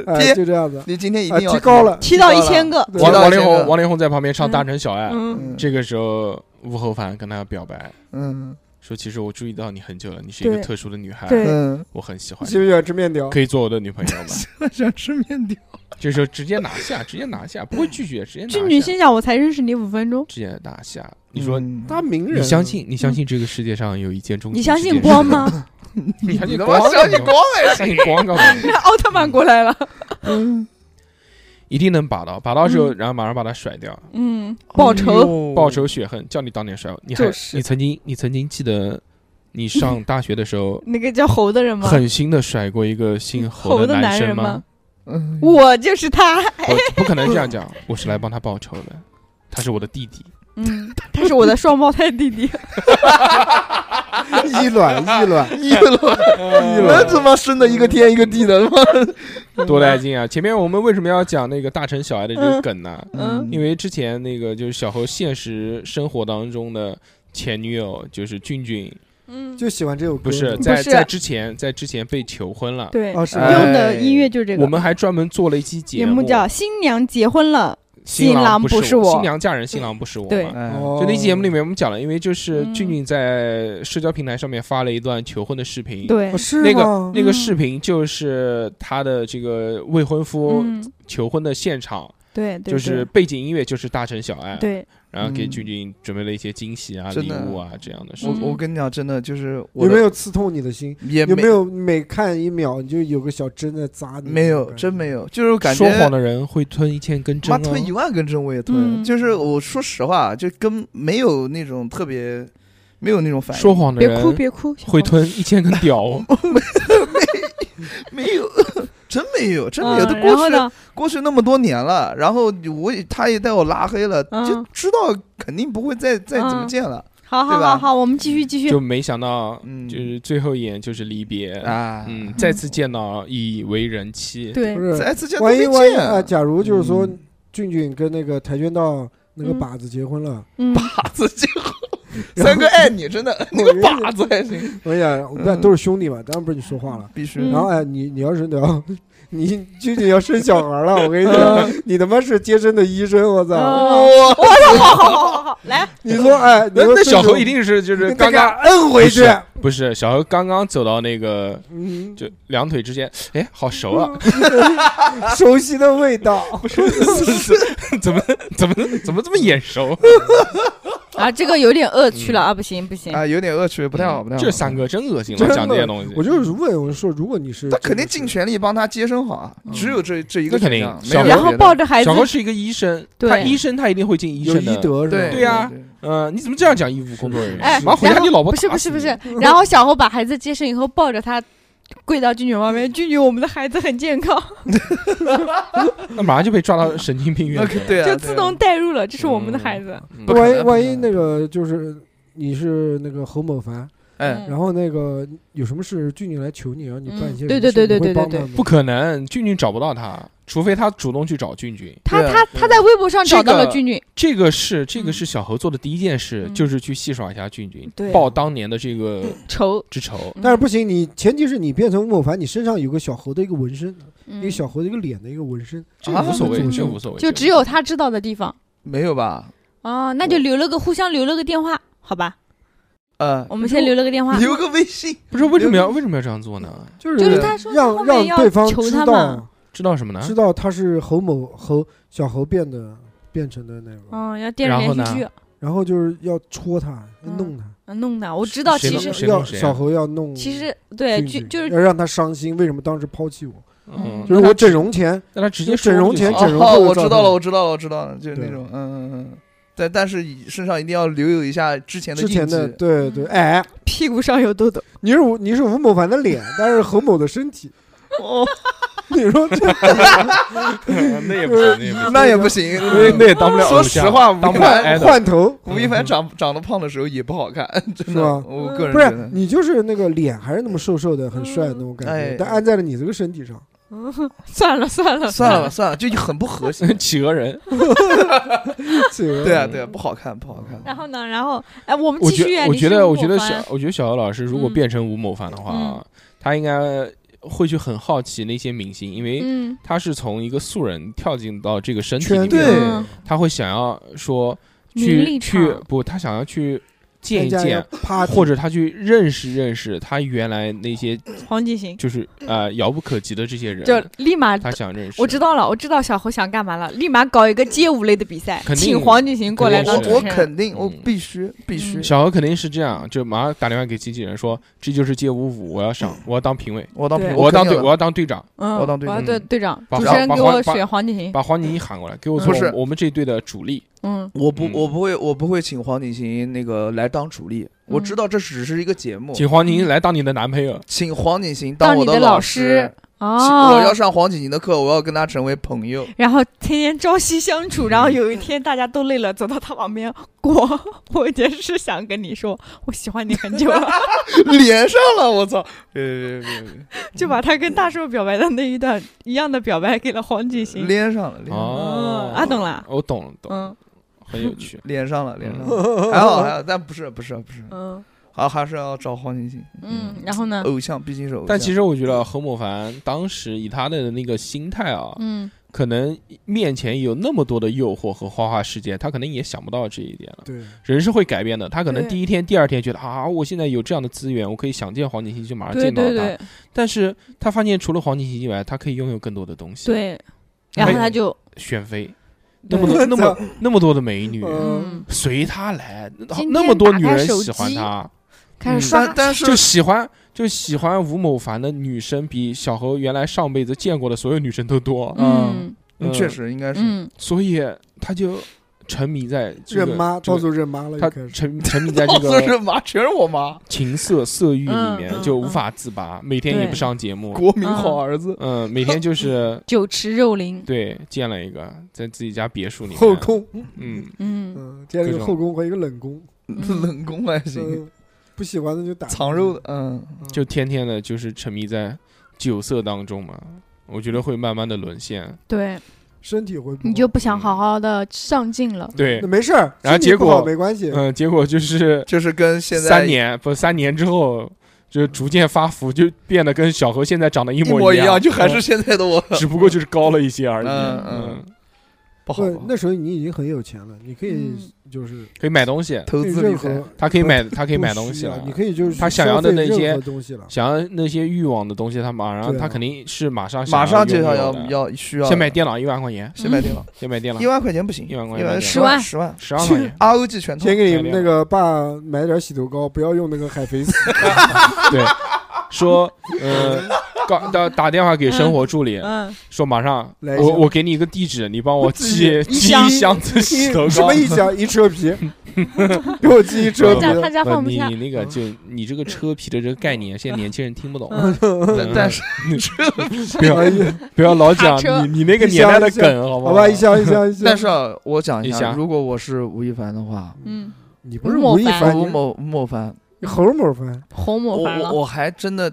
[SPEAKER 5] 哎，
[SPEAKER 6] 踢
[SPEAKER 5] 就这样子，
[SPEAKER 6] 你今天一
[SPEAKER 5] 啊，
[SPEAKER 6] 定要
[SPEAKER 5] 踢高，了，
[SPEAKER 4] 踢到一千个，
[SPEAKER 5] 对
[SPEAKER 3] 王
[SPEAKER 6] 知道
[SPEAKER 3] 王力
[SPEAKER 6] 这个
[SPEAKER 3] 宏王力宏在旁边唱《大城小爱》，
[SPEAKER 4] 嗯，
[SPEAKER 3] 这个时候吴侯凡跟他表白。
[SPEAKER 6] 嗯
[SPEAKER 3] 说，其实我注意到你很久了，你是一个
[SPEAKER 4] 对
[SPEAKER 3] 特殊的女孩，
[SPEAKER 4] 对
[SPEAKER 6] 嗯，
[SPEAKER 3] 我很喜欢
[SPEAKER 5] 喜
[SPEAKER 3] 你，
[SPEAKER 5] 不喜欢吃面条？
[SPEAKER 3] 可以做我的女朋友吗？
[SPEAKER 6] 我想吃面条。
[SPEAKER 3] 这时候直接拿下， 直接拿下，不会拒绝，直接拿下，
[SPEAKER 4] 这女心想，我才认识你五分钟，
[SPEAKER 3] 直接拿下。你说
[SPEAKER 6] 嗯
[SPEAKER 5] 他名人，
[SPEAKER 3] 你相？信你相信这个世界上有一见钟情？
[SPEAKER 4] 你相信光？吗？
[SPEAKER 3] 你相
[SPEAKER 6] 你
[SPEAKER 3] 信
[SPEAKER 6] 他妈
[SPEAKER 3] 光？
[SPEAKER 6] 相信光哎还
[SPEAKER 3] 相
[SPEAKER 6] 行？
[SPEAKER 3] 信光干嘛？
[SPEAKER 4] 奥特曼过来了，
[SPEAKER 3] 一定能把到，把到之后，然后马上把他甩掉，
[SPEAKER 4] 嗯，报仇，
[SPEAKER 3] 报仇雪恨，叫你当年甩我。你还
[SPEAKER 4] 就是
[SPEAKER 3] 你曾经你曾经记得你上大学的时候
[SPEAKER 4] 那个叫猴的人 吗？
[SPEAKER 3] 狠心的甩过一个姓
[SPEAKER 4] 猴
[SPEAKER 3] 侯
[SPEAKER 4] 的
[SPEAKER 3] 男
[SPEAKER 4] 男人
[SPEAKER 3] 生
[SPEAKER 4] 吗
[SPEAKER 3] 吗？？
[SPEAKER 6] 嗯，
[SPEAKER 4] 我就是他，
[SPEAKER 3] 我不可能这样 讲，我是来帮他报仇的，他是我的弟弟。
[SPEAKER 4] 嗯， 他是我的双胞胎弟弟，
[SPEAKER 5] 一卵一卵，
[SPEAKER 6] 议论，你们他妈生的一个天一个地的，他妈
[SPEAKER 3] 多带劲啊！前面我们为什么要讲那个大城小爱的这个
[SPEAKER 4] 嗯
[SPEAKER 3] 梗呢？
[SPEAKER 4] 嗯
[SPEAKER 3] 因为之前那个就是小侯现实生活当中的前女友，就是俊俊，
[SPEAKER 4] 嗯，
[SPEAKER 5] 就喜欢这首歌，
[SPEAKER 3] 不是在
[SPEAKER 4] 不是
[SPEAKER 3] 在之前，在之前被求婚了。
[SPEAKER 4] 对，
[SPEAKER 5] 哦，是
[SPEAKER 3] 哎
[SPEAKER 5] 吗
[SPEAKER 4] 用的音乐就是这个，
[SPEAKER 3] 我们还专门做了一期节
[SPEAKER 4] 节目叫《新娘结婚了
[SPEAKER 3] 新郎
[SPEAKER 4] 不是
[SPEAKER 3] 是
[SPEAKER 4] 我
[SPEAKER 3] 新娘嫁人，新郎不是我。
[SPEAKER 4] 对
[SPEAKER 3] 嘛。
[SPEAKER 6] 哎
[SPEAKER 5] 哦，
[SPEAKER 3] 就那期节目里面，我们讲了，因为就是
[SPEAKER 4] 嗯
[SPEAKER 3] 俊俊在社交平台上面发了一段求婚的视频》，，
[SPEAKER 4] 对
[SPEAKER 5] 哦，，是
[SPEAKER 3] 那
[SPEAKER 5] 吗
[SPEAKER 3] 个那
[SPEAKER 4] 嗯
[SPEAKER 3] 个视频就是他的这个未婚夫
[SPEAKER 4] 嗯，
[SPEAKER 3] 求婚的现场，
[SPEAKER 4] 对，
[SPEAKER 3] 哦
[SPEAKER 4] 对
[SPEAKER 3] 就是
[SPEAKER 4] 对
[SPEAKER 3] 背景音乐就是大城小爱，
[SPEAKER 4] 对，
[SPEAKER 3] 然后给
[SPEAKER 6] 嗯
[SPEAKER 3] 俊俊准备了一些惊喜啊、
[SPEAKER 6] 真
[SPEAKER 3] 礼
[SPEAKER 6] 的
[SPEAKER 3] 物啊这样的事
[SPEAKER 6] 我
[SPEAKER 4] 嗯
[SPEAKER 3] 情。
[SPEAKER 6] 我跟你讲，真的就是我
[SPEAKER 5] 有没
[SPEAKER 6] 的
[SPEAKER 5] 有刺痛你的心？
[SPEAKER 6] 也
[SPEAKER 5] 有
[SPEAKER 6] 没
[SPEAKER 5] 没有每看一秒你就有个小针在扎你？
[SPEAKER 6] 没有真没有，就是感
[SPEAKER 3] 说
[SPEAKER 6] 觉
[SPEAKER 3] 谎的人会吞一千根针、
[SPEAKER 6] 妈
[SPEAKER 3] 哦。
[SPEAKER 6] 吞一万根针我也
[SPEAKER 4] 嗯
[SPEAKER 6] 吞，就是我说实话，就跟没有那种特别没有那种反应，
[SPEAKER 3] 说谎的
[SPEAKER 4] 别哭
[SPEAKER 3] 人
[SPEAKER 4] 别哭，小
[SPEAKER 3] 会
[SPEAKER 4] 猴
[SPEAKER 3] 吞一千根屌 哦。
[SPEAKER 6] 没有， 真没有，真没有。
[SPEAKER 4] 嗯
[SPEAKER 6] 都
[SPEAKER 4] 然后
[SPEAKER 6] 过去
[SPEAKER 4] 呢？
[SPEAKER 6] 过去那么多年了，然后我也他也带我拉黑了，
[SPEAKER 4] 嗯
[SPEAKER 6] 就知道肯定不会再再怎么见了
[SPEAKER 4] 好好
[SPEAKER 6] 对
[SPEAKER 4] 好
[SPEAKER 6] 吧
[SPEAKER 4] 好，我们继续继续
[SPEAKER 3] 就。没想到，
[SPEAKER 6] 嗯
[SPEAKER 3] 就是最后一眼就是离别。
[SPEAKER 6] 啊。
[SPEAKER 3] 嗯，再次见到已为人妻。
[SPEAKER 4] 对
[SPEAKER 5] 不，是，
[SPEAKER 6] 再次见都
[SPEAKER 5] 万一
[SPEAKER 6] 没
[SPEAKER 5] 万一 啊，
[SPEAKER 6] 见，
[SPEAKER 5] 假如就是说
[SPEAKER 6] 嗯
[SPEAKER 5] 俊俊跟那个跆拳道那个
[SPEAKER 4] 嗯
[SPEAKER 5] 靶子结婚了，
[SPEAKER 4] 嗯，
[SPEAKER 6] 靶子结婚，三哥爱你，真 的，那个靶子还行，
[SPEAKER 5] 我跟你讲，但都是兄弟嘛，当然不是你说话了。
[SPEAKER 6] 必须。
[SPEAKER 4] 嗯
[SPEAKER 5] 然后哎，你你要是聊，你俊俊要生小孩了，我跟你讲，你他妈是接生的医生，我操！
[SPEAKER 4] 哦
[SPEAKER 6] 哇，
[SPEAKER 4] 我操，好好好好好，来，
[SPEAKER 5] 你说哎，你
[SPEAKER 3] 那
[SPEAKER 5] 说
[SPEAKER 3] 那小
[SPEAKER 5] 侯
[SPEAKER 3] 何一定是就是
[SPEAKER 5] 大
[SPEAKER 3] 刚
[SPEAKER 5] 家
[SPEAKER 3] 刚
[SPEAKER 5] 摁回去，
[SPEAKER 3] 不是小何刚刚走到那个
[SPEAKER 5] 嗯，
[SPEAKER 3] 就两腿之间，哎，好熟 啊！
[SPEAKER 5] 熟悉的味道，
[SPEAKER 3] 怎么怎么怎么这么眼熟？
[SPEAKER 4] 啊，这个有点恶趣了啊，不行不行，
[SPEAKER 6] 啊，有点恶趣，不太好，不嗯太好。
[SPEAKER 3] 这三，哥真恶心
[SPEAKER 5] 真
[SPEAKER 3] 了，
[SPEAKER 5] 的
[SPEAKER 3] 讲这些东西。
[SPEAKER 5] 我就是问我说，如果你是
[SPEAKER 6] 他肯定尽全力帮他接生好啊，只有这这一个
[SPEAKER 3] 这肯定
[SPEAKER 6] 选项没有
[SPEAKER 3] 小
[SPEAKER 4] 然后
[SPEAKER 6] 别的
[SPEAKER 4] 抱着孩子
[SPEAKER 3] 小，何是一个医生，
[SPEAKER 4] 对
[SPEAKER 3] 他医生他一定会进医
[SPEAKER 5] 有
[SPEAKER 3] 生
[SPEAKER 5] 医
[SPEAKER 3] 的。
[SPEAKER 5] 德是吧？
[SPEAKER 6] 对
[SPEAKER 3] 对啊
[SPEAKER 6] 对
[SPEAKER 3] 嗯，你怎么这样讲医务工作人员？
[SPEAKER 4] 哎，
[SPEAKER 3] 妈回
[SPEAKER 4] 然
[SPEAKER 3] 家
[SPEAKER 4] 后
[SPEAKER 3] 你老婆
[SPEAKER 4] 不是
[SPEAKER 3] 打
[SPEAKER 4] 不是
[SPEAKER 3] 死
[SPEAKER 4] 不
[SPEAKER 3] 你
[SPEAKER 4] 是，然后小猴把孩子接生以后抱着他跪到俊俊旁边，俊俊，我们的孩子很健康，
[SPEAKER 3] 那马上就被抓到神经病院去了。
[SPEAKER 6] 对啊，
[SPEAKER 4] 就自动带入了，这是我们的
[SPEAKER 3] 嗯
[SPEAKER 4] 孩子。
[SPEAKER 3] 嗯
[SPEAKER 6] 不可
[SPEAKER 5] 万
[SPEAKER 6] 能
[SPEAKER 5] 一
[SPEAKER 6] 不
[SPEAKER 5] 万
[SPEAKER 6] 可
[SPEAKER 5] 一
[SPEAKER 6] 能
[SPEAKER 5] 那个就是你是那个侯某凡，
[SPEAKER 6] 哎，
[SPEAKER 5] 然后那个有什么事俊俊来求你，让你办一
[SPEAKER 4] 嗯
[SPEAKER 5] 些什么
[SPEAKER 4] 对对对
[SPEAKER 5] 事你会
[SPEAKER 4] 对对
[SPEAKER 5] 帮
[SPEAKER 4] 对
[SPEAKER 5] 他吗
[SPEAKER 3] 不可能，俊俊找不到他，除非他主动去找俊俊。
[SPEAKER 4] 他
[SPEAKER 6] 对啊
[SPEAKER 4] 他他在微博上
[SPEAKER 3] 这
[SPEAKER 4] 找到了
[SPEAKER 3] 个
[SPEAKER 4] 俊俊，
[SPEAKER 3] 这个是这个
[SPEAKER 4] 嗯
[SPEAKER 3] 是小猴做的第一件事，
[SPEAKER 4] 嗯
[SPEAKER 3] 就是去戏耍一下俊俊
[SPEAKER 4] 对，啊嗯
[SPEAKER 3] 报当年的这个
[SPEAKER 4] 仇。
[SPEAKER 3] 之仇。
[SPEAKER 5] 但是不行，你前提是你变成吴某凡，你身上有个小猴的一个纹身，
[SPEAKER 4] 嗯
[SPEAKER 5] 一个小猴的一个脸的一个纹身，
[SPEAKER 3] 这个无所谓，
[SPEAKER 5] 啊
[SPEAKER 3] 这个无所谓，
[SPEAKER 4] 就只有他知道的地方
[SPEAKER 6] 没有吧？
[SPEAKER 4] 哦，那就留了个互相留了个电话，好吧？
[SPEAKER 6] 呃，
[SPEAKER 4] 我们先留了个电话，
[SPEAKER 6] 留个微信，
[SPEAKER 3] 不是为什么要为什么要这样做呢？
[SPEAKER 5] 就是
[SPEAKER 4] 就是他说后
[SPEAKER 5] 让
[SPEAKER 4] 面
[SPEAKER 5] 让
[SPEAKER 4] 要
[SPEAKER 5] 对方
[SPEAKER 4] 求
[SPEAKER 5] 知
[SPEAKER 4] 他
[SPEAKER 5] 道
[SPEAKER 4] 嘛
[SPEAKER 3] 知道什么呢？
[SPEAKER 5] 知道他是侯某侯小猴变的变成的那个，
[SPEAKER 4] 嗯，要电视
[SPEAKER 3] 然后
[SPEAKER 4] 连续
[SPEAKER 3] 呢
[SPEAKER 4] 剧，
[SPEAKER 5] 然后就是要戳他，
[SPEAKER 4] 嗯
[SPEAKER 5] 弄他，
[SPEAKER 4] 嗯弄的。我知道，
[SPEAKER 3] 谁
[SPEAKER 4] 其
[SPEAKER 3] 弄
[SPEAKER 4] 实
[SPEAKER 3] 谁
[SPEAKER 5] 要
[SPEAKER 3] 谁啊
[SPEAKER 5] 小猴要弄
[SPEAKER 4] 其实对，
[SPEAKER 5] 俊
[SPEAKER 4] 就
[SPEAKER 5] 俊，
[SPEAKER 4] 就是
[SPEAKER 5] 要让他伤心，为什么当时抛弃我？
[SPEAKER 3] 嗯
[SPEAKER 4] 嗯，
[SPEAKER 5] 就是我整容前，
[SPEAKER 3] 那他直接
[SPEAKER 5] 整容前
[SPEAKER 3] 说
[SPEAKER 5] 整
[SPEAKER 3] 就
[SPEAKER 5] 容
[SPEAKER 6] 哦，
[SPEAKER 5] 后的
[SPEAKER 6] 我
[SPEAKER 5] 照
[SPEAKER 6] 知道
[SPEAKER 5] 片
[SPEAKER 6] 了，我知道了，我知道了，就是那
[SPEAKER 5] 对
[SPEAKER 6] 种，嗯嗯嗯，但但是以身上一定要留有一下之前的
[SPEAKER 5] 之前
[SPEAKER 6] 印记
[SPEAKER 5] 的，对对，
[SPEAKER 4] 嗯
[SPEAKER 5] 哎，
[SPEAKER 4] 屁股上有痘 痘，
[SPEAKER 5] 你是吴你是吴某凡的脸，但是侯某的身 体，
[SPEAKER 6] 哦，
[SPEAKER 5] 你说这
[SPEAKER 3] 好那也不
[SPEAKER 5] 就是
[SPEAKER 3] 行，那也不行
[SPEAKER 6] 那也不行，嗯
[SPEAKER 3] 那那也当不了
[SPEAKER 6] 说
[SPEAKER 3] 偶像
[SPEAKER 6] 实话，吴
[SPEAKER 3] 当
[SPEAKER 6] 亦
[SPEAKER 3] 不了
[SPEAKER 6] 凡
[SPEAKER 3] idol。
[SPEAKER 5] 换头
[SPEAKER 6] 吴亦凡长长得胖的时候也不好看，真
[SPEAKER 5] 是
[SPEAKER 6] 的，
[SPEAKER 5] 吧
[SPEAKER 6] 我个人
[SPEAKER 5] 不是
[SPEAKER 6] 觉得，
[SPEAKER 5] 你就是那个脸还是那么瘦瘦的，很帅的那种感觉
[SPEAKER 6] 哎，
[SPEAKER 5] 但按在了你这个身体上，
[SPEAKER 4] 算了算了，
[SPEAKER 6] 算了吧，算了，就很不和谐
[SPEAKER 3] 企鹅人，
[SPEAKER 5] 这个
[SPEAKER 6] 对啊，对啊，不好看，不好看。
[SPEAKER 4] 然后呢？然后哎，我们
[SPEAKER 3] 我
[SPEAKER 4] 继
[SPEAKER 3] 觉
[SPEAKER 4] 续啊。
[SPEAKER 3] 我
[SPEAKER 4] 你
[SPEAKER 3] 觉
[SPEAKER 4] 是
[SPEAKER 3] 得
[SPEAKER 4] 吴
[SPEAKER 3] 我觉得
[SPEAKER 4] 某
[SPEAKER 3] 小
[SPEAKER 4] 凡
[SPEAKER 3] 我觉得小何老师如果
[SPEAKER 4] 嗯
[SPEAKER 3] 变成吴某凡的话
[SPEAKER 4] 嗯，
[SPEAKER 3] 他应该会去很好奇那些明星，因为
[SPEAKER 4] 嗯
[SPEAKER 3] 他是从一个素人跳进到这个身体
[SPEAKER 5] 圈
[SPEAKER 3] 里
[SPEAKER 5] 对
[SPEAKER 3] 面，
[SPEAKER 4] 嗯
[SPEAKER 3] 他会想要说
[SPEAKER 4] 名
[SPEAKER 3] 去
[SPEAKER 4] 利
[SPEAKER 3] 去
[SPEAKER 4] 场
[SPEAKER 3] 不，他想要去见
[SPEAKER 5] 人
[SPEAKER 3] 一
[SPEAKER 5] 家要
[SPEAKER 3] 见，
[SPEAKER 5] 趴
[SPEAKER 3] 或者他去认识认识他原来那些
[SPEAKER 4] 黄景行
[SPEAKER 3] 就是呃遥不可及的这些人，
[SPEAKER 4] 就立马
[SPEAKER 3] 他想认识。
[SPEAKER 4] 我知道了，我知道小侯想干嘛了，立马搞一个街舞类的比赛，
[SPEAKER 3] 肯定
[SPEAKER 4] 请黄景行过来
[SPEAKER 3] 肯定
[SPEAKER 4] 当
[SPEAKER 3] 是
[SPEAKER 4] 主
[SPEAKER 6] 我
[SPEAKER 4] 持
[SPEAKER 6] 我
[SPEAKER 4] 人。
[SPEAKER 6] 肯定，我
[SPEAKER 3] 嗯
[SPEAKER 6] 必须必须
[SPEAKER 4] 嗯，
[SPEAKER 3] 小何肯定是这样，就马上打电话给经纪人说，这就是街舞舞，我要
[SPEAKER 4] 嗯
[SPEAKER 3] 上，我要当评委，
[SPEAKER 6] 我当
[SPEAKER 4] 对
[SPEAKER 6] 评
[SPEAKER 3] 我要当
[SPEAKER 6] 肯
[SPEAKER 3] 队，
[SPEAKER 6] 定
[SPEAKER 3] 我要当队长，
[SPEAKER 4] 嗯，
[SPEAKER 6] 我当队
[SPEAKER 4] 要
[SPEAKER 3] 长
[SPEAKER 4] 对队长，
[SPEAKER 3] 把
[SPEAKER 4] 主持
[SPEAKER 6] 黄
[SPEAKER 4] 人
[SPEAKER 3] 把
[SPEAKER 4] 给
[SPEAKER 3] 黄
[SPEAKER 4] 我
[SPEAKER 3] 把
[SPEAKER 4] 选黄景行。
[SPEAKER 3] 把黄景怡喊过来，给我做
[SPEAKER 4] 不
[SPEAKER 3] 我
[SPEAKER 6] 是
[SPEAKER 3] 们我们这一队的主力。
[SPEAKER 4] 嗯
[SPEAKER 6] 我不
[SPEAKER 3] 嗯
[SPEAKER 6] 我不会我不会请黄景行那个来当主力，我
[SPEAKER 4] 嗯
[SPEAKER 6] 知道这只是一个节目，
[SPEAKER 3] 请黄景怡来当你的男朋友，
[SPEAKER 6] 请黄景行
[SPEAKER 4] 当你
[SPEAKER 6] 我
[SPEAKER 4] 的老
[SPEAKER 6] 老
[SPEAKER 4] 师。
[SPEAKER 6] 请
[SPEAKER 4] 哦，
[SPEAKER 6] 我要上黄景行的课，我要跟他成为朋友。
[SPEAKER 4] 然后天天朝夕相处，然后有一天大家都累了，走到他旁边，我 我就是想跟你说，我喜欢你很久 了，
[SPEAKER 6] 连上了，我操！别别别别
[SPEAKER 4] 就把他跟大树表白的那一段一样的表白给了黄景
[SPEAKER 6] 别，
[SPEAKER 4] 行。
[SPEAKER 6] 连上了，连上了。
[SPEAKER 3] 哦
[SPEAKER 4] 嗯，，啊，懂了，
[SPEAKER 3] 我懂了，懂了，
[SPEAKER 4] 嗯
[SPEAKER 3] 很有趣
[SPEAKER 6] 连上了，连上 了，还好还好，但不是不是不是，
[SPEAKER 4] 嗯
[SPEAKER 6] 还还是要找黄景行，
[SPEAKER 4] 嗯，然后呢？
[SPEAKER 6] 偶像毕竟是偶像。
[SPEAKER 3] 但其
[SPEAKER 6] 实
[SPEAKER 3] 实我觉得何某凡当时以他的那个心态啊，
[SPEAKER 4] 嗯，
[SPEAKER 3] 可能面前有那么多的诱惑和花花世界，他可能也想不到这一点了。
[SPEAKER 5] 对，
[SPEAKER 3] 人是会改变的，他可能
[SPEAKER 4] 对
[SPEAKER 3] 第一天、第二天觉得啊，我现在有这样的资源，我可以想见黄景行就马上
[SPEAKER 4] 对
[SPEAKER 3] 见到他。
[SPEAKER 4] 对对
[SPEAKER 3] 但是他发现除了黄景行以外，他可以拥有更多的东西。，
[SPEAKER 4] 对，然后他就
[SPEAKER 3] 选妃那
[SPEAKER 4] 对
[SPEAKER 3] 么多、那么那么多的美女，
[SPEAKER 5] 嗯
[SPEAKER 4] 嗯，
[SPEAKER 3] 随他来，
[SPEAKER 4] 天
[SPEAKER 3] 那么多女人
[SPEAKER 4] 打开手
[SPEAKER 3] 喜欢
[SPEAKER 4] 机
[SPEAKER 3] 他，
[SPEAKER 4] 开始刷
[SPEAKER 6] 但但是
[SPEAKER 3] 就喜欢就喜欢吴某凡的女生比小何原来上辈子见过的所有女生都多，
[SPEAKER 4] 嗯
[SPEAKER 6] 嗯确，实应该是
[SPEAKER 4] 嗯，
[SPEAKER 3] 所以他就沉迷在这
[SPEAKER 5] 认
[SPEAKER 3] 个
[SPEAKER 5] 妈
[SPEAKER 3] 这
[SPEAKER 5] 到
[SPEAKER 3] 个
[SPEAKER 5] 处认妈了，
[SPEAKER 3] 他
[SPEAKER 5] 又开始
[SPEAKER 3] 沉沉迷在这
[SPEAKER 6] 到处
[SPEAKER 3] 个
[SPEAKER 6] 是妈，全是我妈，
[SPEAKER 3] 情色色欲里
[SPEAKER 4] 嗯
[SPEAKER 3] 面，
[SPEAKER 4] 嗯
[SPEAKER 3] 就无法自拔，每天也
[SPEAKER 4] 对
[SPEAKER 3] 不上节目，
[SPEAKER 6] 国民好儿子。
[SPEAKER 3] 嗯，每天就是
[SPEAKER 4] 酒池肉林，
[SPEAKER 3] 对建了一个在自己家别墅里面
[SPEAKER 5] 后，宫，
[SPEAKER 3] 嗯，
[SPEAKER 4] 嗯，
[SPEAKER 5] 嗯，建了一
[SPEAKER 3] 各
[SPEAKER 5] 个
[SPEAKER 3] 种
[SPEAKER 5] 后宫和一个冷宫，
[SPEAKER 4] 嗯
[SPEAKER 6] 冷宫还行，
[SPEAKER 5] 嗯，不喜欢的就打
[SPEAKER 6] 藏肉的，嗯，
[SPEAKER 5] 嗯
[SPEAKER 3] 就天天的就是沉迷在酒色当中嘛，我觉得会慢慢的沦陷，
[SPEAKER 4] 对，
[SPEAKER 5] 身体会不好
[SPEAKER 4] 你就不想好好的上进了，
[SPEAKER 3] 对
[SPEAKER 5] 那，没事儿，
[SPEAKER 3] 然后
[SPEAKER 5] 身体
[SPEAKER 3] 结
[SPEAKER 5] 不
[SPEAKER 3] 果
[SPEAKER 5] 好没关系，
[SPEAKER 3] 嗯，结果就是
[SPEAKER 6] 就是跟现在
[SPEAKER 3] 三年不三年之后。就逐渐发福，就变得跟小何现在长得一
[SPEAKER 6] 一
[SPEAKER 3] 模
[SPEAKER 6] 模
[SPEAKER 3] 一
[SPEAKER 6] 一样，就还
[SPEAKER 3] 嗯
[SPEAKER 6] 是现在 的我。
[SPEAKER 3] 只不过就是高了一些而已。
[SPEAKER 6] 嗯
[SPEAKER 3] 嗯
[SPEAKER 6] 嗯，，不好
[SPEAKER 5] 对，，
[SPEAKER 6] 不好
[SPEAKER 5] 那时候你已经很有钱了，你可以
[SPEAKER 4] 嗯
[SPEAKER 5] 就是
[SPEAKER 3] 可以买东西，
[SPEAKER 6] 投资理
[SPEAKER 5] 任
[SPEAKER 6] 财
[SPEAKER 5] 何。
[SPEAKER 3] 他可以买，他可
[SPEAKER 5] 可
[SPEAKER 3] 以买东西了。
[SPEAKER 5] 你可以就是
[SPEAKER 3] 他想要的
[SPEAKER 5] 消
[SPEAKER 3] 那
[SPEAKER 5] 费
[SPEAKER 3] 些
[SPEAKER 5] 任何东西了，
[SPEAKER 3] 想要那些欲望的东西，他马上
[SPEAKER 5] 对啊
[SPEAKER 3] 他肯定是马上
[SPEAKER 6] 马上就
[SPEAKER 3] 想要
[SPEAKER 6] 要要
[SPEAKER 3] 拥有的
[SPEAKER 6] 要需要
[SPEAKER 3] 先买电脑一万块钱，
[SPEAKER 6] 先买电脑，
[SPEAKER 3] 先买电脑
[SPEAKER 6] 一万块钱不行，
[SPEAKER 3] 一万块钱
[SPEAKER 6] 一万
[SPEAKER 4] 十万
[SPEAKER 6] 十万，
[SPEAKER 3] 十万块钱
[SPEAKER 6] ，ROG 全套
[SPEAKER 5] 先给你们那个爸买点洗头膏，不要用那个海飞丝，
[SPEAKER 3] 对，说呃，告打打电话给生活助理，
[SPEAKER 4] 嗯，
[SPEAKER 3] 说马上
[SPEAKER 5] 来一
[SPEAKER 3] 我
[SPEAKER 5] 箱
[SPEAKER 3] 哦我给你一个地址，你帮我
[SPEAKER 5] 自己
[SPEAKER 3] 寄
[SPEAKER 4] 一
[SPEAKER 3] 寄
[SPEAKER 4] 箱
[SPEAKER 3] 一箱子洗头
[SPEAKER 5] 什
[SPEAKER 3] 膏
[SPEAKER 5] 么，一箱一车皮，给我寄一车
[SPEAKER 4] 他
[SPEAKER 5] 皮
[SPEAKER 4] 家
[SPEAKER 3] 嗯
[SPEAKER 5] 的
[SPEAKER 4] 他家放不下
[SPEAKER 3] 你，那个就
[SPEAKER 6] 嗯
[SPEAKER 3] 你这个车皮的这个概念，现在年轻人听不懂。嗯
[SPEAKER 6] 但但是
[SPEAKER 3] 不要
[SPEAKER 5] 哎呀
[SPEAKER 3] 不要老
[SPEAKER 4] 卡车
[SPEAKER 3] 讲你你那个年代的梗，好不
[SPEAKER 5] 好吧，一箱一箱一箱。
[SPEAKER 6] 但是啊我讲一
[SPEAKER 3] 一
[SPEAKER 6] 下，
[SPEAKER 3] 下
[SPEAKER 6] 如果我是吴亦凡的话，
[SPEAKER 4] 嗯，
[SPEAKER 5] 你不是
[SPEAKER 4] 吴
[SPEAKER 5] 吴
[SPEAKER 4] 亦
[SPEAKER 5] 亦
[SPEAKER 4] 凡
[SPEAKER 5] 凡，
[SPEAKER 6] 吴
[SPEAKER 5] 你
[SPEAKER 6] 某吴某凡，
[SPEAKER 5] 你侯某凡，
[SPEAKER 4] 红
[SPEAKER 6] 我
[SPEAKER 4] 魔烦
[SPEAKER 6] 我
[SPEAKER 4] 了，
[SPEAKER 6] 我还真的，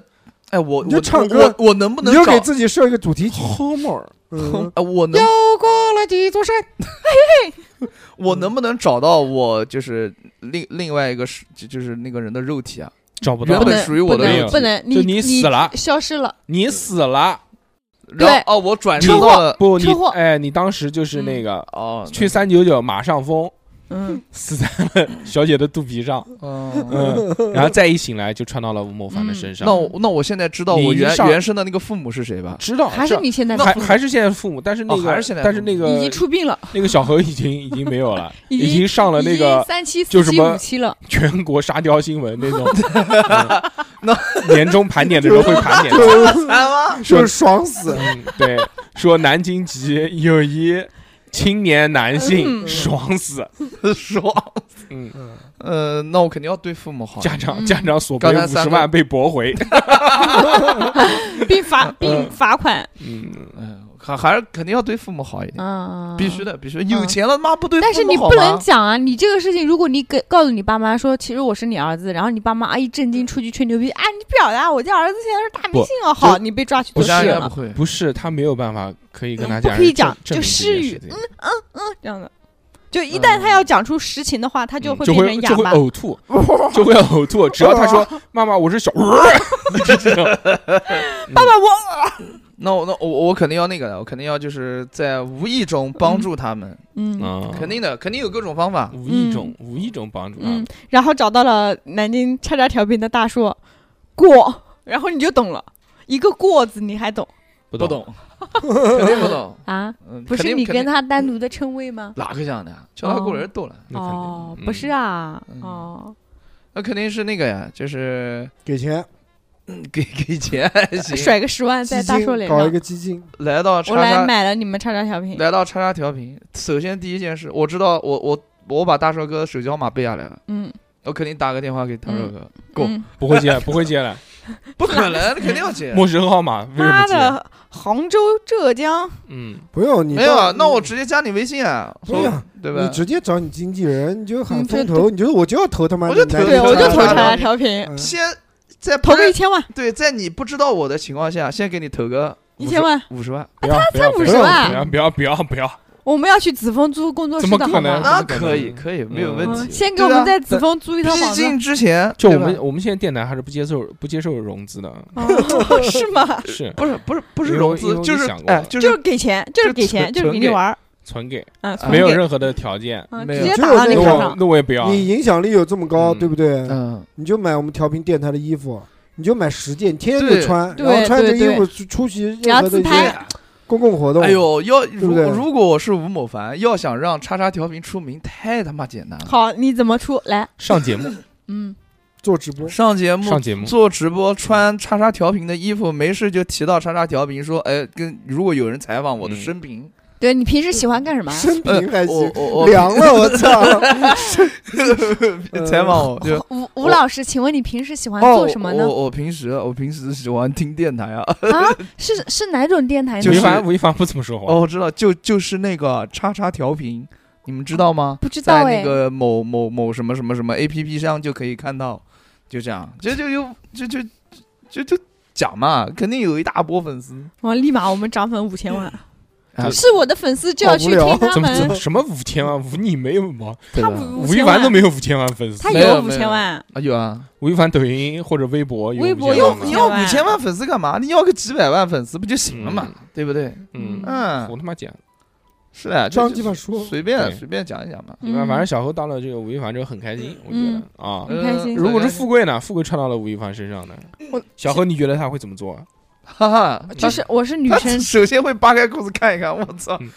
[SPEAKER 6] 哎，我
[SPEAKER 5] 你就
[SPEAKER 6] 我
[SPEAKER 5] 唱歌
[SPEAKER 6] 我我能不
[SPEAKER 5] 你
[SPEAKER 6] 能
[SPEAKER 5] 就
[SPEAKER 6] 找
[SPEAKER 5] 给自己设一个主 题曲。嗯侯某，
[SPEAKER 6] 哎我能
[SPEAKER 5] 又过了几座山，
[SPEAKER 3] 嗯
[SPEAKER 6] 我能不能找到我就是另另外一个是就就是那个人的肉体啊？
[SPEAKER 3] 找不
[SPEAKER 6] 原
[SPEAKER 3] 到
[SPEAKER 4] 不。
[SPEAKER 6] 本
[SPEAKER 4] 能
[SPEAKER 6] 属于我的
[SPEAKER 4] 不
[SPEAKER 3] 肉
[SPEAKER 4] 能
[SPEAKER 3] 体
[SPEAKER 4] 不能，
[SPEAKER 3] 就
[SPEAKER 4] 你
[SPEAKER 3] 你死了
[SPEAKER 4] 消失了，
[SPEAKER 3] 你死了
[SPEAKER 6] 然
[SPEAKER 4] 对
[SPEAKER 6] 后哦，我转世
[SPEAKER 4] 车祸
[SPEAKER 6] 到了
[SPEAKER 3] 不？你
[SPEAKER 4] 呃车祸
[SPEAKER 3] 哎，你当时就是那个
[SPEAKER 6] 哦，
[SPEAKER 3] 去三九九马上疯，
[SPEAKER 4] 嗯，
[SPEAKER 3] 死在了小姐的肚皮 上，
[SPEAKER 6] 嗯。
[SPEAKER 3] 嗯，然后再一醒来就穿到了吴某凡的身上。
[SPEAKER 4] 嗯
[SPEAKER 6] 那我那我现在知道
[SPEAKER 3] 你
[SPEAKER 6] 我
[SPEAKER 3] 一
[SPEAKER 6] 原
[SPEAKER 3] 上
[SPEAKER 6] 原生的那个父母是谁吧？
[SPEAKER 3] 知道
[SPEAKER 4] 还是你现在的
[SPEAKER 3] 还
[SPEAKER 4] 父母
[SPEAKER 3] 还是现在父母，但是那
[SPEAKER 6] 哦
[SPEAKER 3] 个
[SPEAKER 6] 还是现在
[SPEAKER 3] 但是那
[SPEAKER 4] 已
[SPEAKER 3] 个
[SPEAKER 4] 经出殡了，
[SPEAKER 3] 那个小何已经已经没有 了，
[SPEAKER 4] 已
[SPEAKER 3] 已
[SPEAKER 4] 经
[SPEAKER 3] 经上了那
[SPEAKER 4] 已经
[SPEAKER 3] 个
[SPEAKER 4] 三期、
[SPEAKER 3] 就
[SPEAKER 4] 四
[SPEAKER 3] 什
[SPEAKER 4] 期、
[SPEAKER 3] 么
[SPEAKER 4] 五期了，
[SPEAKER 3] 全国沙雕新闻那 种。那年终盘点的时候会盘 点。
[SPEAKER 5] 就是爽死。
[SPEAKER 3] 嗯，对，说南京籍有一青年男
[SPEAKER 4] 嗯
[SPEAKER 3] 性爽死，
[SPEAKER 6] 说，
[SPEAKER 3] 嗯，
[SPEAKER 6] 呃，那我肯定要对父母好。
[SPEAKER 3] 家长
[SPEAKER 4] 嗯
[SPEAKER 3] 家长索赔
[SPEAKER 6] 刚才
[SPEAKER 3] 五
[SPEAKER 6] 三
[SPEAKER 3] 十
[SPEAKER 6] 个
[SPEAKER 3] 万被驳 回，
[SPEAKER 4] 并 罚并罚款，
[SPEAKER 3] 嗯，
[SPEAKER 6] 嗯，还还是肯定要对父母好一点，
[SPEAKER 4] 嗯，
[SPEAKER 6] 必须的，必须的。有钱了妈不对父母
[SPEAKER 4] 但
[SPEAKER 6] 好
[SPEAKER 4] 是你
[SPEAKER 6] 吗
[SPEAKER 4] 不能讲啊！你这个事情，如果你给告诉你爸妈说，其实我是你儿子，然后你爸妈啊一震惊出去吹牛逼啊，你不要的啊，我家儿子现在是大明星啊，好，你被抓去
[SPEAKER 3] 不
[SPEAKER 4] 做
[SPEAKER 6] 我
[SPEAKER 4] 实
[SPEAKER 6] 家
[SPEAKER 3] 是啊
[SPEAKER 6] 应
[SPEAKER 4] 验
[SPEAKER 6] 该不
[SPEAKER 4] 了，
[SPEAKER 6] 会。
[SPEAKER 3] 不是他没有办法可以跟他
[SPEAKER 4] 嗯不
[SPEAKER 3] 家
[SPEAKER 4] 可以
[SPEAKER 3] 人
[SPEAKER 4] 讲
[SPEAKER 3] 证证
[SPEAKER 4] 就嗯
[SPEAKER 3] 明这件
[SPEAKER 4] 是
[SPEAKER 3] 事情，
[SPEAKER 4] 这样的。就一旦他要讲出实情的话，他就
[SPEAKER 3] 嗯
[SPEAKER 4] 会
[SPEAKER 3] 就
[SPEAKER 4] 变
[SPEAKER 3] 会
[SPEAKER 4] 成哑
[SPEAKER 3] 就会
[SPEAKER 4] 巴。
[SPEAKER 3] 呕吐，就会呕吐，只要他说 妈妈我是小，就是这种
[SPEAKER 4] 爸爸，我
[SPEAKER 6] 那我那我我肯定要那个的，我肯定要就是在无意中帮助他们，
[SPEAKER 4] 嗯
[SPEAKER 3] 嗯
[SPEAKER 6] 肯定的，肯定有各种方法。
[SPEAKER 3] 无意中无意中帮助他
[SPEAKER 4] 嗯，然后找到了南京叉叉调频的大叔过，然后你就懂了，一个过字你还懂
[SPEAKER 3] 不
[SPEAKER 6] 不
[SPEAKER 3] 懂
[SPEAKER 6] 懂， 肯定不懂。
[SPEAKER 4] 啊？
[SPEAKER 6] 嗯，
[SPEAKER 4] 不
[SPEAKER 6] 肯
[SPEAKER 4] 是
[SPEAKER 6] 定
[SPEAKER 4] 你
[SPEAKER 6] 肯定
[SPEAKER 4] 跟他单独的称谓吗？
[SPEAKER 6] 哪个讲的？叫他过人逗了，
[SPEAKER 3] 那肯定
[SPEAKER 4] 哦，
[SPEAKER 3] 嗯
[SPEAKER 4] 不是啊
[SPEAKER 6] 嗯，
[SPEAKER 4] 哦，
[SPEAKER 6] 那肯定是那个呀，就是
[SPEAKER 5] 给钱，
[SPEAKER 6] 给给钱还行。
[SPEAKER 4] 甩个十万
[SPEAKER 5] 基
[SPEAKER 4] 在大叔
[SPEAKER 5] 金
[SPEAKER 4] 脸
[SPEAKER 5] 搞
[SPEAKER 4] 上
[SPEAKER 5] 一。个基金，
[SPEAKER 6] 来到叉
[SPEAKER 4] 我来
[SPEAKER 6] 叉，
[SPEAKER 4] 买了你们叉叉调频。
[SPEAKER 6] 来到叉叉调频，首先第一件事，我知道我我我把大帅哥的手机号码背下来了，
[SPEAKER 4] 嗯，
[SPEAKER 6] 我肯定打个电话给大帅哥，够
[SPEAKER 4] 嗯
[SPEAKER 3] 不会接，不会接 了，
[SPEAKER 6] 不可能，肯定要接。
[SPEAKER 3] 陌生号码为什
[SPEAKER 4] 妈
[SPEAKER 3] 么接？
[SPEAKER 4] 的，杭州、浙江，
[SPEAKER 3] 嗯，
[SPEAKER 5] 不用你
[SPEAKER 6] 没有，啊，
[SPEAKER 5] 到
[SPEAKER 6] 那我直接加你微信啊，
[SPEAKER 5] 对呀
[SPEAKER 6] 说对
[SPEAKER 5] 你
[SPEAKER 6] 吧？
[SPEAKER 5] 直接找你经纪人，你就喊
[SPEAKER 4] 嗯对
[SPEAKER 5] 风投，你就我就要投他妈
[SPEAKER 6] 我
[SPEAKER 5] 的
[SPEAKER 6] 就
[SPEAKER 5] 男
[SPEAKER 6] 投
[SPEAKER 5] 的，
[SPEAKER 4] 对我就投叉
[SPEAKER 6] 叉叉
[SPEAKER 4] 叉调频，
[SPEAKER 5] 嗯
[SPEAKER 6] 先在不
[SPEAKER 4] 投个一
[SPEAKER 6] 是
[SPEAKER 4] 千万，
[SPEAKER 6] 对，在你不知道我的情况下，先给你投个
[SPEAKER 4] 一千万，
[SPEAKER 6] 五十万，
[SPEAKER 3] 不要不要
[SPEAKER 4] 啊才
[SPEAKER 3] 不
[SPEAKER 4] 50万
[SPEAKER 3] 要不要不要不要，
[SPEAKER 4] 我们要去紫峰租工作室
[SPEAKER 3] 怎么
[SPEAKER 4] 的
[SPEAKER 3] 可
[SPEAKER 4] 好
[SPEAKER 3] 能
[SPEAKER 4] 吗？
[SPEAKER 3] 啊
[SPEAKER 6] 那
[SPEAKER 3] 不可
[SPEAKER 6] 可以
[SPEAKER 3] 能
[SPEAKER 6] 可以，没
[SPEAKER 3] 嗯
[SPEAKER 6] 有问
[SPEAKER 4] 嗯，
[SPEAKER 6] 题。
[SPEAKER 4] 先给我
[SPEAKER 6] 对
[SPEAKER 4] 们
[SPEAKER 6] 啊
[SPEAKER 4] 在紫峰租一套
[SPEAKER 6] 毕
[SPEAKER 4] 房子
[SPEAKER 6] 竟之前
[SPEAKER 3] 就
[SPEAKER 6] 对
[SPEAKER 3] 我
[SPEAKER 6] 吧
[SPEAKER 3] 们我们现在电台还是不接受不接受融资的，
[SPEAKER 4] 哦， 是吗？
[SPEAKER 3] 是
[SPEAKER 6] 不是不是不是
[SPEAKER 3] 因为
[SPEAKER 6] 融
[SPEAKER 3] 因为
[SPEAKER 6] 资，
[SPEAKER 3] 我
[SPEAKER 6] 就是
[SPEAKER 3] 想过
[SPEAKER 6] 哎
[SPEAKER 3] 了
[SPEAKER 6] 就是
[SPEAKER 4] 就是给钱，就是给钱，
[SPEAKER 6] 就
[SPEAKER 4] 就是给你玩儿，
[SPEAKER 3] 存给，
[SPEAKER 4] 嗯，
[SPEAKER 6] 存
[SPEAKER 3] 没有
[SPEAKER 4] 给
[SPEAKER 3] 任何的条件。
[SPEAKER 4] 嗯，
[SPEAKER 6] 没
[SPEAKER 4] 直
[SPEAKER 6] 有
[SPEAKER 4] 接
[SPEAKER 5] 就
[SPEAKER 4] 打
[SPEAKER 5] 是
[SPEAKER 4] 到
[SPEAKER 5] 那
[SPEAKER 4] 你
[SPEAKER 3] 那
[SPEAKER 5] 个
[SPEAKER 4] 头
[SPEAKER 5] 网
[SPEAKER 3] 我
[SPEAKER 4] 上。
[SPEAKER 3] 那我也不要，
[SPEAKER 5] 嗯你影响力有这么高，
[SPEAKER 3] 嗯
[SPEAKER 5] 对不对？
[SPEAKER 6] 嗯，
[SPEAKER 5] 你就买我们调频电台的衣服，你就买十件，天天
[SPEAKER 6] 对
[SPEAKER 5] 就穿，
[SPEAKER 4] 对
[SPEAKER 5] 然后穿着
[SPEAKER 4] 对对
[SPEAKER 5] 衣服去出席
[SPEAKER 4] 然
[SPEAKER 5] 任
[SPEAKER 4] 后
[SPEAKER 5] 何的
[SPEAKER 4] 自
[SPEAKER 5] 一
[SPEAKER 4] 拍
[SPEAKER 5] 些公共活动。
[SPEAKER 6] 哎，呦，要如
[SPEAKER 5] 不对
[SPEAKER 6] 如果我是吴某凡，要想让叉叉调频出名，太他妈简单了。
[SPEAKER 4] 好，你怎么出来？
[SPEAKER 3] 上节目
[SPEAKER 4] 嗯，
[SPEAKER 5] 做直播，
[SPEAKER 6] 上节目
[SPEAKER 3] 上节 目，
[SPEAKER 6] 做直播，穿叉叉调频的衣服，没事就提到叉叉调频，说哎，跟如果有人采访我的
[SPEAKER 3] 嗯
[SPEAKER 6] 生平，
[SPEAKER 4] 对你平时喜欢干什么？
[SPEAKER 5] 生
[SPEAKER 6] 呃
[SPEAKER 5] 平还
[SPEAKER 6] 我
[SPEAKER 5] 行，
[SPEAKER 6] 我我
[SPEAKER 5] 凉了，我操！
[SPEAKER 6] 采访我就。
[SPEAKER 4] 吴
[SPEAKER 6] 我
[SPEAKER 4] 吴老师，请问你平时喜欢
[SPEAKER 6] 哦，
[SPEAKER 4] 做什么呢
[SPEAKER 6] 我？我我平时我平时喜欢听电台啊。
[SPEAKER 4] 啊，是是哪种电台呢？
[SPEAKER 6] 就
[SPEAKER 3] 吴亦
[SPEAKER 6] 是
[SPEAKER 3] 凡吴亦凡不怎么说话，
[SPEAKER 6] 哦，我知道，就就是那个叉叉调频，你们知道吗？
[SPEAKER 4] 不知道
[SPEAKER 6] 在
[SPEAKER 4] 哎
[SPEAKER 6] 那，个某某某什么什么什么 A P P 上就可以看到，就这样，就就有就就就就讲嘛，肯定有一大波粉丝。
[SPEAKER 4] 哇，立马我们涨粉五千万
[SPEAKER 6] 啊！
[SPEAKER 4] 是我的粉丝就要去听
[SPEAKER 3] 怎
[SPEAKER 4] 他
[SPEAKER 3] 么怎么
[SPEAKER 4] 们，
[SPEAKER 3] 什么五千万？五你没有吗？
[SPEAKER 6] 对
[SPEAKER 4] 他
[SPEAKER 6] 的
[SPEAKER 4] 不
[SPEAKER 3] 吴亦凡都没有五千万粉丝
[SPEAKER 4] 他，
[SPEAKER 6] 没有
[SPEAKER 4] 有五
[SPEAKER 6] 没有
[SPEAKER 4] 千万，
[SPEAKER 6] 啊，有啊，
[SPEAKER 3] 吴亦凡抖音或者微博有
[SPEAKER 4] 微
[SPEAKER 3] 5000
[SPEAKER 4] 博
[SPEAKER 3] 万
[SPEAKER 4] 有
[SPEAKER 6] 要
[SPEAKER 3] 吗
[SPEAKER 6] 你要
[SPEAKER 4] 5000
[SPEAKER 6] 五千万粉丝干嘛？你要个几百万粉丝不就行了嘛？对不对？
[SPEAKER 3] 嗯，
[SPEAKER 6] 嗯
[SPEAKER 3] 我，他妈讲，
[SPEAKER 6] 是的，就
[SPEAKER 5] 张
[SPEAKER 6] 就
[SPEAKER 5] 继法说
[SPEAKER 6] 随便
[SPEAKER 3] 对
[SPEAKER 6] 随便讲一讲嘛。
[SPEAKER 4] 嗯
[SPEAKER 3] 反正小何当了这个吴亦凡之后很开心，我觉得
[SPEAKER 4] 嗯
[SPEAKER 3] 啊。
[SPEAKER 4] 很开
[SPEAKER 6] 呃
[SPEAKER 4] 心
[SPEAKER 3] 如果是富贵呢？富贵穿到了吴亦凡身上呢
[SPEAKER 4] 我？
[SPEAKER 3] 小何，你觉得他会怎么做啊？
[SPEAKER 6] 哈哈，
[SPEAKER 4] 就
[SPEAKER 6] 他
[SPEAKER 4] 是我是女
[SPEAKER 6] 他
[SPEAKER 4] 生，
[SPEAKER 6] 首先会扒开裤子看一看，我操
[SPEAKER 3] 嗯！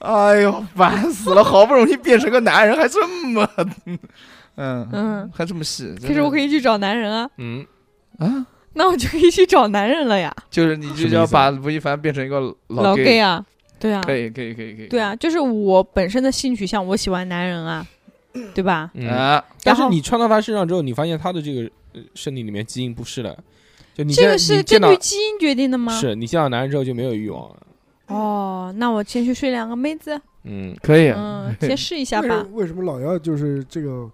[SPEAKER 6] 哎呦，烦死了！好不容易变成个男人，还这么， 嗯
[SPEAKER 4] 嗯，
[SPEAKER 6] 还这么细。
[SPEAKER 4] 可是我可
[SPEAKER 6] 以
[SPEAKER 4] 以去找男人啊，
[SPEAKER 3] 嗯，
[SPEAKER 6] 啊，
[SPEAKER 4] 那我就可以去找男人了呀，
[SPEAKER 6] 就是你
[SPEAKER 3] 什
[SPEAKER 6] 就
[SPEAKER 3] 么
[SPEAKER 6] 要
[SPEAKER 3] 意思
[SPEAKER 6] 把吴亦凡变成一个
[SPEAKER 4] 老
[SPEAKER 6] gay
[SPEAKER 4] gay 啊，对啊，
[SPEAKER 6] 可以可以可以可 以，
[SPEAKER 4] 对啊，就是我本身的性取向，我喜欢男人啊，对吧？
[SPEAKER 3] 嗯，
[SPEAKER 6] 啊，
[SPEAKER 3] 但是
[SPEAKER 4] 然后
[SPEAKER 3] 你穿到他身上之后，你发现他的这个呃身体里面基因不是了，就你
[SPEAKER 4] 这
[SPEAKER 3] 现在
[SPEAKER 4] 个是
[SPEAKER 3] 你见
[SPEAKER 4] 根
[SPEAKER 3] 到
[SPEAKER 4] 据基因决定的吗？
[SPEAKER 3] 是你见到男人之后就没有欲望了，
[SPEAKER 4] 哦，那我先去睡两个妹子，
[SPEAKER 3] 嗯，
[SPEAKER 6] 可以，
[SPEAKER 4] 嗯，先试一下
[SPEAKER 5] 为什
[SPEAKER 4] 吧
[SPEAKER 5] 么。为什么老要就是这个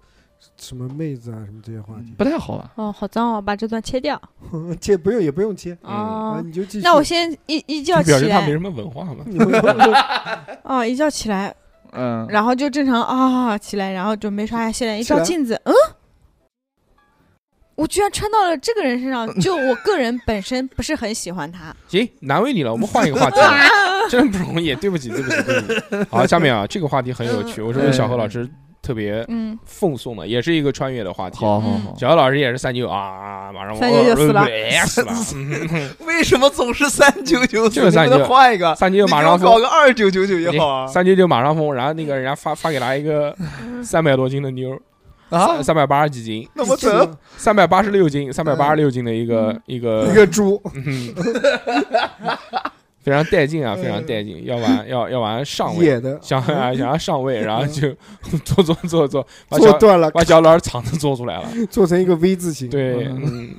[SPEAKER 5] 什么妹子啊什么这些话题？
[SPEAKER 6] 不太好啊吧？
[SPEAKER 4] 哦，好脏哦，把这段切掉。
[SPEAKER 5] 切不用也不用切
[SPEAKER 3] 嗯
[SPEAKER 5] 啊，
[SPEAKER 4] 哦，
[SPEAKER 5] 你就继续。
[SPEAKER 4] 那我先一一觉
[SPEAKER 3] 就
[SPEAKER 4] 起
[SPEAKER 3] 表示他
[SPEAKER 4] 来
[SPEAKER 3] 没，什么文化嘛。
[SPEAKER 5] 你们
[SPEAKER 4] 哦，一觉起来，
[SPEAKER 6] 嗯，
[SPEAKER 4] 然后就正常啊、起来，然后准备刷牙洗脸，一
[SPEAKER 5] 起来
[SPEAKER 4] 照镜子，嗯，我居然穿到了这个人身上，就我个人本身不是很喜 欢他。
[SPEAKER 3] 行，难为你了，我们换一个话题吧，真不容易，对不起，对不起，对不起。好，下面啊，这个话题很有趣，我认为小何老师特别
[SPEAKER 4] 嗯，
[SPEAKER 3] 奉送的，也是一个穿越的话题。
[SPEAKER 6] 好好
[SPEAKER 4] 嗯
[SPEAKER 6] 好，
[SPEAKER 3] 小何老师也是三舅啊，马上
[SPEAKER 4] 三舅就死了
[SPEAKER 3] 哎死了。
[SPEAKER 6] 为什么总是三九九
[SPEAKER 3] 就是
[SPEAKER 6] 四？
[SPEAKER 3] 三
[SPEAKER 6] 能不能
[SPEAKER 3] 九
[SPEAKER 6] 换一个？
[SPEAKER 3] 三舅马
[SPEAKER 6] 你
[SPEAKER 3] 上
[SPEAKER 6] 给我搞
[SPEAKER 3] 疯，
[SPEAKER 6] 个二九九 九也好啊！
[SPEAKER 3] 三舅就马上疯，然后那个人家发发给他一个三百多斤的妞，
[SPEAKER 6] 啊，
[SPEAKER 3] 三百八十几斤，
[SPEAKER 6] 那我
[SPEAKER 5] 这
[SPEAKER 6] 怎？
[SPEAKER 3] 三百八十六斤，三百八十六斤的一个
[SPEAKER 6] 嗯
[SPEAKER 3] 一
[SPEAKER 5] 一
[SPEAKER 3] 个，
[SPEAKER 5] 个猪，
[SPEAKER 3] 嗯，非常带劲啊，
[SPEAKER 6] 嗯
[SPEAKER 3] 非常带劲，要 玩要要玩上位，
[SPEAKER 5] 野的
[SPEAKER 3] 想啊想要上位，然后
[SPEAKER 6] 嗯
[SPEAKER 3] 就 做做做做，把
[SPEAKER 5] 做
[SPEAKER 3] 小
[SPEAKER 5] 断了，
[SPEAKER 3] 把小老师肠子做出 来了，
[SPEAKER 5] 做成一个 V 字形。
[SPEAKER 3] 对，
[SPEAKER 6] 嗯
[SPEAKER 3] 嗯，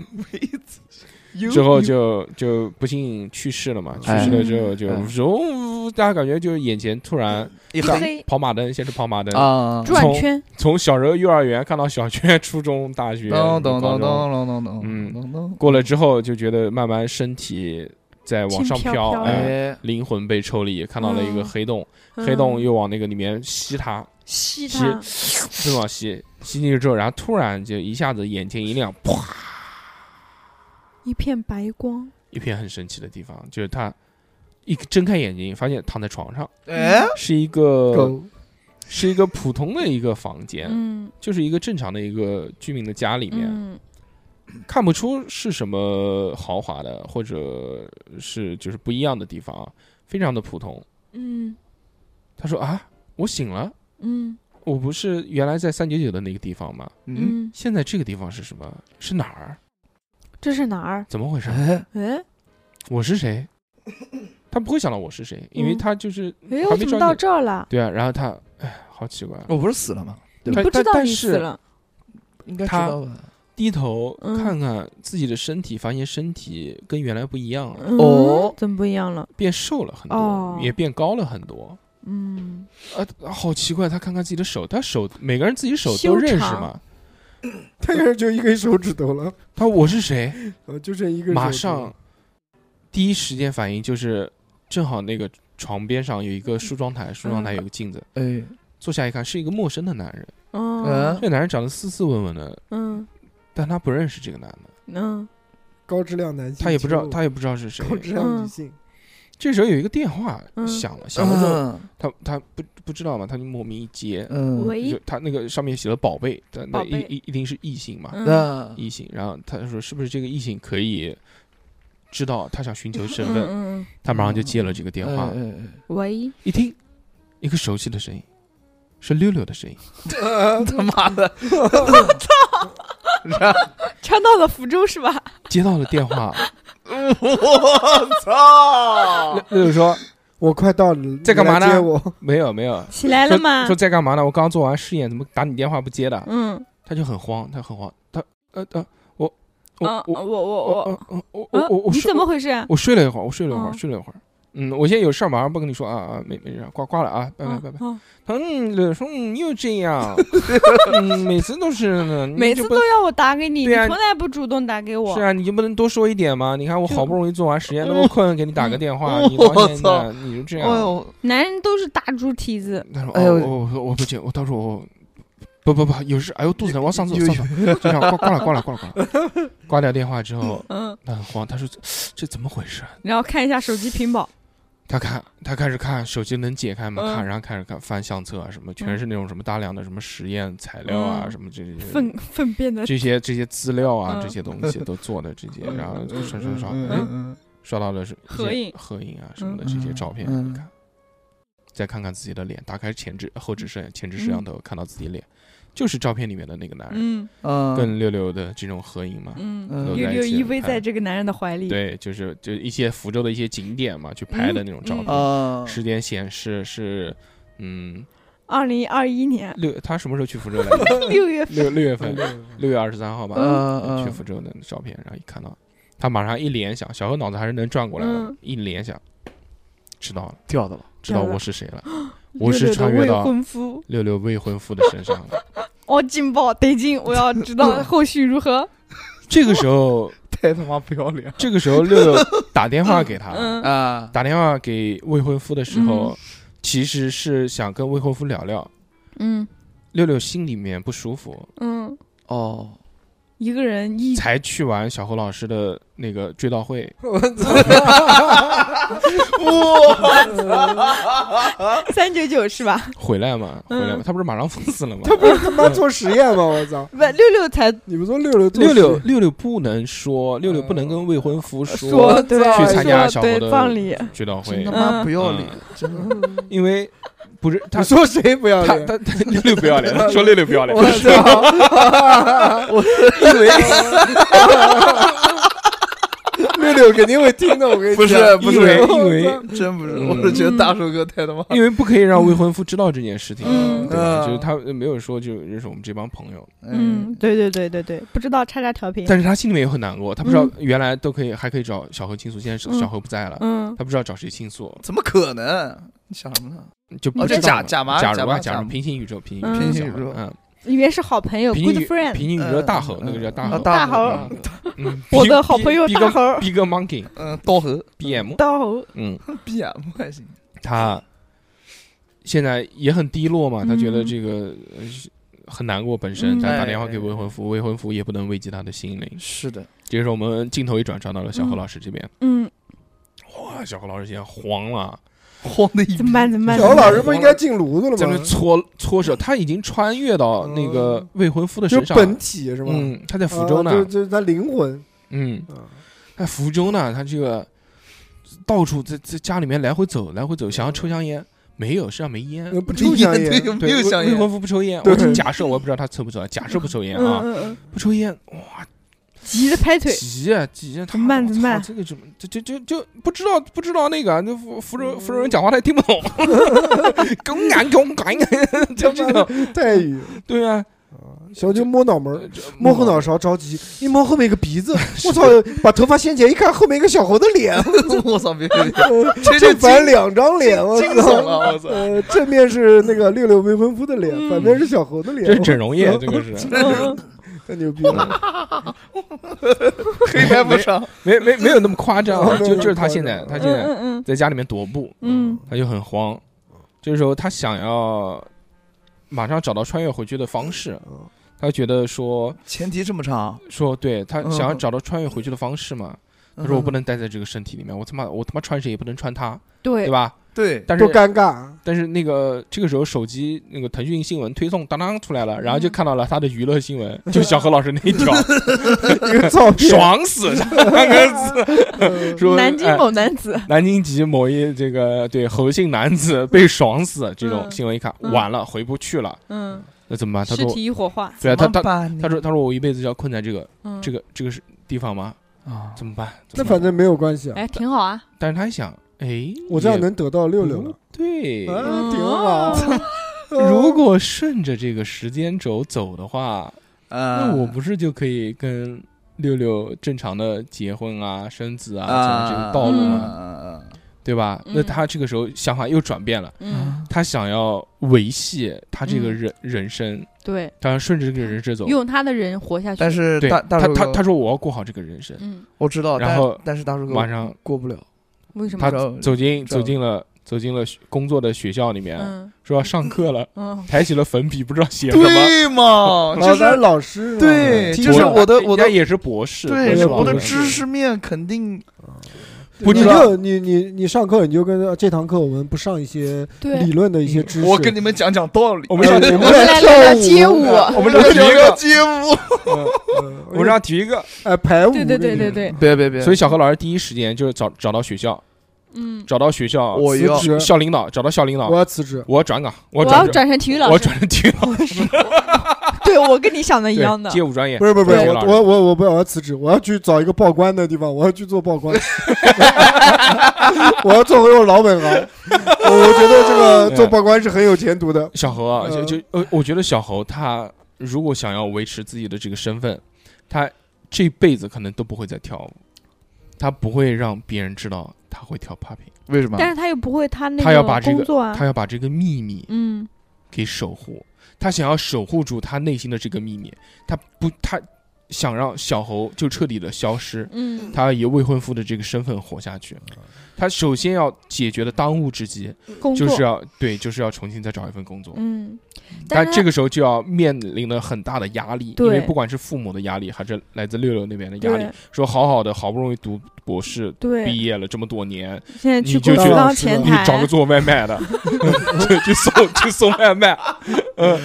[SPEAKER 6] 有
[SPEAKER 3] 之后就就不幸去世了嘛，去世了之后就
[SPEAKER 6] 哎
[SPEAKER 3] 容，大家感觉就是眼前突然
[SPEAKER 6] 一
[SPEAKER 4] 一
[SPEAKER 6] 黑
[SPEAKER 4] 黑
[SPEAKER 3] 跑马灯，先是跑
[SPEAKER 4] 嗯
[SPEAKER 3] 马灯，
[SPEAKER 6] 啊，
[SPEAKER 4] 转圈，
[SPEAKER 3] 从小时候幼儿园看到小学、初中、大学，嗯
[SPEAKER 6] 咚咚
[SPEAKER 3] 高
[SPEAKER 6] 咚
[SPEAKER 3] 中
[SPEAKER 6] 咚咚咚
[SPEAKER 3] 嗯
[SPEAKER 6] 咚咚，
[SPEAKER 3] 过了之后就觉得慢慢身体在往上飘，
[SPEAKER 4] 轻飘飘
[SPEAKER 3] 哎，
[SPEAKER 6] 哎，
[SPEAKER 3] 灵魂被抽离，看到了一个黑洞，
[SPEAKER 4] 嗯
[SPEAKER 3] 黑洞又往那个里面吸 它，
[SPEAKER 4] 吸他，
[SPEAKER 3] 是往吸吸进去之后，然后突然就一下子眼前一亮，啪，
[SPEAKER 4] 一片白光，
[SPEAKER 3] 一片很神奇的地方，就是他一睁开眼睛，发现躺在床上
[SPEAKER 6] 哎，
[SPEAKER 3] 是一个
[SPEAKER 5] 狗，
[SPEAKER 3] 是一个普通的一个房间，
[SPEAKER 4] 嗯
[SPEAKER 3] 就是一个正常的一个居民的家里面，
[SPEAKER 4] 嗯，
[SPEAKER 3] 看不出是什么豪华的，或者是就是不一样的地方，啊，非常的普通。
[SPEAKER 4] 嗯
[SPEAKER 3] 他说啊，我醒了，
[SPEAKER 4] 嗯
[SPEAKER 3] 我不是原来在三九九的那个地方吗？
[SPEAKER 6] 嗯，
[SPEAKER 4] 嗯，
[SPEAKER 3] 现在这个地方是什么？是哪儿？
[SPEAKER 4] 这是哪儿？
[SPEAKER 3] 怎么 回事？
[SPEAKER 6] 哎，
[SPEAKER 4] 哎
[SPEAKER 3] 我是谁？他不会想到我是谁，因为
[SPEAKER 4] 嗯
[SPEAKER 3] 他就是
[SPEAKER 4] 哎，
[SPEAKER 3] 还
[SPEAKER 4] 我
[SPEAKER 3] 没
[SPEAKER 4] 怎
[SPEAKER 3] 转
[SPEAKER 4] 么到
[SPEAKER 3] 眼
[SPEAKER 4] 这儿了？
[SPEAKER 3] 对啊，然后他哎，好奇怪啊。
[SPEAKER 6] 我不是死了吗？
[SPEAKER 4] 你
[SPEAKER 3] 但
[SPEAKER 4] 不知
[SPEAKER 3] 但
[SPEAKER 4] 道
[SPEAKER 3] 但
[SPEAKER 4] 你
[SPEAKER 3] 是
[SPEAKER 4] 死了，
[SPEAKER 6] 应该知
[SPEAKER 3] 他
[SPEAKER 6] 道吧？
[SPEAKER 3] 低头
[SPEAKER 4] 嗯
[SPEAKER 3] 看看自己的身体，发现身体跟原来不一样了，
[SPEAKER 4] 嗯
[SPEAKER 6] 哦
[SPEAKER 4] 怎么不一样了？
[SPEAKER 3] 变瘦了很多，
[SPEAKER 4] 哦
[SPEAKER 3] 也变高了很多。
[SPEAKER 4] 嗯，
[SPEAKER 3] 啊，好奇怪！他看看自己的手，他手每个人自己手都认识嘛。
[SPEAKER 5] 他开始就一根手指头了，
[SPEAKER 3] 他说我是谁？
[SPEAKER 5] 呃，就剩一根手指头。
[SPEAKER 3] 马上第一时间反应就是，正好那个床边上有一个梳妆台，梳妆
[SPEAKER 4] 嗯
[SPEAKER 3] 台有个镜子，
[SPEAKER 6] 哎，
[SPEAKER 3] 坐下一看是一个陌生的男人。
[SPEAKER 4] 哦，
[SPEAKER 3] 这个男人长得斯斯文文的，
[SPEAKER 4] 嗯
[SPEAKER 3] 但他不认识这个男的，
[SPEAKER 4] 嗯
[SPEAKER 5] 高质量男性，
[SPEAKER 3] 他也不知道，他也不知道是谁。
[SPEAKER 5] 高质量女
[SPEAKER 3] 嗯
[SPEAKER 5] 性，
[SPEAKER 3] 这时候有一个电话
[SPEAKER 4] 嗯
[SPEAKER 3] 响了，响了之后，
[SPEAKER 6] 嗯
[SPEAKER 3] 他他不不知道嘛，他就莫名一接，
[SPEAKER 6] 嗯，
[SPEAKER 4] 喂
[SPEAKER 3] 就他那个上面写了宝贝，但那
[SPEAKER 4] 哎宝
[SPEAKER 3] 一
[SPEAKER 4] 贝
[SPEAKER 3] 一一定是异性嘛，
[SPEAKER 4] 嗯
[SPEAKER 6] 那
[SPEAKER 3] 异性，然后他说是不是这个异性可以知道他想寻求身
[SPEAKER 4] 嗯
[SPEAKER 3] 份？
[SPEAKER 4] 嗯，
[SPEAKER 3] 他马上就接了这个电话，
[SPEAKER 6] 哎
[SPEAKER 4] 喂，
[SPEAKER 3] 一听一个熟悉的声音，是六六的声音。
[SPEAKER 6] 哎 他妈的，
[SPEAKER 4] 穿到了福州是吧？
[SPEAKER 3] 接到了电话，
[SPEAKER 6] 我操！
[SPEAKER 3] 六六说
[SPEAKER 5] 我快到了，
[SPEAKER 3] 在干嘛呢
[SPEAKER 5] 你来接我，
[SPEAKER 3] 没有没有，
[SPEAKER 4] 起来了吗
[SPEAKER 3] 说？说在干嘛呢？我刚做完试验，怎么打你电话不接的？
[SPEAKER 4] 嗯，
[SPEAKER 3] 他就很慌，他很慌，他呃呃，我
[SPEAKER 4] 啊
[SPEAKER 3] 我我
[SPEAKER 4] 我
[SPEAKER 3] 我
[SPEAKER 4] 我我
[SPEAKER 3] 我我
[SPEAKER 4] 啊
[SPEAKER 3] 我我我
[SPEAKER 4] 你
[SPEAKER 3] 睡
[SPEAKER 4] 怎么回事？
[SPEAKER 3] 我睡了一会儿，我睡了一会儿，
[SPEAKER 4] 嗯
[SPEAKER 3] 睡了一会儿。嗯，我现在有事儿，马上不跟你说啊啊，没没事儿，挂挂了啊，拜拜
[SPEAKER 4] 嗯
[SPEAKER 3] 拜拜。
[SPEAKER 4] 嗯
[SPEAKER 3] 他嗯，柳说你又这样，嗯，每次都是呢，你
[SPEAKER 4] 每
[SPEAKER 3] 就
[SPEAKER 4] 次
[SPEAKER 3] 不
[SPEAKER 4] 都要我打给你，你
[SPEAKER 3] 对啊
[SPEAKER 4] 从来不主动打给我
[SPEAKER 3] 是。啊，你就不能多说一点吗？你看我
[SPEAKER 4] 就
[SPEAKER 3] 好不容易做完实验，那么困，给你打个电话，你到
[SPEAKER 6] 嗯我
[SPEAKER 3] 现在
[SPEAKER 6] 操
[SPEAKER 3] 你就这
[SPEAKER 6] 哎
[SPEAKER 3] 样。
[SPEAKER 6] 呦，
[SPEAKER 4] 男人都是大猪蹄子，
[SPEAKER 3] 他说：“
[SPEAKER 6] 哎呦
[SPEAKER 3] 哦，我我我不接，我到时候我不不不，有事，哎呦肚子疼，我要上厕所，上厕所，就这样挂挂了挂了挂了挂了。 挂掉电话之后，
[SPEAKER 4] 嗯，
[SPEAKER 3] 他很慌，他说这怎么回事啊？
[SPEAKER 4] 然后看一下手机屏保，
[SPEAKER 3] 他看，他开始看手机能解开吗？
[SPEAKER 4] 嗯
[SPEAKER 3] 看，然后开始看翻相册啊，什么
[SPEAKER 6] 嗯
[SPEAKER 3] 全是那种什么大量的什么实验材料啊，
[SPEAKER 4] 嗯
[SPEAKER 3] 什么这些
[SPEAKER 4] 粪 粪便的，
[SPEAKER 3] 这些这些资料啊，
[SPEAKER 4] 嗯
[SPEAKER 3] 这些东西都做的这些，然后刷刷刷，
[SPEAKER 6] 嗯
[SPEAKER 3] 哎
[SPEAKER 6] 嗯
[SPEAKER 3] 刷到了是一些
[SPEAKER 4] 合影
[SPEAKER 3] 合影啊什么的
[SPEAKER 6] 嗯
[SPEAKER 3] 这些照片，
[SPEAKER 6] 嗯
[SPEAKER 3] 你看，再看看自己的脸，打开前置后置摄前置摄像头，看到自己脸，就是照片里面的那个男人
[SPEAKER 4] 嗯
[SPEAKER 6] 嗯，
[SPEAKER 3] 跟六六的这种合影嘛。
[SPEAKER 4] 嗯，
[SPEAKER 6] 嗯
[SPEAKER 3] 都
[SPEAKER 4] 六
[SPEAKER 3] 在一
[SPEAKER 4] 六
[SPEAKER 3] 起
[SPEAKER 4] 依
[SPEAKER 3] 拍
[SPEAKER 4] 偎在这个男人的怀里，
[SPEAKER 3] 对，就是就一些福
[SPEAKER 6] 哦
[SPEAKER 3] 州的一些景点嘛，去拍的那种照
[SPEAKER 4] 嗯
[SPEAKER 3] 片，
[SPEAKER 6] 啊，
[SPEAKER 3] 时间显示是嗯
[SPEAKER 4] 二零二一年
[SPEAKER 3] 六，他什么时候去福州来着？
[SPEAKER 4] 六月份，
[SPEAKER 3] 六六月份，六月二十三号吧。
[SPEAKER 6] 嗯嗯
[SPEAKER 3] 去福州的照片，然后一看到他马上一联想，小何脑子还是能转过来的，
[SPEAKER 4] 嗯
[SPEAKER 3] 一联想，知道了，
[SPEAKER 6] 掉的了，
[SPEAKER 3] 知道
[SPEAKER 4] 掉了
[SPEAKER 3] 我是谁了，
[SPEAKER 4] 六
[SPEAKER 3] 我是
[SPEAKER 4] 六的
[SPEAKER 3] 穿越
[SPEAKER 4] 未
[SPEAKER 3] 到
[SPEAKER 4] 婚夫，
[SPEAKER 3] 六六未婚夫的身上了。
[SPEAKER 4] 哦，劲爆得劲！我要知
[SPEAKER 3] 嗯
[SPEAKER 4] 道后续如何。
[SPEAKER 3] 这个时候，
[SPEAKER 6] 太他妈不要脸
[SPEAKER 3] 这个时候六六打电话给他，
[SPEAKER 4] 嗯
[SPEAKER 6] 啊！
[SPEAKER 3] 打电话给未婚夫的时候，其实是想跟未婚夫聊聊。
[SPEAKER 4] 嗯
[SPEAKER 3] 六六心里面不舒服，
[SPEAKER 4] 嗯，
[SPEAKER 6] 哦，
[SPEAKER 4] 一个人一
[SPEAKER 3] 才去完小侯老师的那个追悼会，
[SPEAKER 4] 三九九是吧？
[SPEAKER 3] 回来嘛，回
[SPEAKER 4] 嗯
[SPEAKER 3] 来嘛，他不是马上封死了吗？
[SPEAKER 5] 他不 是他妈做实验吗？我操！
[SPEAKER 4] 不，六六才
[SPEAKER 5] 你们说六六做
[SPEAKER 3] 六六
[SPEAKER 5] 实验
[SPEAKER 3] 六六不能说，六六不能跟未婚夫
[SPEAKER 4] 说对
[SPEAKER 3] 去参加小
[SPEAKER 4] 呃说
[SPEAKER 3] 猴
[SPEAKER 4] 对
[SPEAKER 3] 的
[SPEAKER 4] 葬礼，
[SPEAKER 3] 追悼
[SPEAKER 6] 真
[SPEAKER 3] 会
[SPEAKER 6] 他，妈
[SPEAKER 4] 嗯
[SPEAKER 6] 不要脸，真的。
[SPEAKER 3] 因为不是他
[SPEAKER 5] 你说谁不要
[SPEAKER 3] 他
[SPEAKER 5] 脸？
[SPEAKER 3] 他他六六不要脸，他说六六不要脸
[SPEAKER 6] 我，操！我以为
[SPEAKER 5] 六六肯定会听的，我跟你
[SPEAKER 6] 不
[SPEAKER 5] 讲。
[SPEAKER 6] 是不
[SPEAKER 3] 因为
[SPEAKER 6] 是，
[SPEAKER 3] 因为
[SPEAKER 6] 真不是，
[SPEAKER 3] 嗯
[SPEAKER 6] 我是觉得大手哥太他妈
[SPEAKER 3] 因为不可以让未婚夫知道这件事情，
[SPEAKER 4] 嗯
[SPEAKER 3] 对吧
[SPEAKER 6] 嗯
[SPEAKER 3] 就是他没有说就认识我们这帮朋友，
[SPEAKER 6] 哎
[SPEAKER 4] 嗯，对对对对对，不知道叉叉调频，
[SPEAKER 3] 但是他心里面也很难过，他不知道
[SPEAKER 4] 嗯
[SPEAKER 3] 原来都可以还可以找小何倾诉，现在小
[SPEAKER 4] 嗯
[SPEAKER 3] 小何不在了，
[SPEAKER 4] 嗯
[SPEAKER 3] 他不知道找谁倾诉，
[SPEAKER 6] 怎么可能？你想什么呢？
[SPEAKER 3] 就不
[SPEAKER 6] 哦
[SPEAKER 3] 知
[SPEAKER 6] 这
[SPEAKER 3] 道
[SPEAKER 6] 假
[SPEAKER 3] 嘛
[SPEAKER 6] 假嘛
[SPEAKER 3] 假如
[SPEAKER 6] 假
[SPEAKER 3] 吧，
[SPEAKER 6] 嘛
[SPEAKER 3] 假
[SPEAKER 6] 假
[SPEAKER 3] 如
[SPEAKER 6] 嘛
[SPEAKER 3] 平行宇宙，平
[SPEAKER 4] 嗯
[SPEAKER 3] 行
[SPEAKER 6] 平行宇宙
[SPEAKER 3] 嗯，
[SPEAKER 4] 里面是好朋友
[SPEAKER 3] 平行
[SPEAKER 4] ，good
[SPEAKER 3] 宇
[SPEAKER 4] friend，
[SPEAKER 3] 平行宇宙的大猴
[SPEAKER 6] 嗯，
[SPEAKER 3] 那个叫大
[SPEAKER 6] 啊
[SPEAKER 3] 猴，
[SPEAKER 6] 大
[SPEAKER 4] 猴
[SPEAKER 3] 大猴，嗯，
[SPEAKER 4] 我的好朋友大猴儿
[SPEAKER 3] ，Big Monkey
[SPEAKER 6] 嗯，刀河
[SPEAKER 3] BM，
[SPEAKER 4] 大猴，
[SPEAKER 3] 嗯，
[SPEAKER 6] 闭眼不还行？
[SPEAKER 3] 他现在也很低落嘛，他觉得
[SPEAKER 4] 嗯
[SPEAKER 3] 这个呃很难过，本身
[SPEAKER 4] 嗯
[SPEAKER 3] 他打
[SPEAKER 6] 哎
[SPEAKER 3] 电话给
[SPEAKER 6] 哎
[SPEAKER 3] 未婚夫，未婚夫也不能慰藉他的心灵。
[SPEAKER 6] 是的，
[SPEAKER 3] 这个时候我们镜头一转，转到了小何
[SPEAKER 4] 嗯
[SPEAKER 3] 老师这边，
[SPEAKER 4] 嗯，
[SPEAKER 3] 哇，小何老师现在慌了，
[SPEAKER 6] 慌的一
[SPEAKER 4] 怎么办？怎么办？
[SPEAKER 5] 小侯老师不应该进炉子了
[SPEAKER 3] 在那
[SPEAKER 5] 吗？
[SPEAKER 3] 搓搓手，他已经穿越到那个未婚夫的
[SPEAKER 5] 嗯就
[SPEAKER 3] 身
[SPEAKER 5] 是
[SPEAKER 3] 上了，
[SPEAKER 5] 本体是吧？
[SPEAKER 3] 嗯，他在福州
[SPEAKER 5] 啊就
[SPEAKER 3] 呢，
[SPEAKER 5] 就是他灵魂。
[SPEAKER 3] 嗯，
[SPEAKER 5] 啊
[SPEAKER 3] 在福州呢，他这个到处在在家里面来回走，来回
[SPEAKER 5] 嗯
[SPEAKER 3] 走，想要抽香烟，没有，身上没烟。
[SPEAKER 5] 呃不抽 香烟，
[SPEAKER 6] 有没
[SPEAKER 3] 对，
[SPEAKER 6] 有
[SPEAKER 3] 未
[SPEAKER 6] 香
[SPEAKER 3] 未
[SPEAKER 6] 烟
[SPEAKER 3] 婚？夫不抽烟，
[SPEAKER 5] 对
[SPEAKER 3] 我就假设我也不知道他抽不抽，假设不抽烟
[SPEAKER 4] 嗯
[SPEAKER 3] 啊，
[SPEAKER 4] 嗯嗯，
[SPEAKER 3] 不抽烟，哇，
[SPEAKER 4] 急着拍腿，
[SPEAKER 3] 急啊急啊，他
[SPEAKER 4] 怎么办
[SPEAKER 3] 我
[SPEAKER 4] 怎么办
[SPEAKER 3] 操这个怎么这这这就不知道不知道那个，那福福州福州人讲话他也听不懂， 拱俺拱俺，就这种，
[SPEAKER 5] 待遇。
[SPEAKER 3] 对啊，
[SPEAKER 5] 小舅摸脑门儿，
[SPEAKER 3] 就
[SPEAKER 5] 摸后脑勺着急，一摸后面一个 鼻子，我操！把头发掀起来一看，后面一个小猴的脸，
[SPEAKER 6] 我操！别别别，这
[SPEAKER 5] 正
[SPEAKER 6] 就
[SPEAKER 5] 反两张脸，我
[SPEAKER 6] 惊悚啊
[SPEAKER 5] 操！
[SPEAKER 6] 了，我操！
[SPEAKER 5] 呃，正面是那个六六未婚夫的脸，
[SPEAKER 4] 嗯
[SPEAKER 5] 反面是小猴的
[SPEAKER 3] 这是
[SPEAKER 5] 脸，
[SPEAKER 3] 整容业，这个是
[SPEAKER 4] 嗯
[SPEAKER 5] 太牛逼了！
[SPEAKER 6] 黑白无常，
[SPEAKER 3] 没没没有那么夸张啊，就就是他现在他
[SPEAKER 4] 嗯
[SPEAKER 3] 现在
[SPEAKER 4] 嗯嗯
[SPEAKER 3] 在家里面踱步，
[SPEAKER 4] 嗯
[SPEAKER 3] 他就很慌。这时候他想要马上找到穿越回去的方式，他觉得说
[SPEAKER 6] 前提这么长，
[SPEAKER 3] 说对他
[SPEAKER 6] 嗯
[SPEAKER 3] 想要找到穿越回去的方式嘛。他
[SPEAKER 6] 他
[SPEAKER 3] 说我不能待在这个身体里面，我他妈我他妈穿谁也不能穿他，
[SPEAKER 4] 对
[SPEAKER 3] 对吧？
[SPEAKER 6] 对，
[SPEAKER 3] 但
[SPEAKER 5] 多
[SPEAKER 3] 是
[SPEAKER 5] 尴尬！啊
[SPEAKER 3] 但是那个这个时候手机那个腾讯新闻推送当当出来了，
[SPEAKER 4] 嗯
[SPEAKER 3] 然后就看到了他的娱乐新 闻，就是小何老师那一条，
[SPEAKER 5] 一个照片，
[SPEAKER 3] 爽死三个字，
[SPEAKER 5] 嗯
[SPEAKER 3] 说
[SPEAKER 4] 南京
[SPEAKER 3] 哎
[SPEAKER 4] 某男 子，
[SPEAKER 3] 南京籍某一这个对侯姓男子被爽死，这种
[SPEAKER 4] 嗯
[SPEAKER 3] 新闻一看，
[SPEAKER 4] 嗯
[SPEAKER 3] 完了回不去了，
[SPEAKER 4] 嗯，
[SPEAKER 3] 那怎么办？他
[SPEAKER 4] 尸
[SPEAKER 3] 说
[SPEAKER 4] 体一火化，
[SPEAKER 3] 对啊，他他
[SPEAKER 6] 他
[SPEAKER 3] 他说他说我一辈子就要困在这个
[SPEAKER 4] 嗯，
[SPEAKER 3] 这个这个是地方吗？
[SPEAKER 6] 啊，
[SPEAKER 3] 怎么办？
[SPEAKER 5] 那
[SPEAKER 3] 怎么办
[SPEAKER 5] 反正没有关系啊，
[SPEAKER 4] 哎，挺好啊，
[SPEAKER 3] 但是他一想，哎，
[SPEAKER 5] 我这样
[SPEAKER 3] 也
[SPEAKER 5] 能得到六六了
[SPEAKER 3] 不，对。
[SPEAKER 5] 啊，挺好。
[SPEAKER 3] 如果顺着这个时间轴走的话，那
[SPEAKER 6] 那
[SPEAKER 3] 我不是就可以跟六六正常的结婚啊、生子啊，
[SPEAKER 6] 啊嗯
[SPEAKER 3] 走这个道路
[SPEAKER 4] 嘛
[SPEAKER 3] 吗？
[SPEAKER 6] 嘛，
[SPEAKER 3] 对吧？
[SPEAKER 4] 嗯
[SPEAKER 3] 那他这个时候想法又转变了，
[SPEAKER 4] 嗯，
[SPEAKER 3] 他想要维系他这个
[SPEAKER 4] 嗯
[SPEAKER 3] 人人生，
[SPEAKER 4] 对，
[SPEAKER 3] 他要顺着这个人生走。
[SPEAKER 4] 用他的人活下去，
[SPEAKER 6] 但是
[SPEAKER 3] 对，
[SPEAKER 6] 大
[SPEAKER 3] 他
[SPEAKER 6] 大手
[SPEAKER 3] 他
[SPEAKER 6] 哥
[SPEAKER 3] 他说我要过好这个人生，
[SPEAKER 4] 嗯，
[SPEAKER 6] 我知道，
[SPEAKER 3] 然
[SPEAKER 6] 但
[SPEAKER 3] 后
[SPEAKER 6] 但是大叔哥
[SPEAKER 3] 马上
[SPEAKER 6] 嗯过不了，
[SPEAKER 4] 为什
[SPEAKER 3] 他
[SPEAKER 4] 么？
[SPEAKER 6] 走
[SPEAKER 3] 走进
[SPEAKER 6] 知道
[SPEAKER 3] 走进了走进了学工作的学校里面，
[SPEAKER 4] 嗯
[SPEAKER 3] 说要上课 了，
[SPEAKER 4] 嗯，
[SPEAKER 3] 抬起了粉笔，不知道写什么。
[SPEAKER 6] 对
[SPEAKER 3] 哦
[SPEAKER 6] 嘛，
[SPEAKER 5] 老
[SPEAKER 6] 就
[SPEAKER 5] 三
[SPEAKER 6] 是
[SPEAKER 5] 老师，
[SPEAKER 6] 对
[SPEAKER 5] 听
[SPEAKER 6] 就
[SPEAKER 5] 着
[SPEAKER 6] 是我的
[SPEAKER 3] 人
[SPEAKER 6] 我
[SPEAKER 3] 家
[SPEAKER 6] 的
[SPEAKER 3] 也是博士，
[SPEAKER 5] 我
[SPEAKER 6] 对
[SPEAKER 5] 也
[SPEAKER 3] 是
[SPEAKER 6] 我的
[SPEAKER 5] 不知
[SPEAKER 6] 知识面肯定
[SPEAKER 3] 不
[SPEAKER 5] 你
[SPEAKER 3] 知道
[SPEAKER 5] 就你你你上课你就跟他这堂课我们不上一些
[SPEAKER 4] 对
[SPEAKER 5] 理，论的一些知识，
[SPEAKER 6] 我跟你们讲讲道理。
[SPEAKER 3] 我
[SPEAKER 5] 我
[SPEAKER 3] 们让
[SPEAKER 5] 我
[SPEAKER 4] 我
[SPEAKER 5] 们
[SPEAKER 4] 们来聊
[SPEAKER 5] 跳
[SPEAKER 4] 聊
[SPEAKER 5] 舞，
[SPEAKER 4] 街舞，
[SPEAKER 3] 我们让
[SPEAKER 6] 这
[SPEAKER 3] 体 育
[SPEAKER 6] 个
[SPEAKER 3] 课，
[SPEAKER 6] 街舞，
[SPEAKER 5] 嗯
[SPEAKER 3] 我们让体育课。
[SPEAKER 5] 哎排舞，
[SPEAKER 4] 对对对对对，
[SPEAKER 6] 别别别
[SPEAKER 3] 所以小何老师第一时间就是找找到学校，
[SPEAKER 4] 嗯，
[SPEAKER 3] 找到学校
[SPEAKER 6] 我
[SPEAKER 5] 辞
[SPEAKER 6] 要
[SPEAKER 5] 职，
[SPEAKER 3] 校领导，找到校领
[SPEAKER 5] 我
[SPEAKER 3] 导，
[SPEAKER 5] 要辞职。
[SPEAKER 3] 我要转岗，我
[SPEAKER 4] 我
[SPEAKER 3] 要
[SPEAKER 4] 要
[SPEAKER 3] 转
[SPEAKER 4] 转成体育
[SPEAKER 3] 我
[SPEAKER 4] 老师，
[SPEAKER 3] 转成体育老师，
[SPEAKER 4] 对我跟你想的一样的
[SPEAKER 3] 对，街舞专业
[SPEAKER 5] 不。是不是不是，
[SPEAKER 3] 对
[SPEAKER 5] 我我我我不要，我要辞职，我要去找一个 报关的地方，我要去做报关，我要做回我老本行，我觉得 这个
[SPEAKER 3] 对
[SPEAKER 5] 做报关是很有前途的。
[SPEAKER 3] 小猴啊，就
[SPEAKER 5] 呃
[SPEAKER 3] 就呃，我觉得小猴他如果想要维持自己的这个身份，他这辈子可能都不会再跳舞，他不会让别人知道他会跳 popping，
[SPEAKER 6] 为什么？
[SPEAKER 4] 但是他又不会他那
[SPEAKER 3] 他要把
[SPEAKER 4] 个
[SPEAKER 3] 这个
[SPEAKER 4] 工作啊，
[SPEAKER 3] 他要把这个秘密
[SPEAKER 4] 嗯，
[SPEAKER 3] 给守护，他想要守护住他内心的这个秘密，他不，他想让小猴就彻底的消失，
[SPEAKER 4] 嗯，
[SPEAKER 3] 他要以未婚夫的这个身份活下去，他首先要解决的当务之急
[SPEAKER 4] 工作，
[SPEAKER 3] 就是要对，就是要重新再找一份工作。
[SPEAKER 4] 嗯，
[SPEAKER 3] 但
[SPEAKER 4] 是
[SPEAKER 3] 这个时候就要面临了很大的压力，因
[SPEAKER 4] 对
[SPEAKER 3] 为不管是父母的压力，还是来自六六那边的压力
[SPEAKER 4] 对，
[SPEAKER 3] 说好好的，好不容易读博士，
[SPEAKER 4] 对
[SPEAKER 3] 毕，业了这么多年，
[SPEAKER 4] 现在
[SPEAKER 3] 你
[SPEAKER 4] 去
[SPEAKER 3] 就
[SPEAKER 4] 公司
[SPEAKER 3] 觉得
[SPEAKER 4] 当
[SPEAKER 5] 是的
[SPEAKER 4] 前
[SPEAKER 3] 你
[SPEAKER 4] 台，
[SPEAKER 3] 找个做外卖的， 就去送去送外卖， 嗯，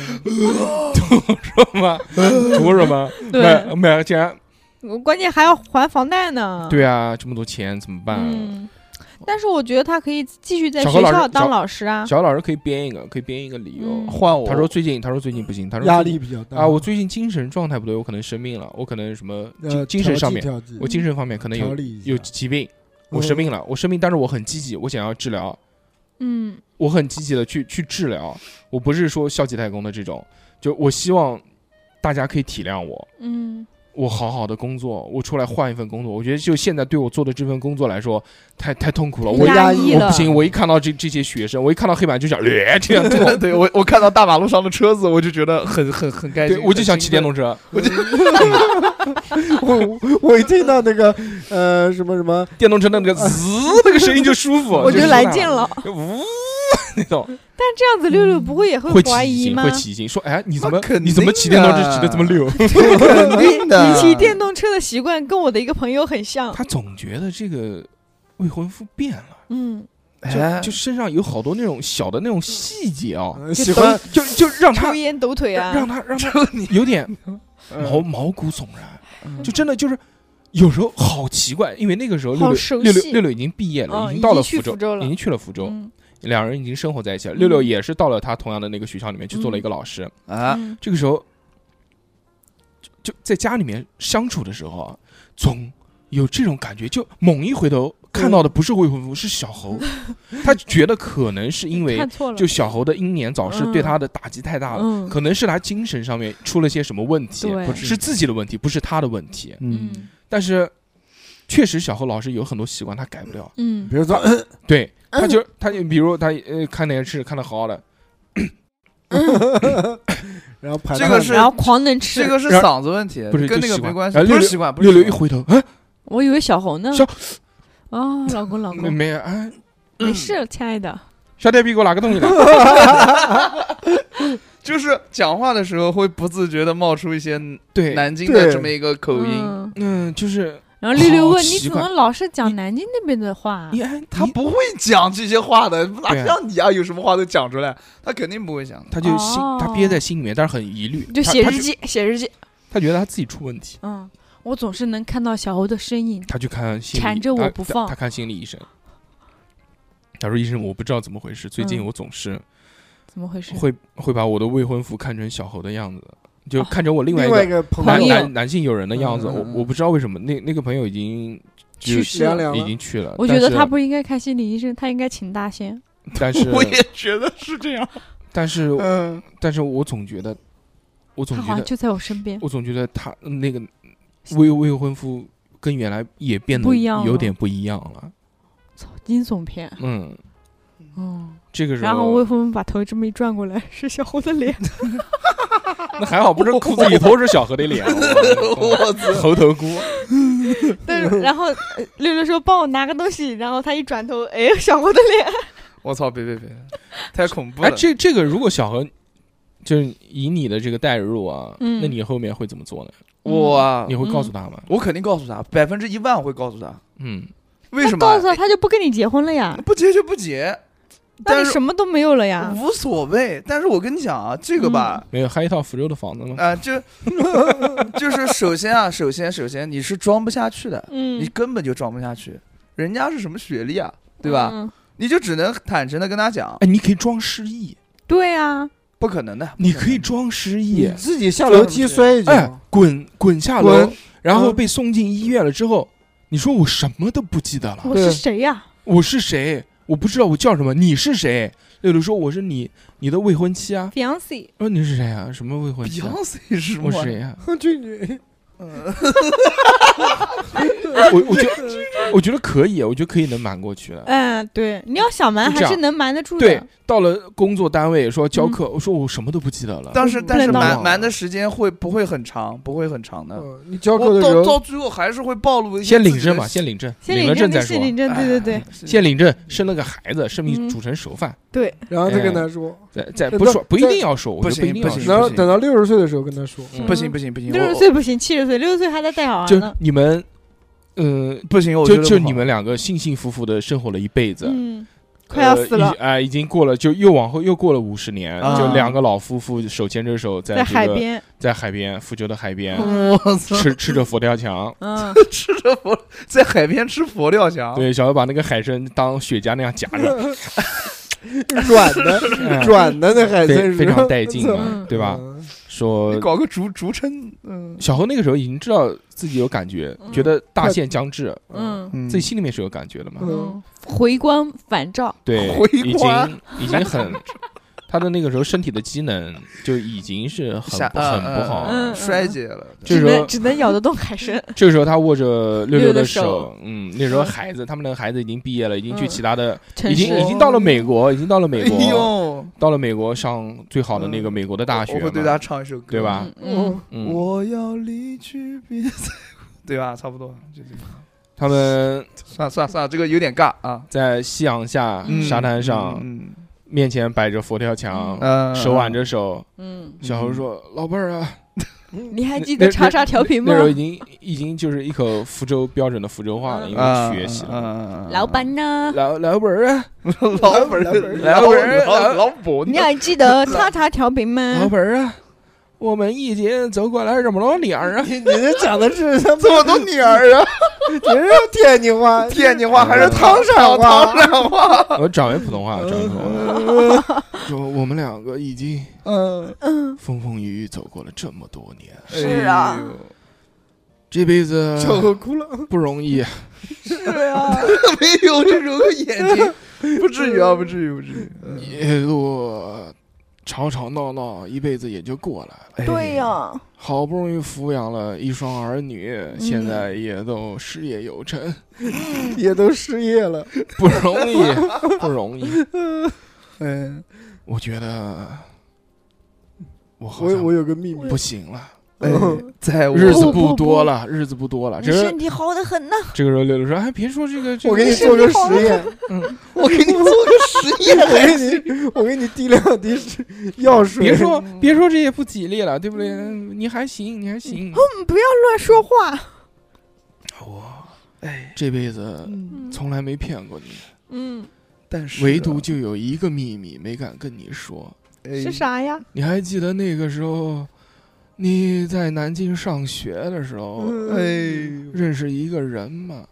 [SPEAKER 3] 图什么？图什么？
[SPEAKER 4] 对
[SPEAKER 3] 买买个竟然
[SPEAKER 4] 我关键还要还房贷呢。
[SPEAKER 3] 对啊，这么多钱怎么办啊？
[SPEAKER 4] 嗯，但是我觉得他可以继续在
[SPEAKER 3] 小
[SPEAKER 4] 学
[SPEAKER 3] 何老师
[SPEAKER 4] 校
[SPEAKER 3] 小
[SPEAKER 4] 当老师啊。
[SPEAKER 3] 小老师可以编一个，可以编一个理由。
[SPEAKER 4] 嗯
[SPEAKER 6] 换我
[SPEAKER 3] 他 说最近，他说最近不行，他说
[SPEAKER 5] 压
[SPEAKER 3] 最
[SPEAKER 5] 力嗯
[SPEAKER 3] 近
[SPEAKER 5] 比较大
[SPEAKER 3] 啊，我最近精神状态不对，我可能生病了，我可能什么
[SPEAKER 5] 呃
[SPEAKER 3] 精精神上面。
[SPEAKER 5] 调剂
[SPEAKER 3] 我精神方面可能
[SPEAKER 5] 调
[SPEAKER 3] 有
[SPEAKER 5] 理一下嗯
[SPEAKER 3] 有疾病，我生病了，我生病，但是我很积极，我想要治疗，
[SPEAKER 4] 嗯，
[SPEAKER 3] 我很积极的去去治疗，我不是说消极怠工的这种，就我希望大家可以体谅我，
[SPEAKER 4] 嗯，
[SPEAKER 3] 我好好的工作，我出来换一份工作，我觉得就现在对我做的这份工作来说，太太痛苦了，我
[SPEAKER 5] 太压抑
[SPEAKER 4] 抑
[SPEAKER 5] 我
[SPEAKER 3] 不
[SPEAKER 4] 了，
[SPEAKER 3] 行，我一看到这这些学生，我一看到黑板就想，呃这样
[SPEAKER 6] 对
[SPEAKER 3] 做，
[SPEAKER 6] 对，我我看到大马路上的车子，我就觉得很很很开心。
[SPEAKER 3] 对我就想
[SPEAKER 6] 很
[SPEAKER 3] 骑
[SPEAKER 6] 兴
[SPEAKER 3] 电
[SPEAKER 6] 奋
[SPEAKER 3] 动车，
[SPEAKER 5] 我我一听到那个呃什么什么，
[SPEAKER 3] 电动车的那个
[SPEAKER 6] 嗯
[SPEAKER 3] 滋那个声音就舒 服，
[SPEAKER 4] 我觉得
[SPEAKER 3] 就
[SPEAKER 4] 来
[SPEAKER 3] 舒坦
[SPEAKER 4] 劲，了。
[SPEAKER 3] 就呜 那种。
[SPEAKER 4] 但这样子六六不会也会
[SPEAKER 3] 会
[SPEAKER 4] 怀
[SPEAKER 3] 起
[SPEAKER 4] 疑
[SPEAKER 3] 疑
[SPEAKER 4] 吗
[SPEAKER 3] 会？起疑心，说哎，你怎么
[SPEAKER 6] 那肯
[SPEAKER 3] 你怎么骑电动车
[SPEAKER 6] 定
[SPEAKER 3] 骑的这么
[SPEAKER 6] 啊
[SPEAKER 3] 溜？
[SPEAKER 6] 肯定的，
[SPEAKER 4] 你骑电动车的习惯跟我的一个朋友很像。
[SPEAKER 3] 他总觉得这个未婚夫变了，
[SPEAKER 4] 嗯，
[SPEAKER 6] 哎嗯
[SPEAKER 3] 就就身上有好多那种小的那种细节啊、
[SPEAKER 5] 呃喜欢
[SPEAKER 3] 就就让他
[SPEAKER 4] 抽烟抖腿啊，
[SPEAKER 3] 让他让 他
[SPEAKER 6] 抽你
[SPEAKER 3] 有点毛
[SPEAKER 6] 嗯
[SPEAKER 3] 毛骨悚然，就真的就是。有时候好奇怪，因为那个时候六
[SPEAKER 4] 好
[SPEAKER 3] 六
[SPEAKER 4] 熟
[SPEAKER 3] 六六
[SPEAKER 4] 悉
[SPEAKER 3] 六六已经毕业了，
[SPEAKER 4] 嗯
[SPEAKER 3] 已经到了
[SPEAKER 4] 已经去
[SPEAKER 3] 福州，
[SPEAKER 4] 福州了
[SPEAKER 3] 已经去了福州，
[SPEAKER 4] 嗯
[SPEAKER 3] 两人已经生活在一起了。
[SPEAKER 4] 嗯
[SPEAKER 3] 六六也是到了他同样的那个学校里面去做了一个老师，
[SPEAKER 6] 啊，
[SPEAKER 4] 嗯
[SPEAKER 3] 这个时候，就就在家里面相处的时候啊，总有这种感觉，就猛一回头看到的不是未婚夫，是小 猴。他觉得可能是因为
[SPEAKER 4] 看错了，
[SPEAKER 3] 就小猴的英年早逝
[SPEAKER 4] 嗯
[SPEAKER 3] 对他的打击太大了，
[SPEAKER 4] 嗯
[SPEAKER 3] 可能是他精神上面出了些什么问题，
[SPEAKER 4] 对
[SPEAKER 3] 不是是自己的问题，不是他的问题。
[SPEAKER 4] 嗯
[SPEAKER 3] 但是。确实，小猴老师有很多习惯他改不了。
[SPEAKER 4] 嗯
[SPEAKER 5] 比如说嗯
[SPEAKER 3] 对，他就他就比如他呃看电视看的好好的，
[SPEAKER 5] 然后排
[SPEAKER 6] 这
[SPEAKER 5] 到
[SPEAKER 6] 个
[SPEAKER 5] 那
[SPEAKER 6] 是
[SPEAKER 4] 然后狂能吃
[SPEAKER 6] 这。个是
[SPEAKER 3] 然
[SPEAKER 6] 嗓子问题，
[SPEAKER 3] 不是
[SPEAKER 6] 跟
[SPEAKER 3] 就
[SPEAKER 6] 那个
[SPEAKER 3] 习惯
[SPEAKER 6] 没关系
[SPEAKER 3] 然，后
[SPEAKER 6] 不
[SPEAKER 3] 六
[SPEAKER 6] 是
[SPEAKER 3] 六
[SPEAKER 6] 习惯，不是
[SPEAKER 3] 六六一
[SPEAKER 6] 习惯
[SPEAKER 3] 回头，哎，
[SPEAKER 4] 我以为小红呢。
[SPEAKER 3] 小
[SPEAKER 4] 啊，老公 老
[SPEAKER 3] 没
[SPEAKER 4] 公，
[SPEAKER 3] 没哎，
[SPEAKER 4] 没事，亲爱的。
[SPEAKER 3] 小呆逼给我拿个东西来。
[SPEAKER 6] 就是讲话的时候会不自觉的冒出一些
[SPEAKER 3] 对，
[SPEAKER 6] 南京的
[SPEAKER 5] 对
[SPEAKER 6] 这么一个口音，
[SPEAKER 4] 嗯。
[SPEAKER 3] 嗯，就是
[SPEAKER 4] 然后六六
[SPEAKER 3] 好
[SPEAKER 4] 问
[SPEAKER 3] 奇
[SPEAKER 4] 你怎
[SPEAKER 3] 怪
[SPEAKER 4] 么老是讲南京那边的话啊？
[SPEAKER 3] 你哎，他
[SPEAKER 6] 他不会讲这些话的，哪
[SPEAKER 3] 对啊
[SPEAKER 6] 像你啊，有什么话都讲出来，他肯定不会讲的。
[SPEAKER 3] 他就心他憋在心里面，但是很疑虑，
[SPEAKER 4] 哦就
[SPEAKER 3] 他
[SPEAKER 4] 写
[SPEAKER 3] 他
[SPEAKER 4] 日
[SPEAKER 3] 就
[SPEAKER 4] 记，写日记。
[SPEAKER 3] 他觉得他自己出问题，
[SPEAKER 4] 嗯，我总是能看到小猴的身影。
[SPEAKER 3] 他去看心理
[SPEAKER 4] 缠着我
[SPEAKER 3] 他
[SPEAKER 4] 不
[SPEAKER 3] 他
[SPEAKER 4] 放
[SPEAKER 3] 他看心理医生。他说：“医生，我不知道怎么回事，最近
[SPEAKER 4] 嗯
[SPEAKER 3] 我总是
[SPEAKER 4] 怎么回事？
[SPEAKER 3] 会会把我的未婚夫看成小猴的样子，就
[SPEAKER 4] 哦
[SPEAKER 3] 看成我另外一
[SPEAKER 5] 另外一
[SPEAKER 3] 个
[SPEAKER 5] 个朋
[SPEAKER 3] 男
[SPEAKER 5] 友
[SPEAKER 4] 友
[SPEAKER 3] 男男性友人的样子。
[SPEAKER 6] 嗯嗯
[SPEAKER 3] 我
[SPEAKER 6] 嗯
[SPEAKER 3] 我不知道为什么，那那个朋友已经就
[SPEAKER 4] 去世了
[SPEAKER 5] 凉凉
[SPEAKER 3] 已
[SPEAKER 5] 了，
[SPEAKER 3] 经去了。
[SPEAKER 4] 我觉得
[SPEAKER 3] 但是
[SPEAKER 4] 他，不应该看心理医生，他应该请大仙。
[SPEAKER 3] 但 是啊
[SPEAKER 6] 我也觉得是这 样。
[SPEAKER 3] 但是
[SPEAKER 6] 嗯，
[SPEAKER 3] 但是我总觉得，我总
[SPEAKER 4] 他
[SPEAKER 3] 觉
[SPEAKER 4] 好
[SPEAKER 3] 得
[SPEAKER 4] 像就在我身边。
[SPEAKER 3] 我总觉得他那个未未婚夫跟原来也变得
[SPEAKER 4] 不一样啊
[SPEAKER 3] 有
[SPEAKER 4] 了
[SPEAKER 3] 点不一样了。
[SPEAKER 4] 操，惊悚片。
[SPEAKER 3] 嗯，
[SPEAKER 4] 嗯。
[SPEAKER 3] 这个时
[SPEAKER 4] 然后
[SPEAKER 3] 候
[SPEAKER 4] 未婚夫把头这么一转过来，是小猴的脸。
[SPEAKER 3] 那还好，不是裤子里头是小何的脸，啊
[SPEAKER 6] 我操，
[SPEAKER 3] 猴头菇。
[SPEAKER 4] 但是然后呃六六说帮我拿个东西，然后他一转头，哎，小猴的脸。
[SPEAKER 6] 我操，别别别，太恐怖
[SPEAKER 3] 哎，
[SPEAKER 6] 了。
[SPEAKER 3] 这这个如果小何就是以你的这个代入啊，
[SPEAKER 4] 嗯
[SPEAKER 3] 那你后面会怎么做呢？
[SPEAKER 6] 我啊
[SPEAKER 3] 嗯你，会告诉他吗？
[SPEAKER 6] 我肯定告诉他，百分之一万会告诉他。
[SPEAKER 3] 嗯，
[SPEAKER 6] 为什么？
[SPEAKER 4] 他告诉他，他就不跟你结婚了呀？
[SPEAKER 6] 不结就不结，
[SPEAKER 4] 那
[SPEAKER 6] 但
[SPEAKER 4] 你
[SPEAKER 6] 是
[SPEAKER 4] 什么都没有了呀？
[SPEAKER 6] 无所谓。但是我跟你讲啊，这个吧，
[SPEAKER 3] 没有，还有一套福州的房子吗？
[SPEAKER 6] 啊，就 就是首先啊，首先首先你是装不下去的，
[SPEAKER 4] 嗯
[SPEAKER 6] 你，根本就装不下去。人家是什么学历啊，对吧？
[SPEAKER 4] 嗯？
[SPEAKER 6] 你就只能坦诚的跟他讲，
[SPEAKER 3] 哎，你可以装失忆，
[SPEAKER 4] 对啊，
[SPEAKER 6] 不可能的，
[SPEAKER 3] 你
[SPEAKER 6] 不能
[SPEAKER 3] 可以
[SPEAKER 6] 的
[SPEAKER 3] 装失
[SPEAKER 5] 你
[SPEAKER 3] 忆，
[SPEAKER 5] 自己下楼梯摔一
[SPEAKER 3] 哎
[SPEAKER 5] 跤，，
[SPEAKER 3] 滚滚下楼
[SPEAKER 5] 滚，，
[SPEAKER 3] 然后
[SPEAKER 5] 嗯
[SPEAKER 3] 被送进医院了之后，你说我什么都不记得了。
[SPEAKER 4] 我
[SPEAKER 5] 对
[SPEAKER 4] 是谁呀？
[SPEAKER 3] 我是谁？我不知道我叫什么，你是谁？六六说我是你你的未婚妻啊。
[SPEAKER 4] Fiance，
[SPEAKER 3] 我说你是谁啊？什么未婚妻、啊？
[SPEAKER 6] Beyonce 是
[SPEAKER 3] 我是
[SPEAKER 6] 吗？
[SPEAKER 3] 谁啊？
[SPEAKER 5] 俊 女，
[SPEAKER 3] 我我觉得我觉得可以，啊我觉得可以能瞒过去的。
[SPEAKER 4] 嗯，对，你要想瞒
[SPEAKER 3] 就这
[SPEAKER 4] 还
[SPEAKER 3] 样
[SPEAKER 4] 是能瞒得住的。
[SPEAKER 3] 对，
[SPEAKER 6] 啊
[SPEAKER 3] 到了工作单位说教
[SPEAKER 6] 嗯
[SPEAKER 3] 课，我说我什么都不记得了。
[SPEAKER 6] 但是
[SPEAKER 4] 不
[SPEAKER 6] 但是
[SPEAKER 4] 能闹
[SPEAKER 6] 瞒
[SPEAKER 3] 啊
[SPEAKER 6] 瞒的时间会不会很长？不会很长的。
[SPEAKER 5] 嗯你教课
[SPEAKER 6] 我
[SPEAKER 5] 的时
[SPEAKER 6] 到
[SPEAKER 5] 候
[SPEAKER 6] 到最后还是会暴露一些
[SPEAKER 3] 先领
[SPEAKER 6] 自己
[SPEAKER 3] 证
[SPEAKER 6] 的
[SPEAKER 3] 嘛，先领证，
[SPEAKER 4] 先
[SPEAKER 3] 了
[SPEAKER 4] 领
[SPEAKER 3] 证
[SPEAKER 4] 证，
[SPEAKER 3] 再说
[SPEAKER 4] 先。领证，对对对
[SPEAKER 6] 哎，
[SPEAKER 3] 先领证，生了个孩子，生米
[SPEAKER 4] 嗯
[SPEAKER 3] 煮成熟饭。
[SPEAKER 4] 对，
[SPEAKER 5] 然后再
[SPEAKER 3] 哎
[SPEAKER 5] 跟他说，
[SPEAKER 3] 再再
[SPEAKER 5] 这
[SPEAKER 3] 不
[SPEAKER 5] 都
[SPEAKER 3] 说，不一
[SPEAKER 5] 这
[SPEAKER 3] 定要说，我
[SPEAKER 6] 不
[SPEAKER 3] 觉得不一定
[SPEAKER 6] 行嗯不
[SPEAKER 3] 要
[SPEAKER 6] 行
[SPEAKER 3] 说。
[SPEAKER 5] 然后
[SPEAKER 6] 不
[SPEAKER 5] 等到六十岁的时候跟他说，
[SPEAKER 3] 嗯
[SPEAKER 6] 不行不行不行，
[SPEAKER 4] 六
[SPEAKER 6] 我
[SPEAKER 4] 十岁不行，七十岁，六十岁还在带小孩
[SPEAKER 3] 就
[SPEAKER 4] 呢。
[SPEAKER 3] 你们，嗯，
[SPEAKER 6] 不行，我觉
[SPEAKER 3] 就
[SPEAKER 6] 得
[SPEAKER 3] 就
[SPEAKER 6] 不好
[SPEAKER 3] 你们两个幸幸福福的生活了一辈子，
[SPEAKER 4] 嗯，快要
[SPEAKER 3] 呃
[SPEAKER 4] 死
[SPEAKER 3] 已
[SPEAKER 4] 了，
[SPEAKER 3] 啊，已经过了，就又往后又过了五十年，
[SPEAKER 6] 啊
[SPEAKER 3] 就两个老夫妇手牵着手在
[SPEAKER 4] 在
[SPEAKER 3] 这
[SPEAKER 4] 海
[SPEAKER 3] 个，
[SPEAKER 4] 边，
[SPEAKER 3] 在海边，福州的海边，
[SPEAKER 6] 我操，
[SPEAKER 3] 吃吃着佛跳墙。
[SPEAKER 4] 嗯，
[SPEAKER 6] 吃着佛在海边吃佛跳墙，
[SPEAKER 3] 对，小友把那个海参当雪茄那样夹着，
[SPEAKER 5] 软的
[SPEAKER 3] 哎
[SPEAKER 5] 软的那海
[SPEAKER 3] 非
[SPEAKER 5] 参是
[SPEAKER 3] 非常带劲嘛
[SPEAKER 4] 嗯，
[SPEAKER 3] 对吧？？说
[SPEAKER 6] 你搞个竹竹撑，嗯
[SPEAKER 3] 小何那个时候已经知道自己有感觉，
[SPEAKER 4] 嗯
[SPEAKER 3] 觉得大限将至，
[SPEAKER 4] 嗯
[SPEAKER 6] 嗯，
[SPEAKER 3] 自己心里面是有感觉的嘛。
[SPEAKER 5] 嗯
[SPEAKER 4] 嗯，回光返照，
[SPEAKER 3] 对
[SPEAKER 6] 回，
[SPEAKER 3] 已
[SPEAKER 6] 光
[SPEAKER 3] 经已经很，他的那个时候身体的机能就已经是很
[SPEAKER 6] 下呃
[SPEAKER 3] 不很不好啊
[SPEAKER 4] 嗯
[SPEAKER 3] 了。
[SPEAKER 4] 嗯
[SPEAKER 6] 衰竭了，
[SPEAKER 3] 这
[SPEAKER 4] 只
[SPEAKER 3] 时候
[SPEAKER 4] 能只能咬得动海参。
[SPEAKER 3] 这个时候他握着六六
[SPEAKER 4] 六六的
[SPEAKER 3] 手
[SPEAKER 4] 手，
[SPEAKER 3] 嗯，那时候孩子他们那个孩子已经毕业了，已经去
[SPEAKER 4] 嗯
[SPEAKER 3] 其他的，
[SPEAKER 4] 城
[SPEAKER 3] 已经
[SPEAKER 4] 市
[SPEAKER 3] 已经到了美国，已经到了美
[SPEAKER 6] 哎
[SPEAKER 3] 国，
[SPEAKER 6] 呦，嗯
[SPEAKER 3] 到了美国上最好的那个美国的大学
[SPEAKER 6] 我会对
[SPEAKER 3] 嘛
[SPEAKER 6] 他，唱一首歌，
[SPEAKER 3] 对吧？
[SPEAKER 4] 嗯嗯，
[SPEAKER 3] 嗯，
[SPEAKER 6] 我要离去，别再对吧？差不多，就这个。
[SPEAKER 3] 他们
[SPEAKER 6] 算了算了算了，这个有点尬啊。
[SPEAKER 3] 在夕阳下
[SPEAKER 4] 嗯
[SPEAKER 3] 沙滩上，
[SPEAKER 6] 嗯，
[SPEAKER 3] 面前摆着佛跳墙，
[SPEAKER 6] 嗯
[SPEAKER 3] 手挽，着手，
[SPEAKER 4] 嗯，
[SPEAKER 3] 小猴说：“老伴儿啊，
[SPEAKER 4] 你还记得叉叉调频吗
[SPEAKER 3] 那时？候已经已经就是一口福州标准的福州话了，因
[SPEAKER 6] 啊，
[SPEAKER 3] 为学习了。
[SPEAKER 6] 了
[SPEAKER 4] 老，板
[SPEAKER 6] 嗯
[SPEAKER 4] 呢？
[SPEAKER 3] 老老伴儿啊，
[SPEAKER 6] 老板，老板，老老伯，
[SPEAKER 4] 你还记得叉叉调频吗
[SPEAKER 3] 老？伴儿啊，我们一起走过来这么多年 儿啊，
[SPEAKER 5] 你你这讲的是什么？
[SPEAKER 6] 这么多女 儿啊，
[SPEAKER 5] 全是天津 话，
[SPEAKER 6] 天津话还是
[SPEAKER 5] 唐山话
[SPEAKER 6] 唐山 话？
[SPEAKER 3] 我转为普通话，转为普通话， 说我们两个已经
[SPEAKER 6] 嗯，
[SPEAKER 3] 风风雨雨走过了这么多年，
[SPEAKER 4] 是啊
[SPEAKER 6] 哎呦，
[SPEAKER 3] 这辈子
[SPEAKER 5] 小何哭了。
[SPEAKER 3] 不容易。
[SPEAKER 4] 是啊，
[SPEAKER 6] 没有这揉个眼睛， 不至于啊，不至于，不至 于。嗯
[SPEAKER 3] 一路吵吵闹闹，一辈子也就过来了。
[SPEAKER 4] 对
[SPEAKER 6] 哎
[SPEAKER 4] 呀，
[SPEAKER 3] 好不容易抚养了一双儿女，现在也都事业有成，
[SPEAKER 5] 也都失业了。
[SPEAKER 3] 不 容易，不容易。
[SPEAKER 5] 哎
[SPEAKER 6] 嗯，
[SPEAKER 3] 我觉得我好
[SPEAKER 5] 我
[SPEAKER 3] 像
[SPEAKER 5] 我有个秘密
[SPEAKER 3] 不，行了，
[SPEAKER 6] 哎在我
[SPEAKER 3] 日子
[SPEAKER 4] 不不
[SPEAKER 3] 多了，日子不多了。
[SPEAKER 4] 你
[SPEAKER 3] 这个
[SPEAKER 4] 身体好的很呐。
[SPEAKER 3] 这个时候，六六说：“哎，别说这个，这
[SPEAKER 5] 我
[SPEAKER 3] 个
[SPEAKER 5] 给你做个实验，嗯
[SPEAKER 6] 我给你做个实验，
[SPEAKER 5] 我给你我给你滴两滴水药水。
[SPEAKER 3] 别说别说这些不吉利了，对不对？你还行，你还行。
[SPEAKER 4] 嗯，不要乱说话。
[SPEAKER 3] 我
[SPEAKER 6] 哎，
[SPEAKER 3] 这辈子
[SPEAKER 6] 嗯，
[SPEAKER 3] 从来没骗过你，
[SPEAKER 4] 嗯，
[SPEAKER 6] 但是啊
[SPEAKER 3] 唯独就有一个秘密没敢跟你说。”
[SPEAKER 6] 哎
[SPEAKER 4] 是？啥呀？
[SPEAKER 3] 你还记得那个时候，你在南京上学的时候、
[SPEAKER 6] 哎
[SPEAKER 5] 嗯，
[SPEAKER 6] 呦，
[SPEAKER 3] 认识一个人吗？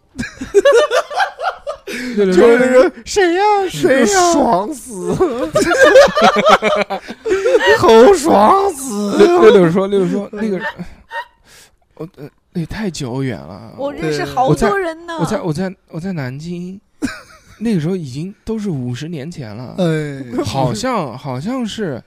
[SPEAKER 3] 就
[SPEAKER 5] 就是那个谁呀谁呀，爽死，好爽死。
[SPEAKER 3] 六六说六六说那个，我呃那也太久远了。
[SPEAKER 4] 我
[SPEAKER 3] 我
[SPEAKER 4] 认识好多人呢。
[SPEAKER 3] 我在我在我在南京，那个时候已经都是五十年前了，
[SPEAKER 6] 哎，
[SPEAKER 3] 好像好像是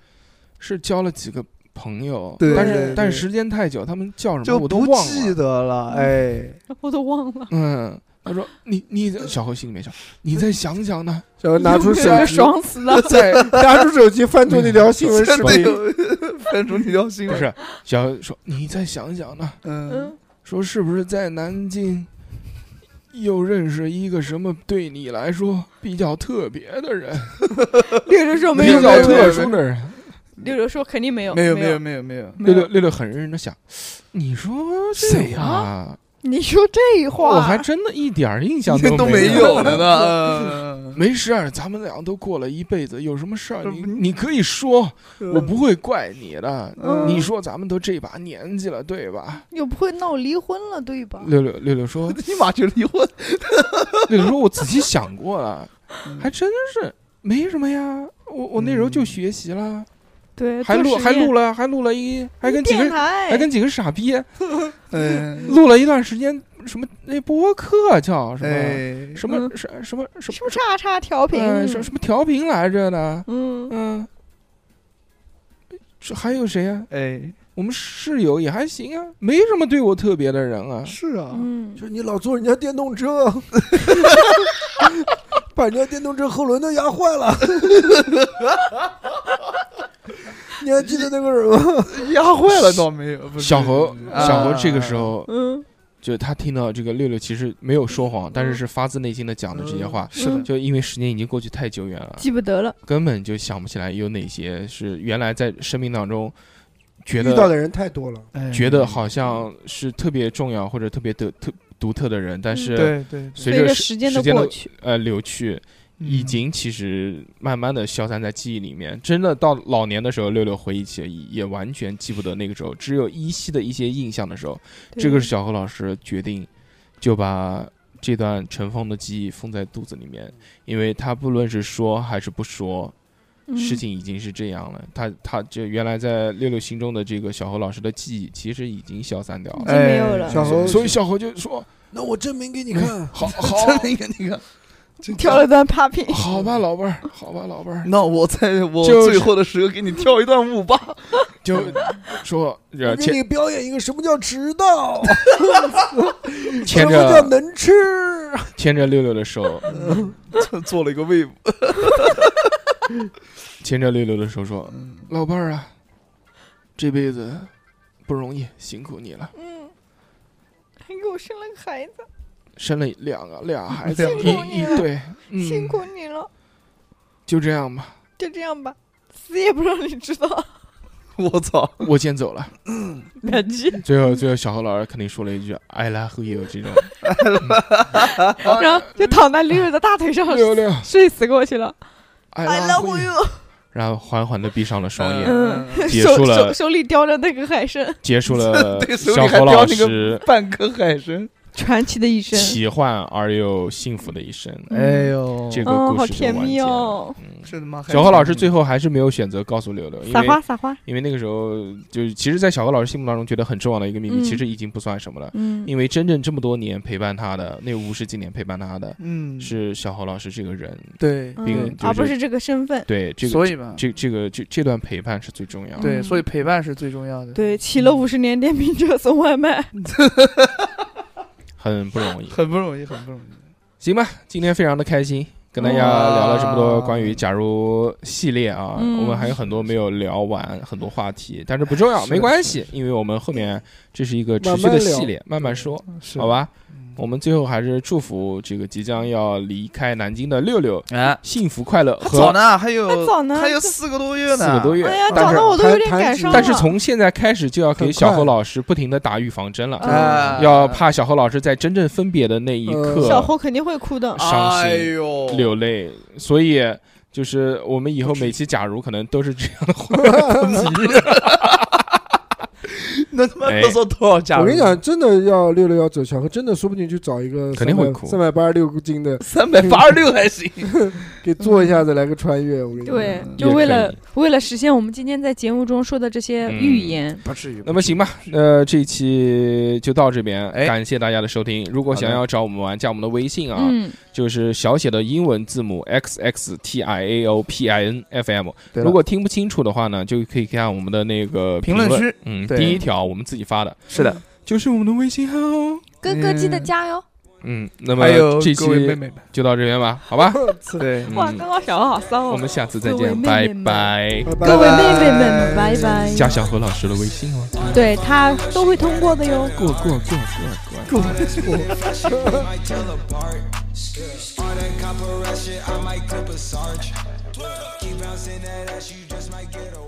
[SPEAKER 3] 是交了几个朋友，
[SPEAKER 6] 对
[SPEAKER 3] 但
[SPEAKER 5] 对
[SPEAKER 3] 是
[SPEAKER 5] 对
[SPEAKER 3] 但时间太久，他们叫什么
[SPEAKER 6] 就
[SPEAKER 3] 我都
[SPEAKER 6] 不
[SPEAKER 3] 忘了。
[SPEAKER 6] 记得了，哎，
[SPEAKER 4] 我都忘了。
[SPEAKER 3] 嗯，他说你你在小何心里 面想，你再想想呢，
[SPEAKER 5] 然后拿出 手
[SPEAKER 4] 有没有
[SPEAKER 5] 机，
[SPEAKER 4] 爽死了。
[SPEAKER 5] 在拿出手机翻出那条新闻视
[SPEAKER 6] 真的
[SPEAKER 5] 频，
[SPEAKER 6] 有翻出那条新
[SPEAKER 3] 不
[SPEAKER 6] 闻，
[SPEAKER 3] 是小何说你再想想呢，
[SPEAKER 6] 嗯，
[SPEAKER 4] 嗯，
[SPEAKER 3] 说是不是在南京又认识一个什么对你来说比较特别的人，
[SPEAKER 4] 六六说
[SPEAKER 3] 比
[SPEAKER 4] 没有，
[SPEAKER 6] 没有
[SPEAKER 3] 较
[SPEAKER 6] 没有
[SPEAKER 3] 特殊的人。
[SPEAKER 4] 六六说肯定没有，
[SPEAKER 6] 嗯没有没
[SPEAKER 4] 没
[SPEAKER 6] 有，没有没
[SPEAKER 3] 六
[SPEAKER 6] 有，
[SPEAKER 3] 六六六很认真的想，你说
[SPEAKER 6] 谁呀
[SPEAKER 3] 啊？
[SPEAKER 4] 你说这话，
[SPEAKER 3] 哦我还真的一点儿印象
[SPEAKER 6] 都
[SPEAKER 3] 没
[SPEAKER 6] 没有了 呢，嗯
[SPEAKER 3] 没事儿，咱们俩都过了一辈子，有什么事儿
[SPEAKER 6] 这
[SPEAKER 3] 你
[SPEAKER 6] 不
[SPEAKER 3] 你可以说，我不会怪你的。
[SPEAKER 6] 嗯
[SPEAKER 3] 你说咱们都这把年纪了，对吧？
[SPEAKER 4] 又不会闹离婚了，对吧？
[SPEAKER 3] 六六六六说，
[SPEAKER 6] 立马就离 婚，
[SPEAKER 3] 六六说，我仔细想过了，还真是没什么呀。我我那时候就学习了，
[SPEAKER 4] 对，
[SPEAKER 3] 还录
[SPEAKER 4] 嗯做实
[SPEAKER 3] 还
[SPEAKER 4] 验
[SPEAKER 3] 录了还录了一还跟几
[SPEAKER 4] 电
[SPEAKER 3] 个
[SPEAKER 4] 台，
[SPEAKER 3] 还跟几个傻逼
[SPEAKER 6] 嗯，
[SPEAKER 3] 录了一段时间，什么那播客叫什么
[SPEAKER 6] 哎，
[SPEAKER 3] 什么什什么什
[SPEAKER 4] 什
[SPEAKER 3] 么
[SPEAKER 4] 么叉叉调频，
[SPEAKER 3] 嗯什么什么调频来着呢？
[SPEAKER 4] 嗯，
[SPEAKER 3] 嗯，这还有谁呀、
[SPEAKER 6] 哎，
[SPEAKER 3] 我们室友也还行啊，没什么对我特别的人啊。
[SPEAKER 6] 是啊，
[SPEAKER 4] 嗯
[SPEAKER 5] 就是你老坐人家电动车， 把人家电动车后轮都压坏了。 你还记得那个人吗？
[SPEAKER 6] 压坏了倒没有。不是
[SPEAKER 3] 小何，小何这个时，候，
[SPEAKER 4] 嗯，
[SPEAKER 3] 就他听到这个六六其实没有说谎，但是是发自内心的讲的这些话
[SPEAKER 6] 啊，是
[SPEAKER 4] 嗯
[SPEAKER 6] 的，
[SPEAKER 3] 就因为时间已经过去太久远了，
[SPEAKER 4] 记不得了，
[SPEAKER 3] 根本就想不起来有哪些是原来在生命当中觉
[SPEAKER 5] 遇到
[SPEAKER 3] 得
[SPEAKER 5] 的人太多了，
[SPEAKER 6] 哎
[SPEAKER 3] 觉得，好像是特别重要或者特别的特独特的人，但是
[SPEAKER 6] 对对，
[SPEAKER 3] 随
[SPEAKER 4] 随
[SPEAKER 3] 着
[SPEAKER 4] 着
[SPEAKER 3] 时
[SPEAKER 4] 时间
[SPEAKER 3] 时
[SPEAKER 4] 的
[SPEAKER 3] 间的
[SPEAKER 4] 过去，
[SPEAKER 3] 呃流去，
[SPEAKER 5] 嗯
[SPEAKER 3] 已经其实慢慢的消散在记忆里面。真的到老年的时候，六六回忆起也完全记不得那个时候，只有依稀的一些印象的时候，
[SPEAKER 4] 对
[SPEAKER 3] 这个是小何老师决定就把这段尘封的记忆封在肚子里面，因为他不论是说还是不说，
[SPEAKER 5] 嗯
[SPEAKER 3] 事，情已经是这样了。他他这原来在六六心中的这个小何老师的记忆，其实已经消散掉
[SPEAKER 4] 嗯已
[SPEAKER 3] 了。
[SPEAKER 4] 经没有了
[SPEAKER 6] 哎，
[SPEAKER 5] 小 何，
[SPEAKER 3] 所以小何就说
[SPEAKER 5] 那我证明给你看：“。
[SPEAKER 3] 好好
[SPEAKER 6] 真的一个那个，这
[SPEAKER 4] 嗯跳了段 popping，
[SPEAKER 3] 好吧，老伴儿，好吧，老伴儿。”
[SPEAKER 6] 那我在我
[SPEAKER 3] 就是
[SPEAKER 6] 最后的时刻给你跳一段 舞吧。
[SPEAKER 3] 就说呃
[SPEAKER 5] 我给
[SPEAKER 3] 牵
[SPEAKER 5] 你表演一个什么叫迟到，什
[SPEAKER 3] 牵
[SPEAKER 5] 么叫
[SPEAKER 3] 着
[SPEAKER 5] 能吃。
[SPEAKER 3] 牵着六六的手，
[SPEAKER 6] 做了一个 wave，
[SPEAKER 3] 牵着六六的手说：“老伴儿啊，这辈子不容易，辛苦你了，
[SPEAKER 4] 嗯，还给我生了个孩子，
[SPEAKER 3] 生了两个俩孩子，
[SPEAKER 6] 辛
[SPEAKER 3] 一
[SPEAKER 4] 苦你
[SPEAKER 3] 一
[SPEAKER 4] 了
[SPEAKER 3] 对，嗯，
[SPEAKER 4] 辛苦你了，
[SPEAKER 3] 就这样吧，
[SPEAKER 4] 就这样吧，死也不让你知 道，
[SPEAKER 6] 我操！
[SPEAKER 3] 我先走了。
[SPEAKER 4] 感激。”
[SPEAKER 3] 最后，最后小何老师肯定说了一句：“I 哎 love you。”这种
[SPEAKER 4] 然后就躺在六六的大腿上
[SPEAKER 3] 啊六哎六
[SPEAKER 4] 睡死过去了。
[SPEAKER 3] ，I
[SPEAKER 4] I love
[SPEAKER 3] you。
[SPEAKER 4] you，
[SPEAKER 3] 然后缓缓的闭上了双眼，
[SPEAKER 4] 嗯
[SPEAKER 3] 结
[SPEAKER 4] 手
[SPEAKER 3] 束了
[SPEAKER 4] 手手里叼着那个海参，
[SPEAKER 3] 结束 了
[SPEAKER 6] 对手里
[SPEAKER 3] 小
[SPEAKER 6] 还
[SPEAKER 3] 何
[SPEAKER 6] 叼
[SPEAKER 3] 老
[SPEAKER 6] 那个
[SPEAKER 3] 师
[SPEAKER 6] 半颗海参。
[SPEAKER 4] 传奇的一生。
[SPEAKER 3] 奇幻而又幸福的一生。
[SPEAKER 6] 哎呦，
[SPEAKER 3] 这个
[SPEAKER 4] 哦，
[SPEAKER 3] 故
[SPEAKER 4] 好
[SPEAKER 3] 事就
[SPEAKER 4] 甜
[SPEAKER 3] 完
[SPEAKER 4] 蜜
[SPEAKER 3] 结了
[SPEAKER 4] 哦！
[SPEAKER 3] 嗯
[SPEAKER 6] 这他妈还
[SPEAKER 3] 小何老师最后还是没有选择告诉六六，因
[SPEAKER 4] 撒花
[SPEAKER 3] 为
[SPEAKER 4] 撒花，
[SPEAKER 3] 因为那个时候就是，其实，在小何老师心目当中觉得很重要的一个秘密，
[SPEAKER 4] 嗯
[SPEAKER 3] 其实已经不算什么了。
[SPEAKER 4] 嗯，
[SPEAKER 3] 因为真正这么多年陪伴他的，那五十几年陪伴他的
[SPEAKER 6] 嗯
[SPEAKER 3] 是小何老师这个人，
[SPEAKER 6] 对
[SPEAKER 4] 嗯
[SPEAKER 3] 并就
[SPEAKER 4] 而不
[SPEAKER 3] 是
[SPEAKER 4] 是这个身份。
[SPEAKER 3] 对这个
[SPEAKER 6] 所以嘛，
[SPEAKER 3] 这这个这这段陪伴是最重要的。
[SPEAKER 6] 对，
[SPEAKER 4] 嗯
[SPEAKER 6] 所以陪伴是最重要的。
[SPEAKER 4] 对，骑
[SPEAKER 3] 嗯
[SPEAKER 4] 了五十年电瓶车送外卖，
[SPEAKER 3] 很不容易。
[SPEAKER 6] 很不容易，很不容易。
[SPEAKER 3] 行吧，今天非常的开心，跟大家聊了这么多关于假如系列啊，
[SPEAKER 4] 嗯
[SPEAKER 3] 我们还有很多没有聊完，很多话题，但是不重要，
[SPEAKER 6] 是
[SPEAKER 3] 没关系，因为我们后面这是一个持续
[SPEAKER 5] 慢
[SPEAKER 3] 的
[SPEAKER 5] 慢聊
[SPEAKER 3] 系列，慢慢说，
[SPEAKER 6] 是
[SPEAKER 3] 好？吧？
[SPEAKER 6] 嗯
[SPEAKER 3] 我们最后还是祝福这个即将要离开南京的六六
[SPEAKER 6] 哎，
[SPEAKER 3] 幸福快乐
[SPEAKER 6] 还早
[SPEAKER 3] 和
[SPEAKER 6] 呢，还有
[SPEAKER 4] 还早呢
[SPEAKER 6] 还有四个多月呢，
[SPEAKER 3] 四个多月
[SPEAKER 4] 哎呀，，
[SPEAKER 3] 但
[SPEAKER 4] 搞
[SPEAKER 3] 是
[SPEAKER 4] 得我都有点
[SPEAKER 5] 弹
[SPEAKER 4] 感
[SPEAKER 5] 指
[SPEAKER 4] 伤了。
[SPEAKER 3] 但
[SPEAKER 4] 啊
[SPEAKER 3] 是从现在开始就要给
[SPEAKER 5] 很
[SPEAKER 3] 小
[SPEAKER 5] 快
[SPEAKER 3] 何老师不停的打预防针了，
[SPEAKER 6] 哎，
[SPEAKER 3] 要怕小何老师在真正分别的那一
[SPEAKER 5] 呃
[SPEAKER 3] 刻
[SPEAKER 4] 小侯肯定会哭的。
[SPEAKER 3] 伤心
[SPEAKER 6] 哎呦，
[SPEAKER 3] 流泪，所以就是我们以后每期假如可能都是这样的话，
[SPEAKER 6] 那他妈
[SPEAKER 3] 哎
[SPEAKER 6] 要做多少家？
[SPEAKER 5] 我跟你讲，，真的要六六要走小何，真的说不定去找一个
[SPEAKER 3] 肯定会哭
[SPEAKER 5] 三百八十六斤的，
[SPEAKER 6] 三百八十六还行。
[SPEAKER 5] 给做一下子来个穿越。我跟你讲，
[SPEAKER 4] 对，
[SPEAKER 6] 嗯
[SPEAKER 4] 就
[SPEAKER 3] 也
[SPEAKER 4] 为
[SPEAKER 3] 可
[SPEAKER 4] 了
[SPEAKER 3] 以
[SPEAKER 4] 为了实现我们今天在节目中说的这些
[SPEAKER 3] 嗯
[SPEAKER 4] 预言，
[SPEAKER 6] 不至于
[SPEAKER 3] 那么行吧，呃，这一期就到这边，
[SPEAKER 6] 哎
[SPEAKER 3] 感谢大家的收听。如果想
[SPEAKER 6] 好的
[SPEAKER 3] 要找我们玩，加我们的微信啊，
[SPEAKER 4] 嗯，
[SPEAKER 3] 就是小写的英文字母 x x t i a o p i n f m。
[SPEAKER 6] 对了
[SPEAKER 3] 如果听不清楚的话呢，就可以看我们的那个
[SPEAKER 6] 评
[SPEAKER 3] 论
[SPEAKER 6] 论区，
[SPEAKER 3] 嗯，
[SPEAKER 6] 对
[SPEAKER 3] 第一条我们自己发的，
[SPEAKER 6] 是的，
[SPEAKER 3] 就是我们的微信号哦。
[SPEAKER 2] 哥哥记得加油。
[SPEAKER 3] 嗯，那么
[SPEAKER 6] 还有
[SPEAKER 3] 这期
[SPEAKER 6] 哎各位妹妹们，
[SPEAKER 3] 就到这边吧，好 吧？
[SPEAKER 6] 对，
[SPEAKER 4] 哇，
[SPEAKER 3] 嗯
[SPEAKER 4] 刚，刚小侯好骚哦！
[SPEAKER 3] 我们下次再
[SPEAKER 4] 各位
[SPEAKER 3] 见，
[SPEAKER 4] 妹
[SPEAKER 3] 拜
[SPEAKER 4] 妹们
[SPEAKER 3] 拜。
[SPEAKER 5] 拜
[SPEAKER 4] 各
[SPEAKER 5] 拜。
[SPEAKER 4] 位妹妹们，拜拜！
[SPEAKER 3] 加小何老师的微信哦。
[SPEAKER 4] 对他都会通过的哟。
[SPEAKER 3] 过过过过过。
[SPEAKER 7] might tell apart. All that copper rush shit, I might clip a sarge. Keep bouncing that ass, you just might get away.